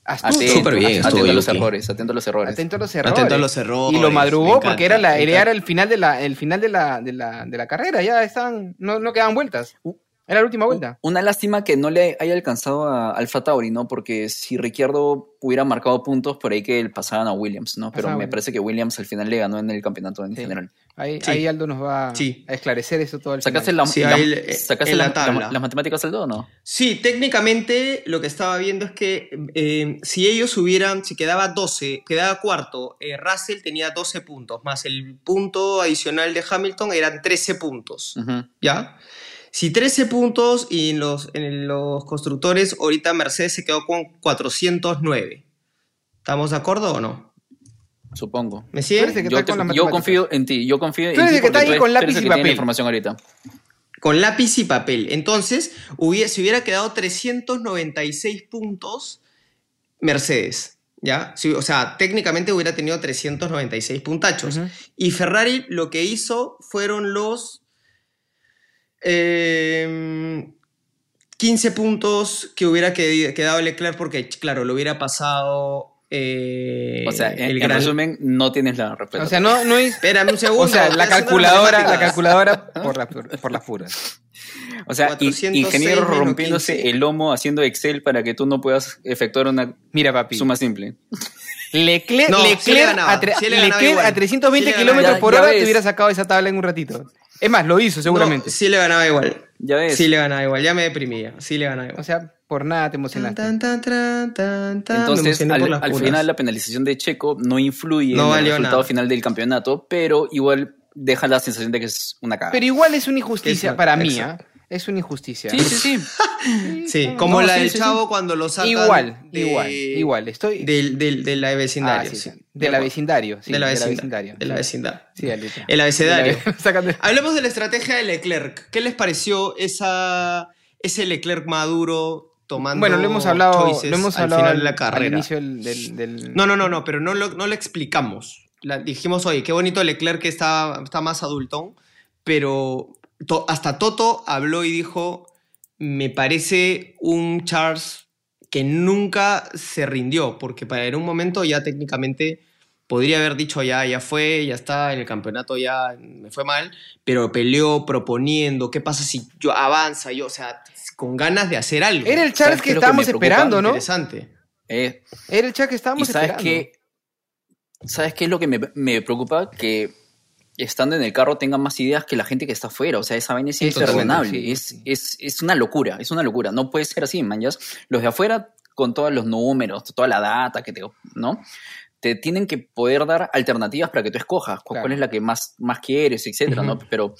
[SPEAKER 2] Astuto.
[SPEAKER 1] Atento,
[SPEAKER 3] Súper bien estuvo
[SPEAKER 1] atento a los
[SPEAKER 3] Yuki.
[SPEAKER 1] errores, atento a los errores.
[SPEAKER 2] Atento a los errores.
[SPEAKER 3] Atento a los errores.
[SPEAKER 2] Y lo
[SPEAKER 3] me
[SPEAKER 2] madrugó
[SPEAKER 3] encanta,
[SPEAKER 2] porque era, la,
[SPEAKER 3] me
[SPEAKER 2] era
[SPEAKER 3] encanta.
[SPEAKER 2] el final de la, el final de la, de la, de la carrera. Ya estaban, no, no quedaban vueltas.
[SPEAKER 1] Uh.
[SPEAKER 2] Era la última vuelta.
[SPEAKER 3] Uh.
[SPEAKER 1] Una lástima que no le haya alcanzado a Alfa Tauri, ¿no? Porque si Ricciardo hubiera marcado puntos, por ahí que le pasaban a Williams, ¿no? Pero
[SPEAKER 2] Pasaba a
[SPEAKER 1] me
[SPEAKER 2] Williams.
[SPEAKER 1] parece que Williams al final le ganó en el campeonato en
[SPEAKER 2] Sí.
[SPEAKER 1] general.
[SPEAKER 2] Ahí,
[SPEAKER 3] Sí.
[SPEAKER 2] ahí Aldo nos va
[SPEAKER 3] Sí.
[SPEAKER 2] a esclarecer eso todo el
[SPEAKER 1] ¿Sacaste,
[SPEAKER 2] final.
[SPEAKER 1] la,
[SPEAKER 3] Sí,
[SPEAKER 1] la-
[SPEAKER 3] ahí
[SPEAKER 2] eh,
[SPEAKER 3] le-
[SPEAKER 1] sacaste
[SPEAKER 3] en la
[SPEAKER 1] la-
[SPEAKER 3] tabla.
[SPEAKER 1] la- las matemáticas al do o no?
[SPEAKER 3] Sí, técnicamente lo que estaba viendo es que eh, si ellos hubieran, si quedaba 12, quedaba cuarto, eh, Russell tenía 12 puntos, más el punto adicional de Hamilton eran 13 puntos,
[SPEAKER 1] Ujú.
[SPEAKER 3] ¿ya? Si 13 puntos y en los, en los constructores, ahorita Mercedes se quedó con 409. ¿Estamos de acuerdo o no?
[SPEAKER 1] Supongo.
[SPEAKER 3] ¿Me
[SPEAKER 2] Tú eres el
[SPEAKER 3] siguen?
[SPEAKER 2] que
[SPEAKER 1] Yo,
[SPEAKER 2] está
[SPEAKER 1] te-
[SPEAKER 2] con las
[SPEAKER 1] yo
[SPEAKER 2] matemáticas.
[SPEAKER 1] confío en ti, yo confío en ti.
[SPEAKER 2] eres el que
[SPEAKER 1] porque
[SPEAKER 2] está ahí
[SPEAKER 1] eres- eres
[SPEAKER 2] con
[SPEAKER 1] el
[SPEAKER 2] lápiz
[SPEAKER 1] que
[SPEAKER 2] y
[SPEAKER 1] tiene la
[SPEAKER 2] papel.
[SPEAKER 1] información ahorita.
[SPEAKER 3] Con lápiz y papel. Entonces, hubie- se hubiera quedado 396 puntos Mercedes. ¿Ya? Sí, o sea, técnicamente hubiera tenido 396 puntachos.
[SPEAKER 2] Ujú.
[SPEAKER 3] Y Ferrari lo que hizo fueron los em, 15 puntos que hubiera quedi- quedado Leclerc porque, claro, lo hubiera pasado eh,
[SPEAKER 1] o sea, en,
[SPEAKER 3] el
[SPEAKER 1] en
[SPEAKER 3] gran...
[SPEAKER 1] resumen, no tienes la respuesta.
[SPEAKER 2] O sea, no, no es.
[SPEAKER 3] Espérame un segundo.
[SPEAKER 2] O sea,
[SPEAKER 3] estoy
[SPEAKER 2] la
[SPEAKER 3] haciendo
[SPEAKER 2] calculadora, la
[SPEAKER 3] matemáticas.
[SPEAKER 2] calculadora por, la, por las puras.
[SPEAKER 1] O sea, y-
[SPEAKER 3] 406
[SPEAKER 1] ingeniero
[SPEAKER 3] menos
[SPEAKER 1] rompiéndose
[SPEAKER 3] 15.
[SPEAKER 1] el lomo haciendo Excel para que tú no puedas efectuar una
[SPEAKER 2] Mira, papi.
[SPEAKER 1] suma simple.
[SPEAKER 2] Leclerc,
[SPEAKER 3] No, sí le
[SPEAKER 2] Leclerc,
[SPEAKER 3] ganaba,
[SPEAKER 2] a, tre-
[SPEAKER 3] sí le ganaba
[SPEAKER 2] Leclerc
[SPEAKER 3] igual.
[SPEAKER 2] a 320
[SPEAKER 3] Sí le ganaba
[SPEAKER 2] kilómetros
[SPEAKER 1] igual.
[SPEAKER 2] por
[SPEAKER 1] Ya
[SPEAKER 2] hora
[SPEAKER 1] ves.
[SPEAKER 2] te hubiera sacado esa tabla en un ratito. Es más, lo hizo seguramente.
[SPEAKER 3] No, sí le ganaba igual.
[SPEAKER 1] Ya
[SPEAKER 2] Pues
[SPEAKER 1] ves.
[SPEAKER 3] Sí le ganaba igual, ya me deprimía. Sí le ganaba
[SPEAKER 2] O
[SPEAKER 3] igual.
[SPEAKER 2] sea, por nada te emocionaste.
[SPEAKER 3] Tan, tan, tan, tan, tan. Me
[SPEAKER 1] Entonces,
[SPEAKER 3] emocioné por
[SPEAKER 1] al,
[SPEAKER 3] las
[SPEAKER 1] al
[SPEAKER 3] puras.
[SPEAKER 1] final la penalización de Checo no influye
[SPEAKER 3] No
[SPEAKER 1] en el
[SPEAKER 3] valió
[SPEAKER 1] resultado
[SPEAKER 3] nada.
[SPEAKER 1] final del campeonato, pero igual deja la sensación de que es una cagada.
[SPEAKER 2] Pero igual es una
[SPEAKER 3] Es
[SPEAKER 2] injusticia
[SPEAKER 3] una-
[SPEAKER 2] para mí,
[SPEAKER 3] exacto.
[SPEAKER 2] ¿ah? es una injusticia.
[SPEAKER 1] Sí, sí, sí.
[SPEAKER 3] Sí, como
[SPEAKER 2] No,
[SPEAKER 3] la
[SPEAKER 2] sí,
[SPEAKER 3] del
[SPEAKER 2] sí, sí.
[SPEAKER 3] chavo cuando lo sacan.
[SPEAKER 2] Igual,
[SPEAKER 3] de-
[SPEAKER 2] igual, igual. Estoy.
[SPEAKER 3] Del, del, del
[SPEAKER 2] Ah,
[SPEAKER 3] vecindario.
[SPEAKER 2] sí,
[SPEAKER 3] sí.
[SPEAKER 2] sí. De la vecindario. sí,
[SPEAKER 3] de la
[SPEAKER 2] vecindario.
[SPEAKER 3] vecindario. De la vecindario.
[SPEAKER 2] Sí, Alexa.
[SPEAKER 3] El abecedario.
[SPEAKER 2] De la- sacando-
[SPEAKER 3] Hablemos de la estrategia de Leclerc. ¿Qué les pareció esa, ese Leclerc maduro tomando
[SPEAKER 2] Bueno, lo hemos hablado,
[SPEAKER 3] choices
[SPEAKER 2] lo hemos
[SPEAKER 3] al
[SPEAKER 2] hablado
[SPEAKER 3] final de la
[SPEAKER 2] al-
[SPEAKER 3] carrera?
[SPEAKER 2] al inicio del, del- del-
[SPEAKER 3] No, no, no, no, pero no lo, no lo explicamos. La- dijimos, oye, qué bonito Leclerc que está, está más adultón, pero to- hasta Toto habló y dijo, me parece un Charles que nunca se rindió, porque para en un momento ya técnicamente podría haber dicho, ya, ya fue, ya está, en el campeonato ya me fue mal, pero peleó proponiendo, ¿qué pasa si yo avanza? Yo, o sea, con ganas de hacer algo.
[SPEAKER 2] Era el
[SPEAKER 1] ¿Sabes
[SPEAKER 2] Charles
[SPEAKER 1] qué
[SPEAKER 2] que
[SPEAKER 1] es lo que me
[SPEAKER 2] estábamos
[SPEAKER 1] preocupa?
[SPEAKER 2] esperando, ¿no?
[SPEAKER 3] Interesante.
[SPEAKER 1] Eh,
[SPEAKER 2] Era el Charles
[SPEAKER 1] Y
[SPEAKER 2] que estábamos
[SPEAKER 1] sabes
[SPEAKER 2] esperando.
[SPEAKER 1] qué, sabes qué es lo que me, me preocupa que estando en el carro tengan más ideas que la gente que está afuera. O sea, esa vaina es
[SPEAKER 3] Sí, totalmente,
[SPEAKER 1] imperdonable.
[SPEAKER 2] sí,
[SPEAKER 1] es,
[SPEAKER 2] sí.
[SPEAKER 1] es, es una locura, es una locura. No puede ser así, man. ya. Los de afuera, con todos los números, toda la data que te, ¿no? Te tienen que poder dar alternativas para que tú escojas cu-
[SPEAKER 2] Claro.
[SPEAKER 1] cuál es la que más, más quieres, etcétera, ¿no?
[SPEAKER 3] Ujú.
[SPEAKER 1] Pero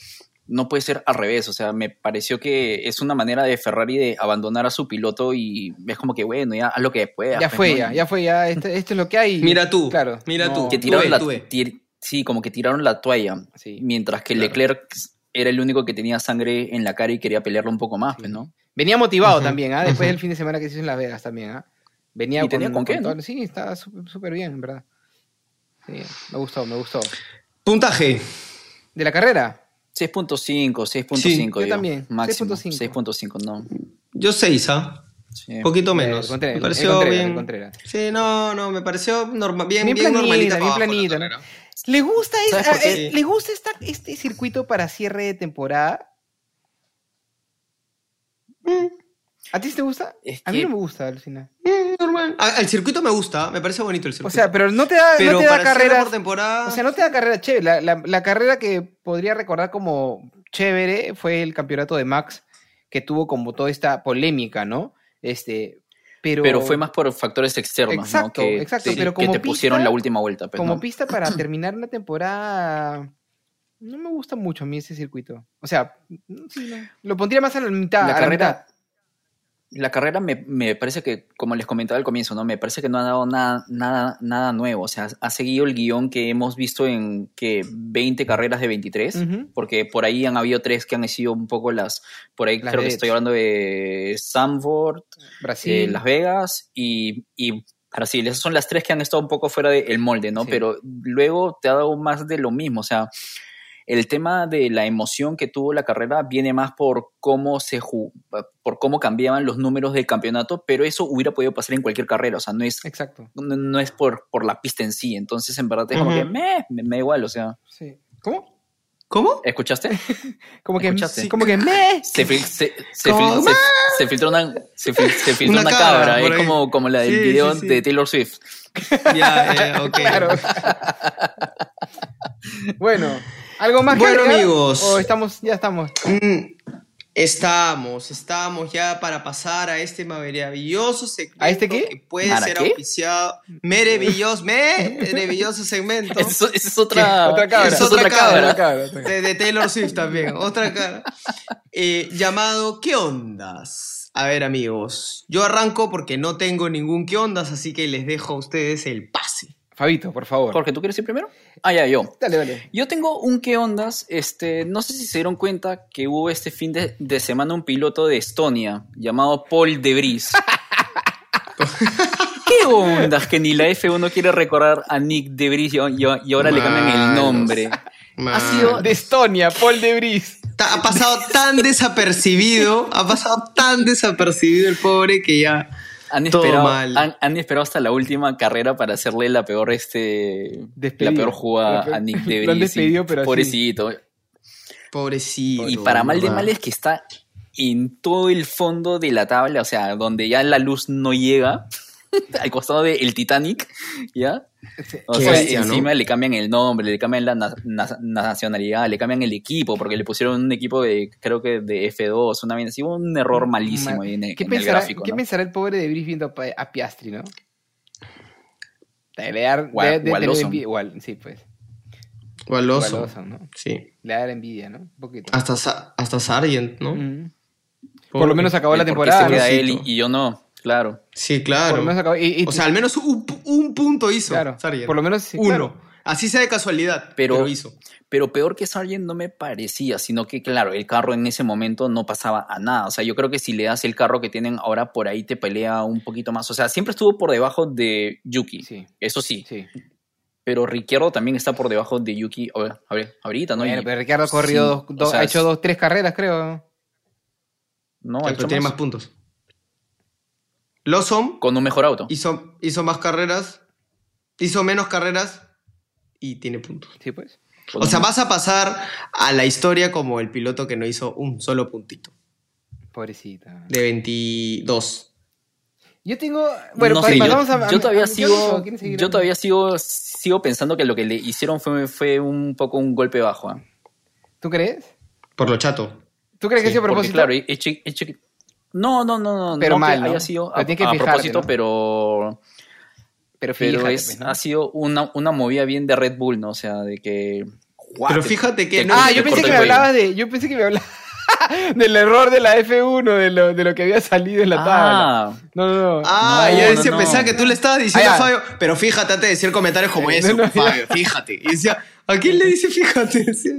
[SPEAKER 1] no puede ser al revés. O sea, me pareció que es una manera de Ferrari de abandonar a su piloto y es como que, bueno, ya haz lo que puedas.
[SPEAKER 2] Ya
[SPEAKER 1] pues,
[SPEAKER 2] fue,
[SPEAKER 1] ¿no?
[SPEAKER 2] ya, ya fue, ya. Este- Esto, es lo que hay.
[SPEAKER 3] Mira tú,
[SPEAKER 2] Claro.
[SPEAKER 3] mira tú.
[SPEAKER 1] que
[SPEAKER 3] Tuve,
[SPEAKER 1] tiraron la
[SPEAKER 3] tuve.
[SPEAKER 1] tir- sí como que tiraron la toalla
[SPEAKER 2] Sí.
[SPEAKER 1] mientras que
[SPEAKER 3] Claro.
[SPEAKER 1] Leclerc era el único que tenía sangre en la cara y quería pelearlo un poco más pues, no
[SPEAKER 2] Venía motivado
[SPEAKER 3] Ujú,
[SPEAKER 2] también, ¿ah? Después
[SPEAKER 3] ujú.
[SPEAKER 2] del fin de semana que se hizo en Las Vegas también, ¿ah? Venía
[SPEAKER 1] Y tenía con qué,
[SPEAKER 2] todo-
[SPEAKER 1] ¿no?
[SPEAKER 2] Sí, estaba súper súper bien, en verdad. Sí, me gustó, me gustó.
[SPEAKER 3] Puntaje.
[SPEAKER 2] ¿De la carrera?
[SPEAKER 1] 6.5 6.5
[SPEAKER 3] Sí,
[SPEAKER 2] yo
[SPEAKER 1] digo,
[SPEAKER 2] también,
[SPEAKER 1] máximo
[SPEAKER 2] 6.5.
[SPEAKER 1] 6.5 no
[SPEAKER 3] Yo seis, ¿ah?
[SPEAKER 1] sí.
[SPEAKER 3] Un poquito
[SPEAKER 2] El
[SPEAKER 3] menos.
[SPEAKER 2] Contreras,
[SPEAKER 3] Me
[SPEAKER 2] el
[SPEAKER 3] pareció
[SPEAKER 2] Contreras, el
[SPEAKER 3] bien.
[SPEAKER 2] Contreras.
[SPEAKER 3] Sí, no, no, me pareció norma- bien,
[SPEAKER 2] Bien
[SPEAKER 3] bien,
[SPEAKER 2] planita,
[SPEAKER 3] normalita.
[SPEAKER 2] bien
[SPEAKER 3] para abajo la
[SPEAKER 2] planita, ¿no?
[SPEAKER 3] carrera.
[SPEAKER 2] ¿Le gusta, es-
[SPEAKER 1] ¿Sabes por
[SPEAKER 2] ah,
[SPEAKER 3] qué?
[SPEAKER 2] eh, ¿le gusta esta- este circuito para cierre de temporada? ¿A ti sí te gusta?
[SPEAKER 1] Es
[SPEAKER 2] A mí
[SPEAKER 1] que-
[SPEAKER 2] no me gusta, Alucina.
[SPEAKER 3] Mm, normal. Ah, el circuito me gusta, me parece bonito el circuito.
[SPEAKER 2] O sea, pero no te da,
[SPEAKER 3] pero
[SPEAKER 2] no te da
[SPEAKER 3] para cierre
[SPEAKER 2] carreras.
[SPEAKER 3] por temporada.
[SPEAKER 2] O sea, no te da carrera chévere. La, la- la carrera que podría recordar como chévere fue el campeonato de Max, que tuvo como toda esta polémica, ¿no? Este, pero,
[SPEAKER 1] pero fue más por factores externos ¿no?
[SPEAKER 2] Exacto,
[SPEAKER 1] que,
[SPEAKER 2] exacto,
[SPEAKER 1] te,
[SPEAKER 2] pero
[SPEAKER 1] que
[SPEAKER 2] como
[SPEAKER 1] te pusieron
[SPEAKER 2] pista-
[SPEAKER 1] la última vuelta pues,
[SPEAKER 2] como
[SPEAKER 1] ¿no?
[SPEAKER 2] pista para terminar una temporada. No me gusta mucho a mí ese circuito. O sea, no, sí, no. lo pondría más a la mitad.
[SPEAKER 1] la
[SPEAKER 2] a la
[SPEAKER 1] carrera
[SPEAKER 2] mitad.
[SPEAKER 1] la carrera me, me parece que, como les comentaba al comienzo, ¿no? Me parece que no ha dado nada, nada, nada nuevo. O sea, ha seguido el guión que hemos visto en que 20 carreras de 23.
[SPEAKER 2] Ujú.
[SPEAKER 1] porque por ahí han habido tres que han sido un poco las, por ahí
[SPEAKER 2] Las
[SPEAKER 1] creo que
[SPEAKER 2] vedettes.
[SPEAKER 1] estoy hablando de Sanford,
[SPEAKER 2] Brasil.
[SPEAKER 1] eh, Las Vegas y, y Brasil. Esas son las tres que han estado un poco fuera del molde, ¿no?
[SPEAKER 2] Sí.
[SPEAKER 1] Pero luego te ha dado más de lo mismo, o sea, el tema de la emoción que tuvo la carrera viene más por cómo se ju- por cómo cambiaban los números del campeonato, pero eso hubiera podido pasar en cualquier carrera, o sea, no es
[SPEAKER 2] Exacto.
[SPEAKER 1] no, no es por, por la pista en sí, entonces en verdad es como
[SPEAKER 3] Ujú.
[SPEAKER 1] que meh, me, me da igual, o sea,
[SPEAKER 2] Sí. ¿Cómo?
[SPEAKER 3] ¿Cómo?
[SPEAKER 1] ¿escuchaste?
[SPEAKER 2] Como que,
[SPEAKER 1] ¿Escuchaste?
[SPEAKER 2] como que me.
[SPEAKER 1] se, fil- se, se,
[SPEAKER 3] Como,
[SPEAKER 1] fil-
[SPEAKER 3] "Mamá".
[SPEAKER 1] se- se filtró una, se fil- se filtró
[SPEAKER 3] Una
[SPEAKER 1] una
[SPEAKER 3] cabra,
[SPEAKER 1] cabra,
[SPEAKER 3] por
[SPEAKER 1] es
[SPEAKER 3] ahí.
[SPEAKER 1] como, como la del
[SPEAKER 3] Sí,
[SPEAKER 1] video
[SPEAKER 3] sí, sí.
[SPEAKER 1] de Taylor Swift.
[SPEAKER 3] Ya, ya, ok.
[SPEAKER 2] Claro. bueno, ¿algo más que
[SPEAKER 3] Bueno,
[SPEAKER 2] agregar?
[SPEAKER 3] amigos.
[SPEAKER 2] O estamos, ya estamos.
[SPEAKER 3] Mm, Estamos, estamos ya para pasar a este maravilloso segmento
[SPEAKER 2] ¿A este qué?
[SPEAKER 3] que puede
[SPEAKER 1] ¿Mara
[SPEAKER 3] ser
[SPEAKER 1] qué?
[SPEAKER 3] auspiciado. Maravilloso, maravilloso segmento.
[SPEAKER 1] Esa es, esa es otra,
[SPEAKER 2] Otra cabra.
[SPEAKER 1] esa es otra
[SPEAKER 2] Otra
[SPEAKER 1] cabra.
[SPEAKER 2] cabra, otra cabra.
[SPEAKER 3] De, de Taylor Swift también, otra cara. Eh, llamado ¿Qué ondas? A ver, amigos, yo arranco porque no tengo ningún ¿Qué ondas? Así que les dejo a ustedes el pase.
[SPEAKER 2] Fabito, por favor.
[SPEAKER 1] Jorge, ¿tú quieres ir primero? Ah, ya, yo.
[SPEAKER 2] Dale, dale.
[SPEAKER 1] Yo tengo un qué ondas, este, no sé si se dieron cuenta que hubo este fin de, de semana un piloto de Estonia llamado Paul De Vries. ¿Qué ondas que ni la F1 quiere recordar a Nick De Vries y, y- y ahora le cambian el
[SPEAKER 3] Malos.
[SPEAKER 1] nombre? Ha sido
[SPEAKER 2] De Estonia, Paul de Bris.
[SPEAKER 3] Ta- ha pasado tan desapercibido, ha pasado tan desapercibido el pobre que ya.
[SPEAKER 1] Han
[SPEAKER 3] Todo
[SPEAKER 1] esperado,
[SPEAKER 3] mal.
[SPEAKER 1] han, han esperado hasta la última carrera para hacerle la peor este
[SPEAKER 2] Despedida.
[SPEAKER 1] la peor jugada
[SPEAKER 2] La peor-
[SPEAKER 1] a Nick de
[SPEAKER 2] lo
[SPEAKER 1] Vries,
[SPEAKER 2] han
[SPEAKER 1] y
[SPEAKER 2] despedido, pero así.
[SPEAKER 1] pobrecito.
[SPEAKER 3] Pobrecito. Ah,
[SPEAKER 1] Y para mal de
[SPEAKER 3] ¿verdad?
[SPEAKER 1] mal es que está en todo el fondo de la tabla, o sea, donde ya la luz no llega, al costado del Titanic, ¿ya? O
[SPEAKER 3] Qué
[SPEAKER 1] sea,
[SPEAKER 3] bestia, ¿no?
[SPEAKER 1] encima le cambian el nombre, le cambian la na- na- nacionalidad, le cambian el equipo, porque le pusieron un equipo de, creo que de F2, una vaina así, un error malísimo
[SPEAKER 2] Ma-
[SPEAKER 1] ahí en, el-
[SPEAKER 2] ¿Qué,
[SPEAKER 1] en el
[SPEAKER 2] pensará,
[SPEAKER 1] gráfico.
[SPEAKER 2] ¿qué
[SPEAKER 1] ¿no?
[SPEAKER 2] pensará el pobre de Bris viendo pa- a Piastri, no? Le dar,
[SPEAKER 1] Gua-
[SPEAKER 2] le- le- le-
[SPEAKER 1] gualoso.
[SPEAKER 2] envidia- gual- sí, pues.
[SPEAKER 3] Gualoso.
[SPEAKER 2] Gualoso, ¿no?
[SPEAKER 3] Sí.
[SPEAKER 2] Le da la envidia, ¿no? Un poquito.
[SPEAKER 3] Hasta, Sa- hasta Sargent, ¿no?
[SPEAKER 2] Mm. Por lo menos acabó la
[SPEAKER 1] Porque
[SPEAKER 2] temporada.
[SPEAKER 1] se
[SPEAKER 2] ¿no?
[SPEAKER 1] queda él
[SPEAKER 3] Pobrecito.
[SPEAKER 1] y, y yo no, claro.
[SPEAKER 3] Sí,
[SPEAKER 2] Por
[SPEAKER 3] claro.
[SPEAKER 2] lo menos acabó. Y, y-
[SPEAKER 3] O sea, al menos un, un punto hizo.
[SPEAKER 2] claro,
[SPEAKER 3] Sargent.
[SPEAKER 2] por lo menos sí,
[SPEAKER 3] uno.
[SPEAKER 2] claro.
[SPEAKER 3] Así sea de casualidad,
[SPEAKER 1] Pero-
[SPEAKER 3] pero, hizo.
[SPEAKER 1] Pero peor que Sargent no me parecía, sino que, claro, el carro en ese momento no pasaba a nada. O sea, yo creo que si le das el carro que tienen ahora por ahí te pelea un poquito más. O sea, siempre estuvo por debajo de Yuki.
[SPEAKER 2] Sí,
[SPEAKER 1] Eso sí.
[SPEAKER 2] sí.
[SPEAKER 1] Pero Ricciardo también está por debajo de Yuki. A ver, a ver, ahorita, ¿no?
[SPEAKER 2] Bueno,
[SPEAKER 1] Y-
[SPEAKER 2] pero Ricardo ha corrido
[SPEAKER 1] sí,
[SPEAKER 2] dos,
[SPEAKER 1] o
[SPEAKER 2] dos-
[SPEAKER 1] sea,
[SPEAKER 2] ha
[SPEAKER 1] es-
[SPEAKER 2] hecho dos, tres carreras, creo.
[SPEAKER 1] No, ha
[SPEAKER 3] Claro,
[SPEAKER 1] hecho
[SPEAKER 3] pero tiene
[SPEAKER 1] más.
[SPEAKER 3] más puntos. Lawson
[SPEAKER 1] Con un mejor auto.
[SPEAKER 3] hizo, hizo más carreras, hizo menos carreras y tiene puntos.
[SPEAKER 2] Sí, pues.
[SPEAKER 1] Con
[SPEAKER 3] O sea,
[SPEAKER 1] un-
[SPEAKER 3] vas a pasar a la historia como el piloto que no hizo un solo puntito.
[SPEAKER 2] Pobrecita.
[SPEAKER 3] De 22.
[SPEAKER 2] Yo tengo. Bueno,
[SPEAKER 1] No
[SPEAKER 2] pa-
[SPEAKER 1] sé, yo,
[SPEAKER 2] pasamos a- a-
[SPEAKER 1] yo todavía
[SPEAKER 2] a-
[SPEAKER 1] sigo,
[SPEAKER 2] ¿quién seguirá?
[SPEAKER 1] yo todavía sigo, sigo pensando que lo que le hicieron fue, fue un poco un golpe bajo. ¿ah?
[SPEAKER 2] ¿Tú crees?
[SPEAKER 3] Por lo chato.
[SPEAKER 2] ¿Tú crees que
[SPEAKER 1] Sí,
[SPEAKER 2] es a
[SPEAKER 1] porque,
[SPEAKER 2] propósito?
[SPEAKER 1] claro, he hecho- he hecho que- no, no, no, no.
[SPEAKER 2] Pero
[SPEAKER 1] no que
[SPEAKER 2] mal, ¿no?
[SPEAKER 1] haya sido a,
[SPEAKER 2] Pero tienes que
[SPEAKER 1] a
[SPEAKER 2] fijarte,
[SPEAKER 1] propósito,
[SPEAKER 2] ¿no?
[SPEAKER 1] pero,
[SPEAKER 2] pero
[SPEAKER 1] pero
[SPEAKER 2] fíjate,
[SPEAKER 1] es,
[SPEAKER 2] pues, ¿no?
[SPEAKER 1] ha sido una, una movida bien de Red Bull, ¿no? O sea, de que. ¡guau!
[SPEAKER 3] Pero
[SPEAKER 1] te-
[SPEAKER 3] fíjate que
[SPEAKER 1] te-
[SPEAKER 3] no-
[SPEAKER 2] Ah,
[SPEAKER 1] te
[SPEAKER 2] yo pensé
[SPEAKER 1] corta el
[SPEAKER 2] que me
[SPEAKER 1] cuello.
[SPEAKER 2] hablabas de. Yo pensé que me hablabas del error de la F1, de lo, de lo que había salido en la tabla.
[SPEAKER 1] Ah,
[SPEAKER 2] No, no, no.
[SPEAKER 3] Ah,
[SPEAKER 1] No,
[SPEAKER 3] yo
[SPEAKER 1] no,
[SPEAKER 3] decía-
[SPEAKER 1] no.
[SPEAKER 3] pensaba que tú le estabas diciendo
[SPEAKER 2] Ah,
[SPEAKER 3] a
[SPEAKER 2] ya.
[SPEAKER 3] Fabio, pero fíjate antes de decir comentarios como
[SPEAKER 2] No,
[SPEAKER 3] eso,
[SPEAKER 2] no, ya.
[SPEAKER 3] Fabio, fíjate. Y decía, ¿a quién le dice fíjate? Decía,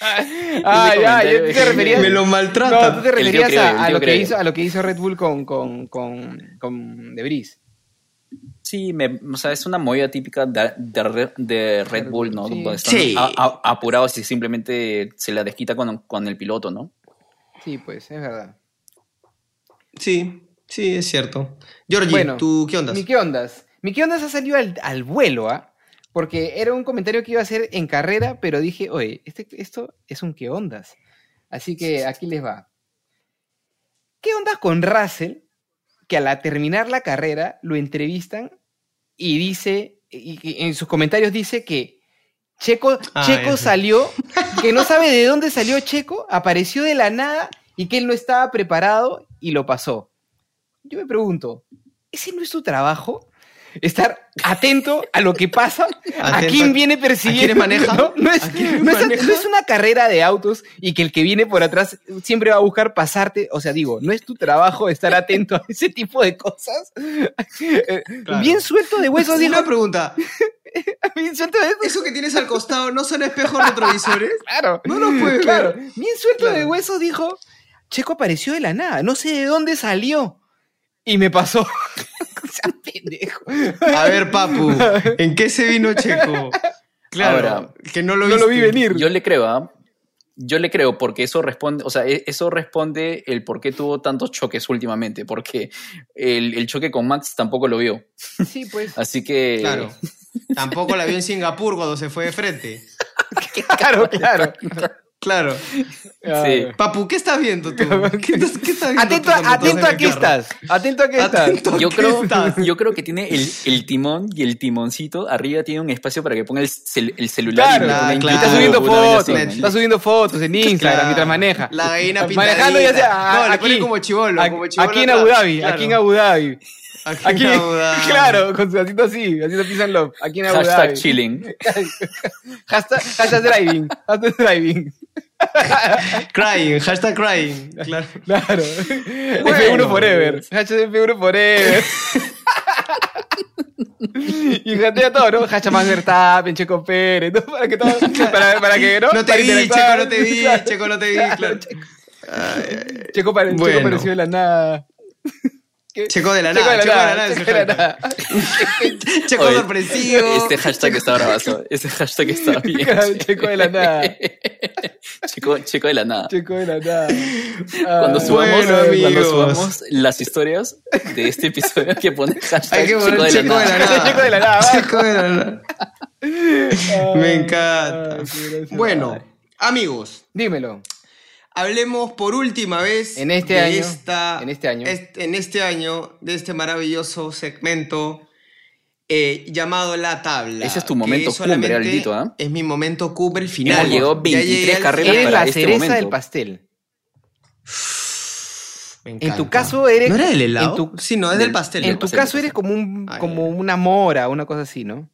[SPEAKER 2] Ah,
[SPEAKER 1] ese
[SPEAKER 2] ya,
[SPEAKER 1] este comentario
[SPEAKER 2] yo- tú
[SPEAKER 1] es
[SPEAKER 2] te
[SPEAKER 1] que
[SPEAKER 2] referías.
[SPEAKER 3] Me lo
[SPEAKER 2] No, tú
[SPEAKER 3] maltrata.
[SPEAKER 2] te
[SPEAKER 1] El tío
[SPEAKER 2] referías
[SPEAKER 1] cree, el
[SPEAKER 2] a, a
[SPEAKER 1] tío
[SPEAKER 2] lo que
[SPEAKER 1] cree.
[SPEAKER 2] hizo, a lo que hizo Red Bull con, con, con, con De Vries.
[SPEAKER 1] sí, me- o sea, es una movida típica de, de Re- de Red Bull, ¿no?
[SPEAKER 2] Sí.
[SPEAKER 1] Donde están
[SPEAKER 3] Sí.
[SPEAKER 1] a- a- apurados y simplemente se la desquita con, con el piloto, ¿no?
[SPEAKER 2] Sí, pues, es verdad.
[SPEAKER 3] Sí, sí, es cierto. Georgie,
[SPEAKER 2] Bueno,
[SPEAKER 3] ¿tú qué onda?
[SPEAKER 2] Mi qué ondas. Mi qué ondas ha salido al, al vuelo, ¿ah? Porque era un comentario que iba a hacer en carrera, pero dije, oye, este, esto es un qué ondas. Así que aquí les va. ¿Qué ondas con Russell? Que al terminar la carrera lo entrevistan y dice, y, y en sus comentarios dice que Checo,
[SPEAKER 3] Ah,
[SPEAKER 2] Checo
[SPEAKER 3] ya sé.
[SPEAKER 2] salió, que no sabe de dónde salió Checo, apareció de la nada y que él no estaba preparado y lo pasó. Yo me pregunto, ¿ese no es tu trabajo? Estar atento a lo que pasa, a
[SPEAKER 3] Atento
[SPEAKER 2] quién
[SPEAKER 3] a-
[SPEAKER 2] viene persiguiendo.
[SPEAKER 3] ¿A quiénes maneja?
[SPEAKER 2] No, no
[SPEAKER 3] ¿A
[SPEAKER 2] es,
[SPEAKER 3] quiénes
[SPEAKER 2] no es-
[SPEAKER 3] maneja?
[SPEAKER 2] no es una carrera de autos y que el que viene por atrás siempre va a buscar pasarte. O sea, digo, no es tu trabajo estar atento a ese tipo de cosas. Eh,
[SPEAKER 3] Claro.
[SPEAKER 2] Bien suelto de huesos, dijo.
[SPEAKER 3] una pregunta.
[SPEAKER 2] Bien suelto de huesos,
[SPEAKER 3] ¿Eso que tienes al costado no son espejos retrovisores?
[SPEAKER 2] claro.
[SPEAKER 3] No lo puedes
[SPEAKER 2] Claro,
[SPEAKER 3] ver.
[SPEAKER 2] pues, bien suelto de
[SPEAKER 3] Claro.
[SPEAKER 2] huesos, dijo. Checo apareció de la nada, no sé de dónde salió. Y me pasó. O sea, pendejo.
[SPEAKER 3] A ver, papu, ¿en qué se vino Checo? Claro,
[SPEAKER 1] Ahora,
[SPEAKER 3] que no lo,
[SPEAKER 2] no lo
[SPEAKER 3] viste.
[SPEAKER 2] vi venir.
[SPEAKER 1] Yo le creo, ¿ah? Yo le creo porque eso responde, o sea, e- eso responde el por qué tuvo tantos choques últimamente, porque el, el choque con Max tampoco lo vio.
[SPEAKER 2] Sí, pues.
[SPEAKER 1] Así que
[SPEAKER 3] Claro. Tampoco la vio en Singapur cuando se fue de frente.
[SPEAKER 2] Claro, claro.
[SPEAKER 3] Claro.
[SPEAKER 1] Sí.
[SPEAKER 3] Papu, ¿qué estás viendo tú? ¿Qué estás, qué estás viendo
[SPEAKER 2] Atento,
[SPEAKER 3] tú cuando
[SPEAKER 2] a- atento
[SPEAKER 3] estás en
[SPEAKER 2] a
[SPEAKER 3] el
[SPEAKER 2] qué
[SPEAKER 3] carro?
[SPEAKER 2] estás. Atento a qué estás.
[SPEAKER 3] Atento a
[SPEAKER 1] yo
[SPEAKER 3] qué
[SPEAKER 1] creo,
[SPEAKER 3] estás.
[SPEAKER 1] yo creo que tiene el, el timón y el timoncito arriba tiene un espacio para que ponga el, cel- el celular.
[SPEAKER 2] Claro,
[SPEAKER 1] y ponga en
[SPEAKER 3] claro.
[SPEAKER 1] YouTube,
[SPEAKER 2] Está subiendo
[SPEAKER 1] una vaina
[SPEAKER 2] fotos,
[SPEAKER 1] así, ¿no?
[SPEAKER 3] Netflix.
[SPEAKER 2] está subiendo fotos en Instagram
[SPEAKER 3] Claro.
[SPEAKER 2] mientras maneja.
[SPEAKER 3] La gallina pintadita.
[SPEAKER 2] Manejando ya sea
[SPEAKER 3] No, le
[SPEAKER 2] aquí,
[SPEAKER 3] pone como chibolo,
[SPEAKER 2] aquí,
[SPEAKER 3] como chibolo
[SPEAKER 2] aquí en
[SPEAKER 3] atrás.
[SPEAKER 2] Abu Dhabi,
[SPEAKER 3] Claro.
[SPEAKER 2] aquí en Abu Dhabi.
[SPEAKER 3] Aquí en
[SPEAKER 2] Aquí,
[SPEAKER 3] Abu Dhabi.
[SPEAKER 2] claro, con su asiento así, haciendo peace and love. Aquí en Abu
[SPEAKER 1] Hashtag
[SPEAKER 2] Dhabi.
[SPEAKER 1] chilling.
[SPEAKER 2] Hashtag, hashtag driving, hashtag driving.
[SPEAKER 3] Crying, hashtag crying. Claro.
[SPEAKER 2] Claro. F1 Forever. Hashtag F1 Forever. y gente a todo, ¿no? Hashtag más Verstappen, Checo Pérez, ¿no? Para que todo, para, para que, ¿no?
[SPEAKER 3] No te
[SPEAKER 2] Para
[SPEAKER 3] vi,
[SPEAKER 2] interactuar.
[SPEAKER 3] Checo, no te vi,
[SPEAKER 2] Claro.
[SPEAKER 3] Checo, no te vi, claro.
[SPEAKER 2] Checo, pare- Checo
[SPEAKER 3] Bueno.
[SPEAKER 2] apareció de la nada. ¿Qué?
[SPEAKER 3] Checo de la nada, Checo de la nada.
[SPEAKER 2] Checo de la nada.
[SPEAKER 3] Checo
[SPEAKER 1] Oye,
[SPEAKER 3] sorpresivo.
[SPEAKER 1] Este hashtag está bravazo. Este hashtag está bien.
[SPEAKER 2] Claro, Checo de la nada.
[SPEAKER 1] Checo, checo de la nada.
[SPEAKER 2] Checo de la nada. Ah,
[SPEAKER 1] Cuando subamos,
[SPEAKER 3] Bueno,
[SPEAKER 1] cuando
[SPEAKER 3] amigos.
[SPEAKER 1] subamos las historias de este episodio que pone hashtag
[SPEAKER 3] Hay que
[SPEAKER 1] chico
[SPEAKER 3] poner
[SPEAKER 1] de
[SPEAKER 3] Checo
[SPEAKER 1] la
[SPEAKER 3] de la
[SPEAKER 1] nada.
[SPEAKER 3] nada.
[SPEAKER 2] Checo de la nada. Ah,
[SPEAKER 3] Checo de la nada.
[SPEAKER 2] Ay,
[SPEAKER 3] Me encanta.
[SPEAKER 2] ay, qué gracioso.
[SPEAKER 3] Bueno, amigos,
[SPEAKER 2] Dímelo.
[SPEAKER 3] hablemos por última vez
[SPEAKER 2] En este
[SPEAKER 3] de
[SPEAKER 2] año,
[SPEAKER 3] esta-
[SPEAKER 2] en este año.
[SPEAKER 3] est- en este año de este maravilloso segmento eh, llamado La Tabla.
[SPEAKER 1] Ese es tu momento
[SPEAKER 3] que
[SPEAKER 1] cumbre,
[SPEAKER 3] solamente
[SPEAKER 1] Aldito, ¿ah?
[SPEAKER 3] Es mi momento cumbre, el final.
[SPEAKER 1] Hemos llegado
[SPEAKER 3] Ya llegué
[SPEAKER 1] 23
[SPEAKER 3] al
[SPEAKER 1] carreras
[SPEAKER 3] final.
[SPEAKER 2] Eres
[SPEAKER 1] para
[SPEAKER 2] la
[SPEAKER 1] este
[SPEAKER 2] cereza
[SPEAKER 1] momento.
[SPEAKER 2] del pastel.
[SPEAKER 3] Me
[SPEAKER 2] En tu
[SPEAKER 3] encanta.
[SPEAKER 2] caso eres.
[SPEAKER 3] ¿No era del helado?
[SPEAKER 2] En tu,
[SPEAKER 3] sí, no, es del
[SPEAKER 1] del-
[SPEAKER 3] pastel.
[SPEAKER 2] en
[SPEAKER 3] del
[SPEAKER 2] tu
[SPEAKER 3] pastel.
[SPEAKER 2] caso eres como un
[SPEAKER 3] Ay,
[SPEAKER 2] como una mora, una cosa así, ¿no?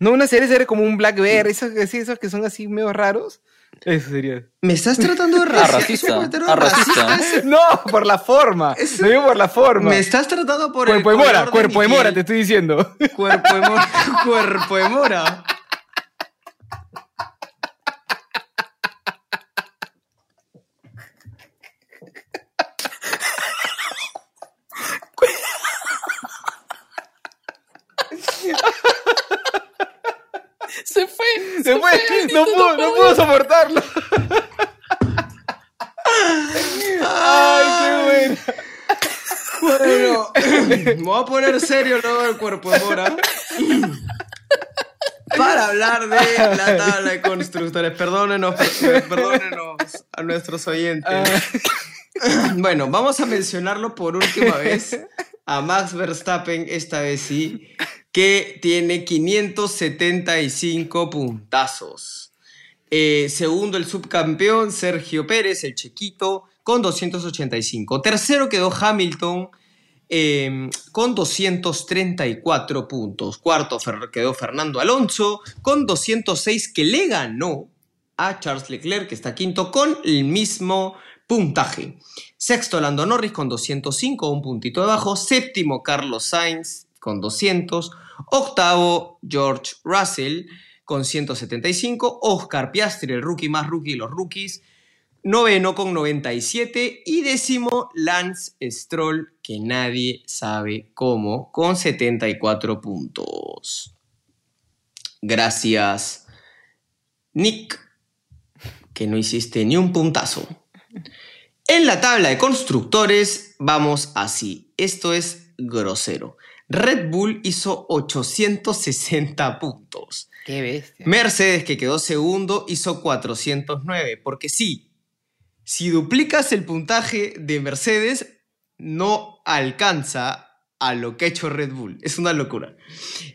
[SPEAKER 2] No una cereza, eres como un blackberry, esos, que- sí, esos que son así medio raros. Eso sería.
[SPEAKER 3] ¿Me estás tratando de
[SPEAKER 1] A
[SPEAKER 3] raci-
[SPEAKER 1] Ah, racista.
[SPEAKER 3] portero
[SPEAKER 1] A racista.
[SPEAKER 2] Ah, No, por la forma.
[SPEAKER 3] Es-
[SPEAKER 2] Lo digo por la forma.
[SPEAKER 3] Me estás tratando por
[SPEAKER 2] Cuerpo de
[SPEAKER 3] el
[SPEAKER 2] mora,
[SPEAKER 3] color
[SPEAKER 2] cuerpo
[SPEAKER 3] mi
[SPEAKER 2] de mora, te
[SPEAKER 3] piel.
[SPEAKER 2] estoy diciendo.
[SPEAKER 3] Cuerpo de mora. cuerpo de mora.
[SPEAKER 1] Se fue.
[SPEAKER 2] Se fue, no pudo, no pudo soportarlo. Ay, qué
[SPEAKER 3] Bueno, me voy a poner serio luego el cuerpo de mora. Para hablar de la tabla de constructores. Perdónenos, per- perdónenos a nuestros oyentes.
[SPEAKER 2] bueno.
[SPEAKER 3] Bueno, vamos a mencionarlo por última vez a Max Verstappen, esta vez sí, que tiene 575 puntazos. Eh, segundo, el subcampeón Sergio Pérez, el chequito, con 285. Tercero quedó Hamilton eh, con 234 puntos. Cuarto Fer- quedó Fernando Alonso con 206 que le ganó a Charles Leclerc, que está quinto, con el mismo puntaje. Sexto, Lando Norris con 205, un puntito debajo. Séptimo, Carlos Sainz con 200. Octavo, George Russell con 175. Oscar Piastri, el rookie más rookie de los rookies. Noveno con 97. Y décimo, Lance Stroll, que nadie sabe cómo, con 74 puntos. Gracias, Nick, que no hiciste ni un puntazo. En la tabla de constructores vamos así. Esto es grosero. Red Bull hizo 860 puntos.
[SPEAKER 2] Qué bestia.
[SPEAKER 3] Mercedes, que quedó segundo, hizo 409. Porque sí, si duplicas el puntaje de Mercedes, no alcanza a lo que ha hecho Red Bull. Es una locura.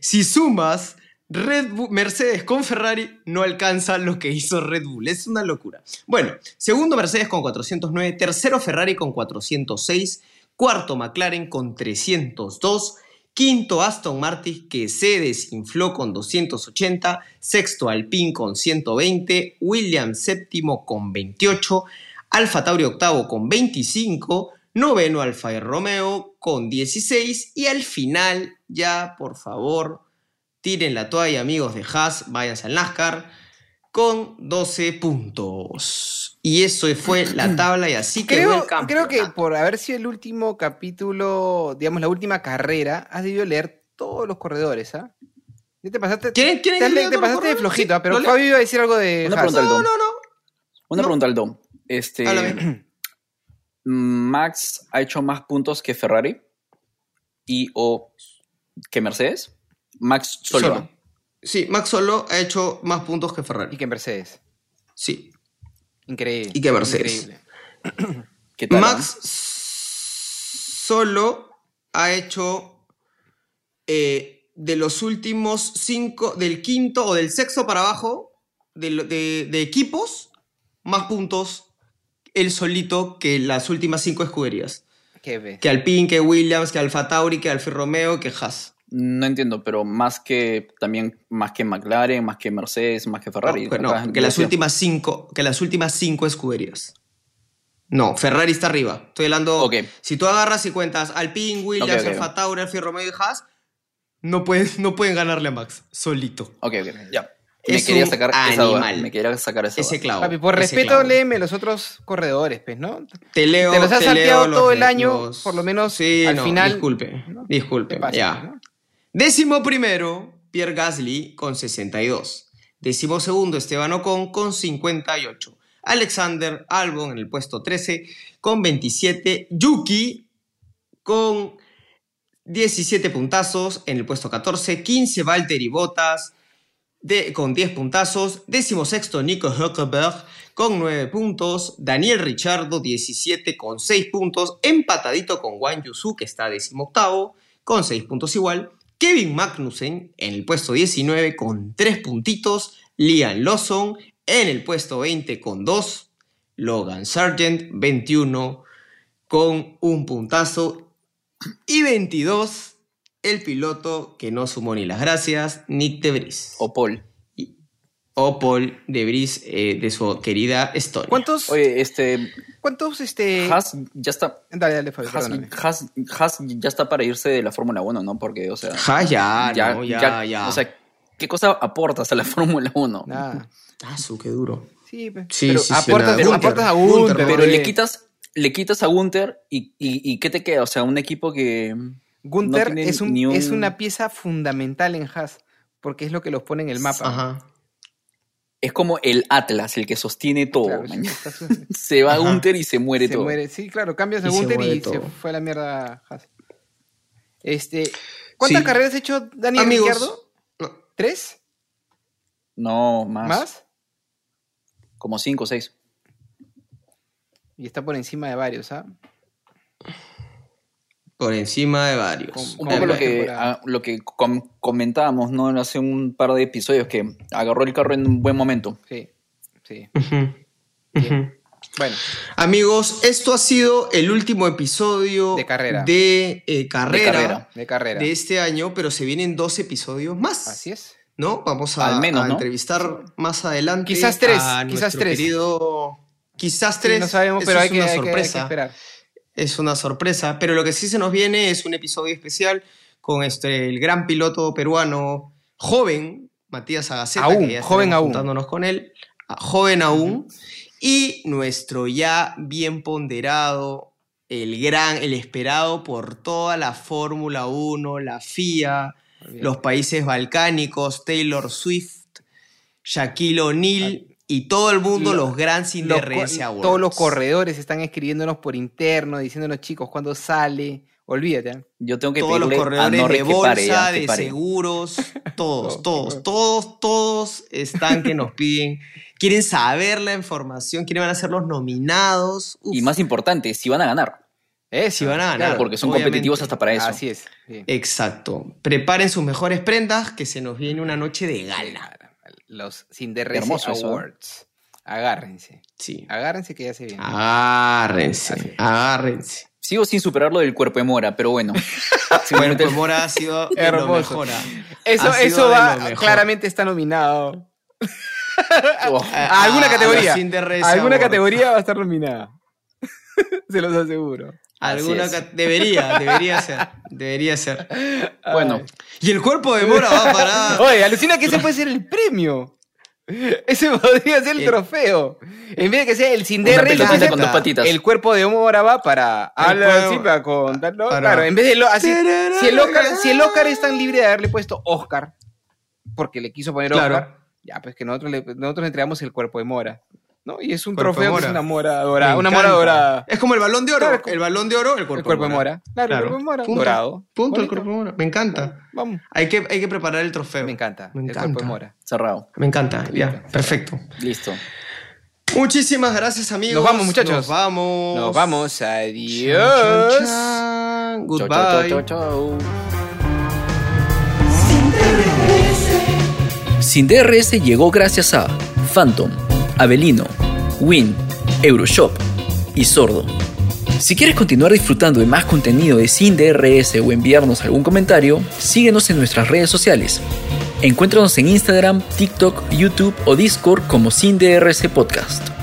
[SPEAKER 3] Si sumas Red Bull- Mercedes con Ferrari, no alcanza lo que hizo Red Bull. Es una locura. Bueno, segundo Mercedes con 409, tercero Ferrari con 406, cuarto McLaren con 302. Quinto, Aston Martin, que se desinfló con 280. Sexto, Alpine con 120. Williams, séptimo, con 28. Alfa Tauri, octavo, con 25. Noveno, Alfa Romeo, con 16. Y al final, ya, por favor, tiren la toalla, amigos de Haas, váyanse al NASCAR, con 12 puntos. Y eso fue la tabla, y así quedó
[SPEAKER 2] Creo,
[SPEAKER 3] el campo. Ah.
[SPEAKER 2] creo que por haber sido el último capítulo, digamos, la última carrera, has debido leer todos los corredores, ¿ah? Ya te pasaste,
[SPEAKER 3] ¿Quieren- quieren
[SPEAKER 2] te has
[SPEAKER 3] que
[SPEAKER 2] le-
[SPEAKER 3] lea
[SPEAKER 2] te
[SPEAKER 3] todos los
[SPEAKER 2] pasaste de
[SPEAKER 3] corredores?
[SPEAKER 2] flojito,
[SPEAKER 3] Sí,
[SPEAKER 2] ¿ah? pero
[SPEAKER 3] lo leo.
[SPEAKER 2] Fabio iba a decir algo de
[SPEAKER 1] Una
[SPEAKER 2] Haas.
[SPEAKER 1] pregunta al Dom.
[SPEAKER 3] No, no, no.
[SPEAKER 1] Una
[SPEAKER 3] No.
[SPEAKER 1] pregunta al Dom. Este,
[SPEAKER 3] Háblame.
[SPEAKER 1] Max ha hecho más puntos que Ferrari y o que Mercedes. Max solo.
[SPEAKER 3] Solo. Sí, Max Solo ha hecho más puntos que
[SPEAKER 2] Y
[SPEAKER 3] Ferrari.
[SPEAKER 2] que Mercedes.
[SPEAKER 3] Sí.
[SPEAKER 2] Increíble.
[SPEAKER 3] Y que Mercedes.
[SPEAKER 2] Increíble.
[SPEAKER 1] ¿Qué tal? eh?
[SPEAKER 3] Max Solo ha hecho eh, de los últimos cinco, del quinto o del sexto para abajo de, lo- de- de equipos, más puntos él solito que las últimas cinco escuderías.
[SPEAKER 2] Qué bestia.
[SPEAKER 3] Que Alpine, que Williams, que Alfa Tauri, que Alfa Romeo, que Haas.
[SPEAKER 1] No entiendo, pero más que también más que McLaren, más que Mercedes, más que Ferrari.
[SPEAKER 3] No, que no,
[SPEAKER 1] Acá
[SPEAKER 3] que las
[SPEAKER 1] decía,
[SPEAKER 3] últimas cinco, que las últimas cinco escuderías. No, Ferrari está arriba. Estoy hablando.
[SPEAKER 1] Ok.
[SPEAKER 3] Si tú agarras y cuentas Alpine, Williams,
[SPEAKER 1] Ok, ok,
[SPEAKER 3] Alfa
[SPEAKER 1] ok.
[SPEAKER 3] Tauri, Alfa Romeo y Haas, no pueden, no pueden ganarle a Max solito.
[SPEAKER 1] Ok, ok, ya. Me
[SPEAKER 3] Es
[SPEAKER 1] quería
[SPEAKER 3] un
[SPEAKER 1] sacar esa duda.
[SPEAKER 3] animal.
[SPEAKER 1] Me quería sacar esa
[SPEAKER 3] Ese
[SPEAKER 1] duda.
[SPEAKER 3] clavo.
[SPEAKER 2] Papi, pues por
[SPEAKER 3] ese
[SPEAKER 2] respeto,
[SPEAKER 3] clavo.
[SPEAKER 2] léeme los otros corredores, pues, ¿no?
[SPEAKER 3] Te leo.
[SPEAKER 2] te los has
[SPEAKER 3] leo
[SPEAKER 2] salteado
[SPEAKER 3] los-
[SPEAKER 2] todo el año,
[SPEAKER 3] los-
[SPEAKER 2] por lo menos
[SPEAKER 3] Sí,
[SPEAKER 2] al
[SPEAKER 3] no,
[SPEAKER 2] final.
[SPEAKER 3] Disculpe, disculpe.
[SPEAKER 2] Te pasas,
[SPEAKER 3] ya.
[SPEAKER 2] ¿no?
[SPEAKER 3] Décimo primero, Pierre Gasly con 62. Décimo segundo, Esteban Ocon con 58. Alexander Albon en el puesto 13 con 27. Yuki con 17 puntazos en el puesto 14. 15, Valtteri Bottas de- con 10 puntazos. Décimo sexto, Nico Huckerberg con 9 puntos. Daniel Richardo, 17 con 6 puntos. Empatadito con Wang Yusu, que está décimo octavo, con 6 puntos igual. Kevin Magnussen en el puesto 19 con 3 puntitos. Liam Lawson en el puesto 20 con 2. Logan Sargent, 21 con un puntazo. Y 22, el piloto que no sumó ni las gracias, Nick de Vries.
[SPEAKER 1] O Paul.
[SPEAKER 3] o Paul Debris eh, de su querida Estonia.
[SPEAKER 2] ¿Cuántos,
[SPEAKER 1] Oye, este.
[SPEAKER 2] cuántos, este...
[SPEAKER 1] Haas ya está.
[SPEAKER 2] Dale, dale, Fabio,
[SPEAKER 1] Haas,
[SPEAKER 2] perdóname.
[SPEAKER 1] Haas- Haas ya está para irse de la Fórmula 1, ¿no? Porque, o sea.
[SPEAKER 3] Ja, ya,
[SPEAKER 1] ya,
[SPEAKER 3] Ah, no, ya,
[SPEAKER 1] ya,
[SPEAKER 3] ya.
[SPEAKER 1] O sea, ¿qué cosa aportas a la Fórmula 1?
[SPEAKER 2] Nada.
[SPEAKER 3] Ah, su, qué duro.
[SPEAKER 2] Sí, pues. pe-
[SPEAKER 3] Sí,
[SPEAKER 2] pero
[SPEAKER 3] sí, sí,
[SPEAKER 2] aportas,
[SPEAKER 3] nada. Gunther,
[SPEAKER 2] aportas a
[SPEAKER 3] Gunther,
[SPEAKER 2] Gunther,
[SPEAKER 1] Pero
[SPEAKER 2] pe.
[SPEAKER 1] le quitas, le quitas a Gunther y, y, y ¿qué te queda? O sea, un equipo que.
[SPEAKER 2] Gunther
[SPEAKER 1] no tiene
[SPEAKER 2] es, un-
[SPEAKER 1] ni un-
[SPEAKER 2] es una pieza fundamental en Haas, porque es lo que los pone en el mapa.
[SPEAKER 3] Ajá.
[SPEAKER 1] Es como el Atlas, el que sostiene todo.
[SPEAKER 2] Claro,
[SPEAKER 1] man.
[SPEAKER 2] está- se
[SPEAKER 1] Se va
[SPEAKER 3] Ajá.
[SPEAKER 1] Gunther y se muere todo.
[SPEAKER 2] muere. Sí, claro, cambias a
[SPEAKER 3] Y se
[SPEAKER 2] Gunther
[SPEAKER 3] muere
[SPEAKER 2] y se
[SPEAKER 3] todo.
[SPEAKER 2] fue a la mierda Haas. Este, ¿Cuántas
[SPEAKER 3] Sí.
[SPEAKER 2] carreras ha hecho Daniel
[SPEAKER 3] Amigos.
[SPEAKER 2] Ricciardo?
[SPEAKER 3] No,
[SPEAKER 2] ¿Tres?
[SPEAKER 1] No, más.
[SPEAKER 2] ¿Más?
[SPEAKER 1] Como cinco o seis.
[SPEAKER 2] Y está por encima de varios, ¿ah?
[SPEAKER 3] Por encima de varios.
[SPEAKER 1] Un
[SPEAKER 2] Como
[SPEAKER 1] poco lo
[SPEAKER 2] la
[SPEAKER 1] que,
[SPEAKER 2] temporada.
[SPEAKER 1] a- lo que com- comentábamos, ¿no? Hace un par de episodios que agarró el carro en un buen momento.
[SPEAKER 2] Sí, sí.
[SPEAKER 3] Ujú, ujú.
[SPEAKER 2] Bueno,
[SPEAKER 3] Amigos, esto ha sido el último episodio
[SPEAKER 2] De carrera.
[SPEAKER 3] de, eh, carrera, de
[SPEAKER 1] carrera.
[SPEAKER 2] de carrera.
[SPEAKER 3] este año, pero se vienen dos episodios más.
[SPEAKER 2] Así es.
[SPEAKER 3] ¿No? Vamos a,
[SPEAKER 1] Al menos,
[SPEAKER 3] a
[SPEAKER 1] ¿no?
[SPEAKER 3] entrevistar más adelante.
[SPEAKER 2] Quizás tres,
[SPEAKER 3] a
[SPEAKER 2] quizás
[SPEAKER 3] nuestro
[SPEAKER 2] tres.
[SPEAKER 3] querido- Quizás
[SPEAKER 2] Sí,
[SPEAKER 3] tres.
[SPEAKER 2] no sabemos,
[SPEAKER 3] Eso
[SPEAKER 2] pero
[SPEAKER 3] es
[SPEAKER 2] hay que,
[SPEAKER 3] una
[SPEAKER 2] hay que- hay que
[SPEAKER 3] sorpresa.
[SPEAKER 2] esperar.
[SPEAKER 3] Es una sorpresa, pero lo que sí se nos viene es un episodio especial con este, el gran piloto peruano joven, Matías Agaceta,
[SPEAKER 2] Aún,
[SPEAKER 3] que ya
[SPEAKER 2] joven
[SPEAKER 3] estaremos
[SPEAKER 2] aún.
[SPEAKER 3] juntándonos con él, a- joven aún, y nuestro ya bien ponderado, el gran, el esperado por toda la Fórmula 1, la FIA, los países balcánicos, Taylor Swift, Shaquille O'Neal y todo el mundo,
[SPEAKER 2] Lo-
[SPEAKER 3] los grandes
[SPEAKER 2] Los
[SPEAKER 3] Inderrecia
[SPEAKER 2] co- todos los corredores están escribiéndonos por interno, diciéndonos, chicos, cuándo sale. Olvídate. ¿ah?
[SPEAKER 1] Yo tengo que
[SPEAKER 3] todos los
[SPEAKER 1] pedirle a
[SPEAKER 3] corredores
[SPEAKER 1] Norris
[SPEAKER 3] de
[SPEAKER 1] que pare, ya,
[SPEAKER 3] bolsa,
[SPEAKER 1] que
[SPEAKER 3] de
[SPEAKER 1] pare.
[SPEAKER 3] seguros, todos,
[SPEAKER 2] No,
[SPEAKER 3] todos,
[SPEAKER 2] no.
[SPEAKER 3] todos, todos están que nos piden. Quieren saber la información, quieren van a ser los nominados. Uf,
[SPEAKER 1] Y más importante, si van a ganar.
[SPEAKER 2] Eso,
[SPEAKER 3] Eh, si van a ganar. Eh,
[SPEAKER 2] claro.
[SPEAKER 1] porque son
[SPEAKER 3] obviamente.
[SPEAKER 1] competitivos hasta para eso.
[SPEAKER 2] Ah, Así es. sí.
[SPEAKER 3] Exacto. Preparen sus mejores prendas que se nos viene una noche de gala.
[SPEAKER 2] Los Cinderella
[SPEAKER 1] Hermoso eso, ¿eh?
[SPEAKER 2] Awards. Agárrense.
[SPEAKER 3] Sí.
[SPEAKER 2] Agárrense que ya se
[SPEAKER 3] Ah,
[SPEAKER 2] viene.
[SPEAKER 3] Agárrense, agárrense.
[SPEAKER 1] Sigo sin superar lo del cuerpo de Mora, pero bueno.
[SPEAKER 3] Bueno,
[SPEAKER 1] Seguramente-
[SPEAKER 3] pues Mora ha sido de lo
[SPEAKER 2] Hermoso.
[SPEAKER 3] mejor. ah.
[SPEAKER 2] Eso,
[SPEAKER 3] Ha sido
[SPEAKER 2] eso
[SPEAKER 3] de lo
[SPEAKER 2] va,
[SPEAKER 3] mejor.
[SPEAKER 2] claramente está nominado.
[SPEAKER 1] Oh,
[SPEAKER 2] A Eh, alguna
[SPEAKER 3] Ah,
[SPEAKER 2] categoría.
[SPEAKER 3] sin de res,
[SPEAKER 2] Alguna
[SPEAKER 3] amor.
[SPEAKER 2] categoría va a estar nominada. se los aseguro.
[SPEAKER 3] Alguna
[SPEAKER 1] Así es.
[SPEAKER 3] ca- debería, debería ser, debería ser.
[SPEAKER 1] bueno,
[SPEAKER 3] Y el cuerpo de Mora va para
[SPEAKER 2] Oye, alucina que ese puede ser el premio. Ese podría ser el
[SPEAKER 3] Eh,
[SPEAKER 2] trofeo. En vez de que sea el
[SPEAKER 1] una
[SPEAKER 2] Cinderella, puede
[SPEAKER 1] pelotita
[SPEAKER 2] ser
[SPEAKER 1] con dos patitas.
[SPEAKER 2] el cuerpo de Homo ahora va para
[SPEAKER 3] cuerpo-
[SPEAKER 2] Alan sí, para contarlo.
[SPEAKER 3] para-
[SPEAKER 2] Claro, en vez de lo, así, si el Oscar, si el Oscar es tan libre de haberle puesto Oscar, porque le quiso poner
[SPEAKER 3] Claro.
[SPEAKER 2] Oscar, ya pues que nosotros le, nosotros le entregamos el cuerpo de Mora, ¿no? Y es un
[SPEAKER 3] Cuerpo de
[SPEAKER 2] trofeo que
[SPEAKER 3] Mora.
[SPEAKER 2] es una mora
[SPEAKER 3] Me
[SPEAKER 2] dorada, una
[SPEAKER 3] encanta.
[SPEAKER 2] mora dorada.
[SPEAKER 3] Es como el balón de oro.
[SPEAKER 2] Claro,
[SPEAKER 3] el balón de oro, el cuerpo,
[SPEAKER 2] el cuerpo de Mora. Claro,
[SPEAKER 3] Claro.
[SPEAKER 2] el cuerpo de Mora.
[SPEAKER 3] Punto.
[SPEAKER 2] Dorado.
[SPEAKER 3] Punto, el
[SPEAKER 2] Bonito.
[SPEAKER 3] cuerpo de Mora. Me encanta.
[SPEAKER 2] Vamos.
[SPEAKER 3] Hay que, hay que preparar el trofeo.
[SPEAKER 2] Me encanta.
[SPEAKER 3] Me
[SPEAKER 2] el cuerpo
[SPEAKER 3] encanta.
[SPEAKER 2] de Mora.
[SPEAKER 1] cerrado.
[SPEAKER 3] Me encanta, ya, perfecto.
[SPEAKER 1] Listo.
[SPEAKER 3] Muchísimas gracias, amigos.
[SPEAKER 2] Nos vamos, muchachos.
[SPEAKER 3] Nos vamos.
[SPEAKER 2] Nos vamos.
[SPEAKER 3] Chan, chan,
[SPEAKER 2] Adiós.
[SPEAKER 3] chan.
[SPEAKER 1] Chau,
[SPEAKER 3] Goodbye.
[SPEAKER 1] chau, chau, chau, chau. Sin DRS llegó gracias a Phantom, Avelino, Win, Euroshop y Sordo. Si quieres continuar disfrutando de más contenido de Sin DRS o enviarnos algún comentario, síguenos en nuestras redes sociales. Encuéntranos en Instagram, TikTok, YouTube o Discord como Sin DRS Podcast.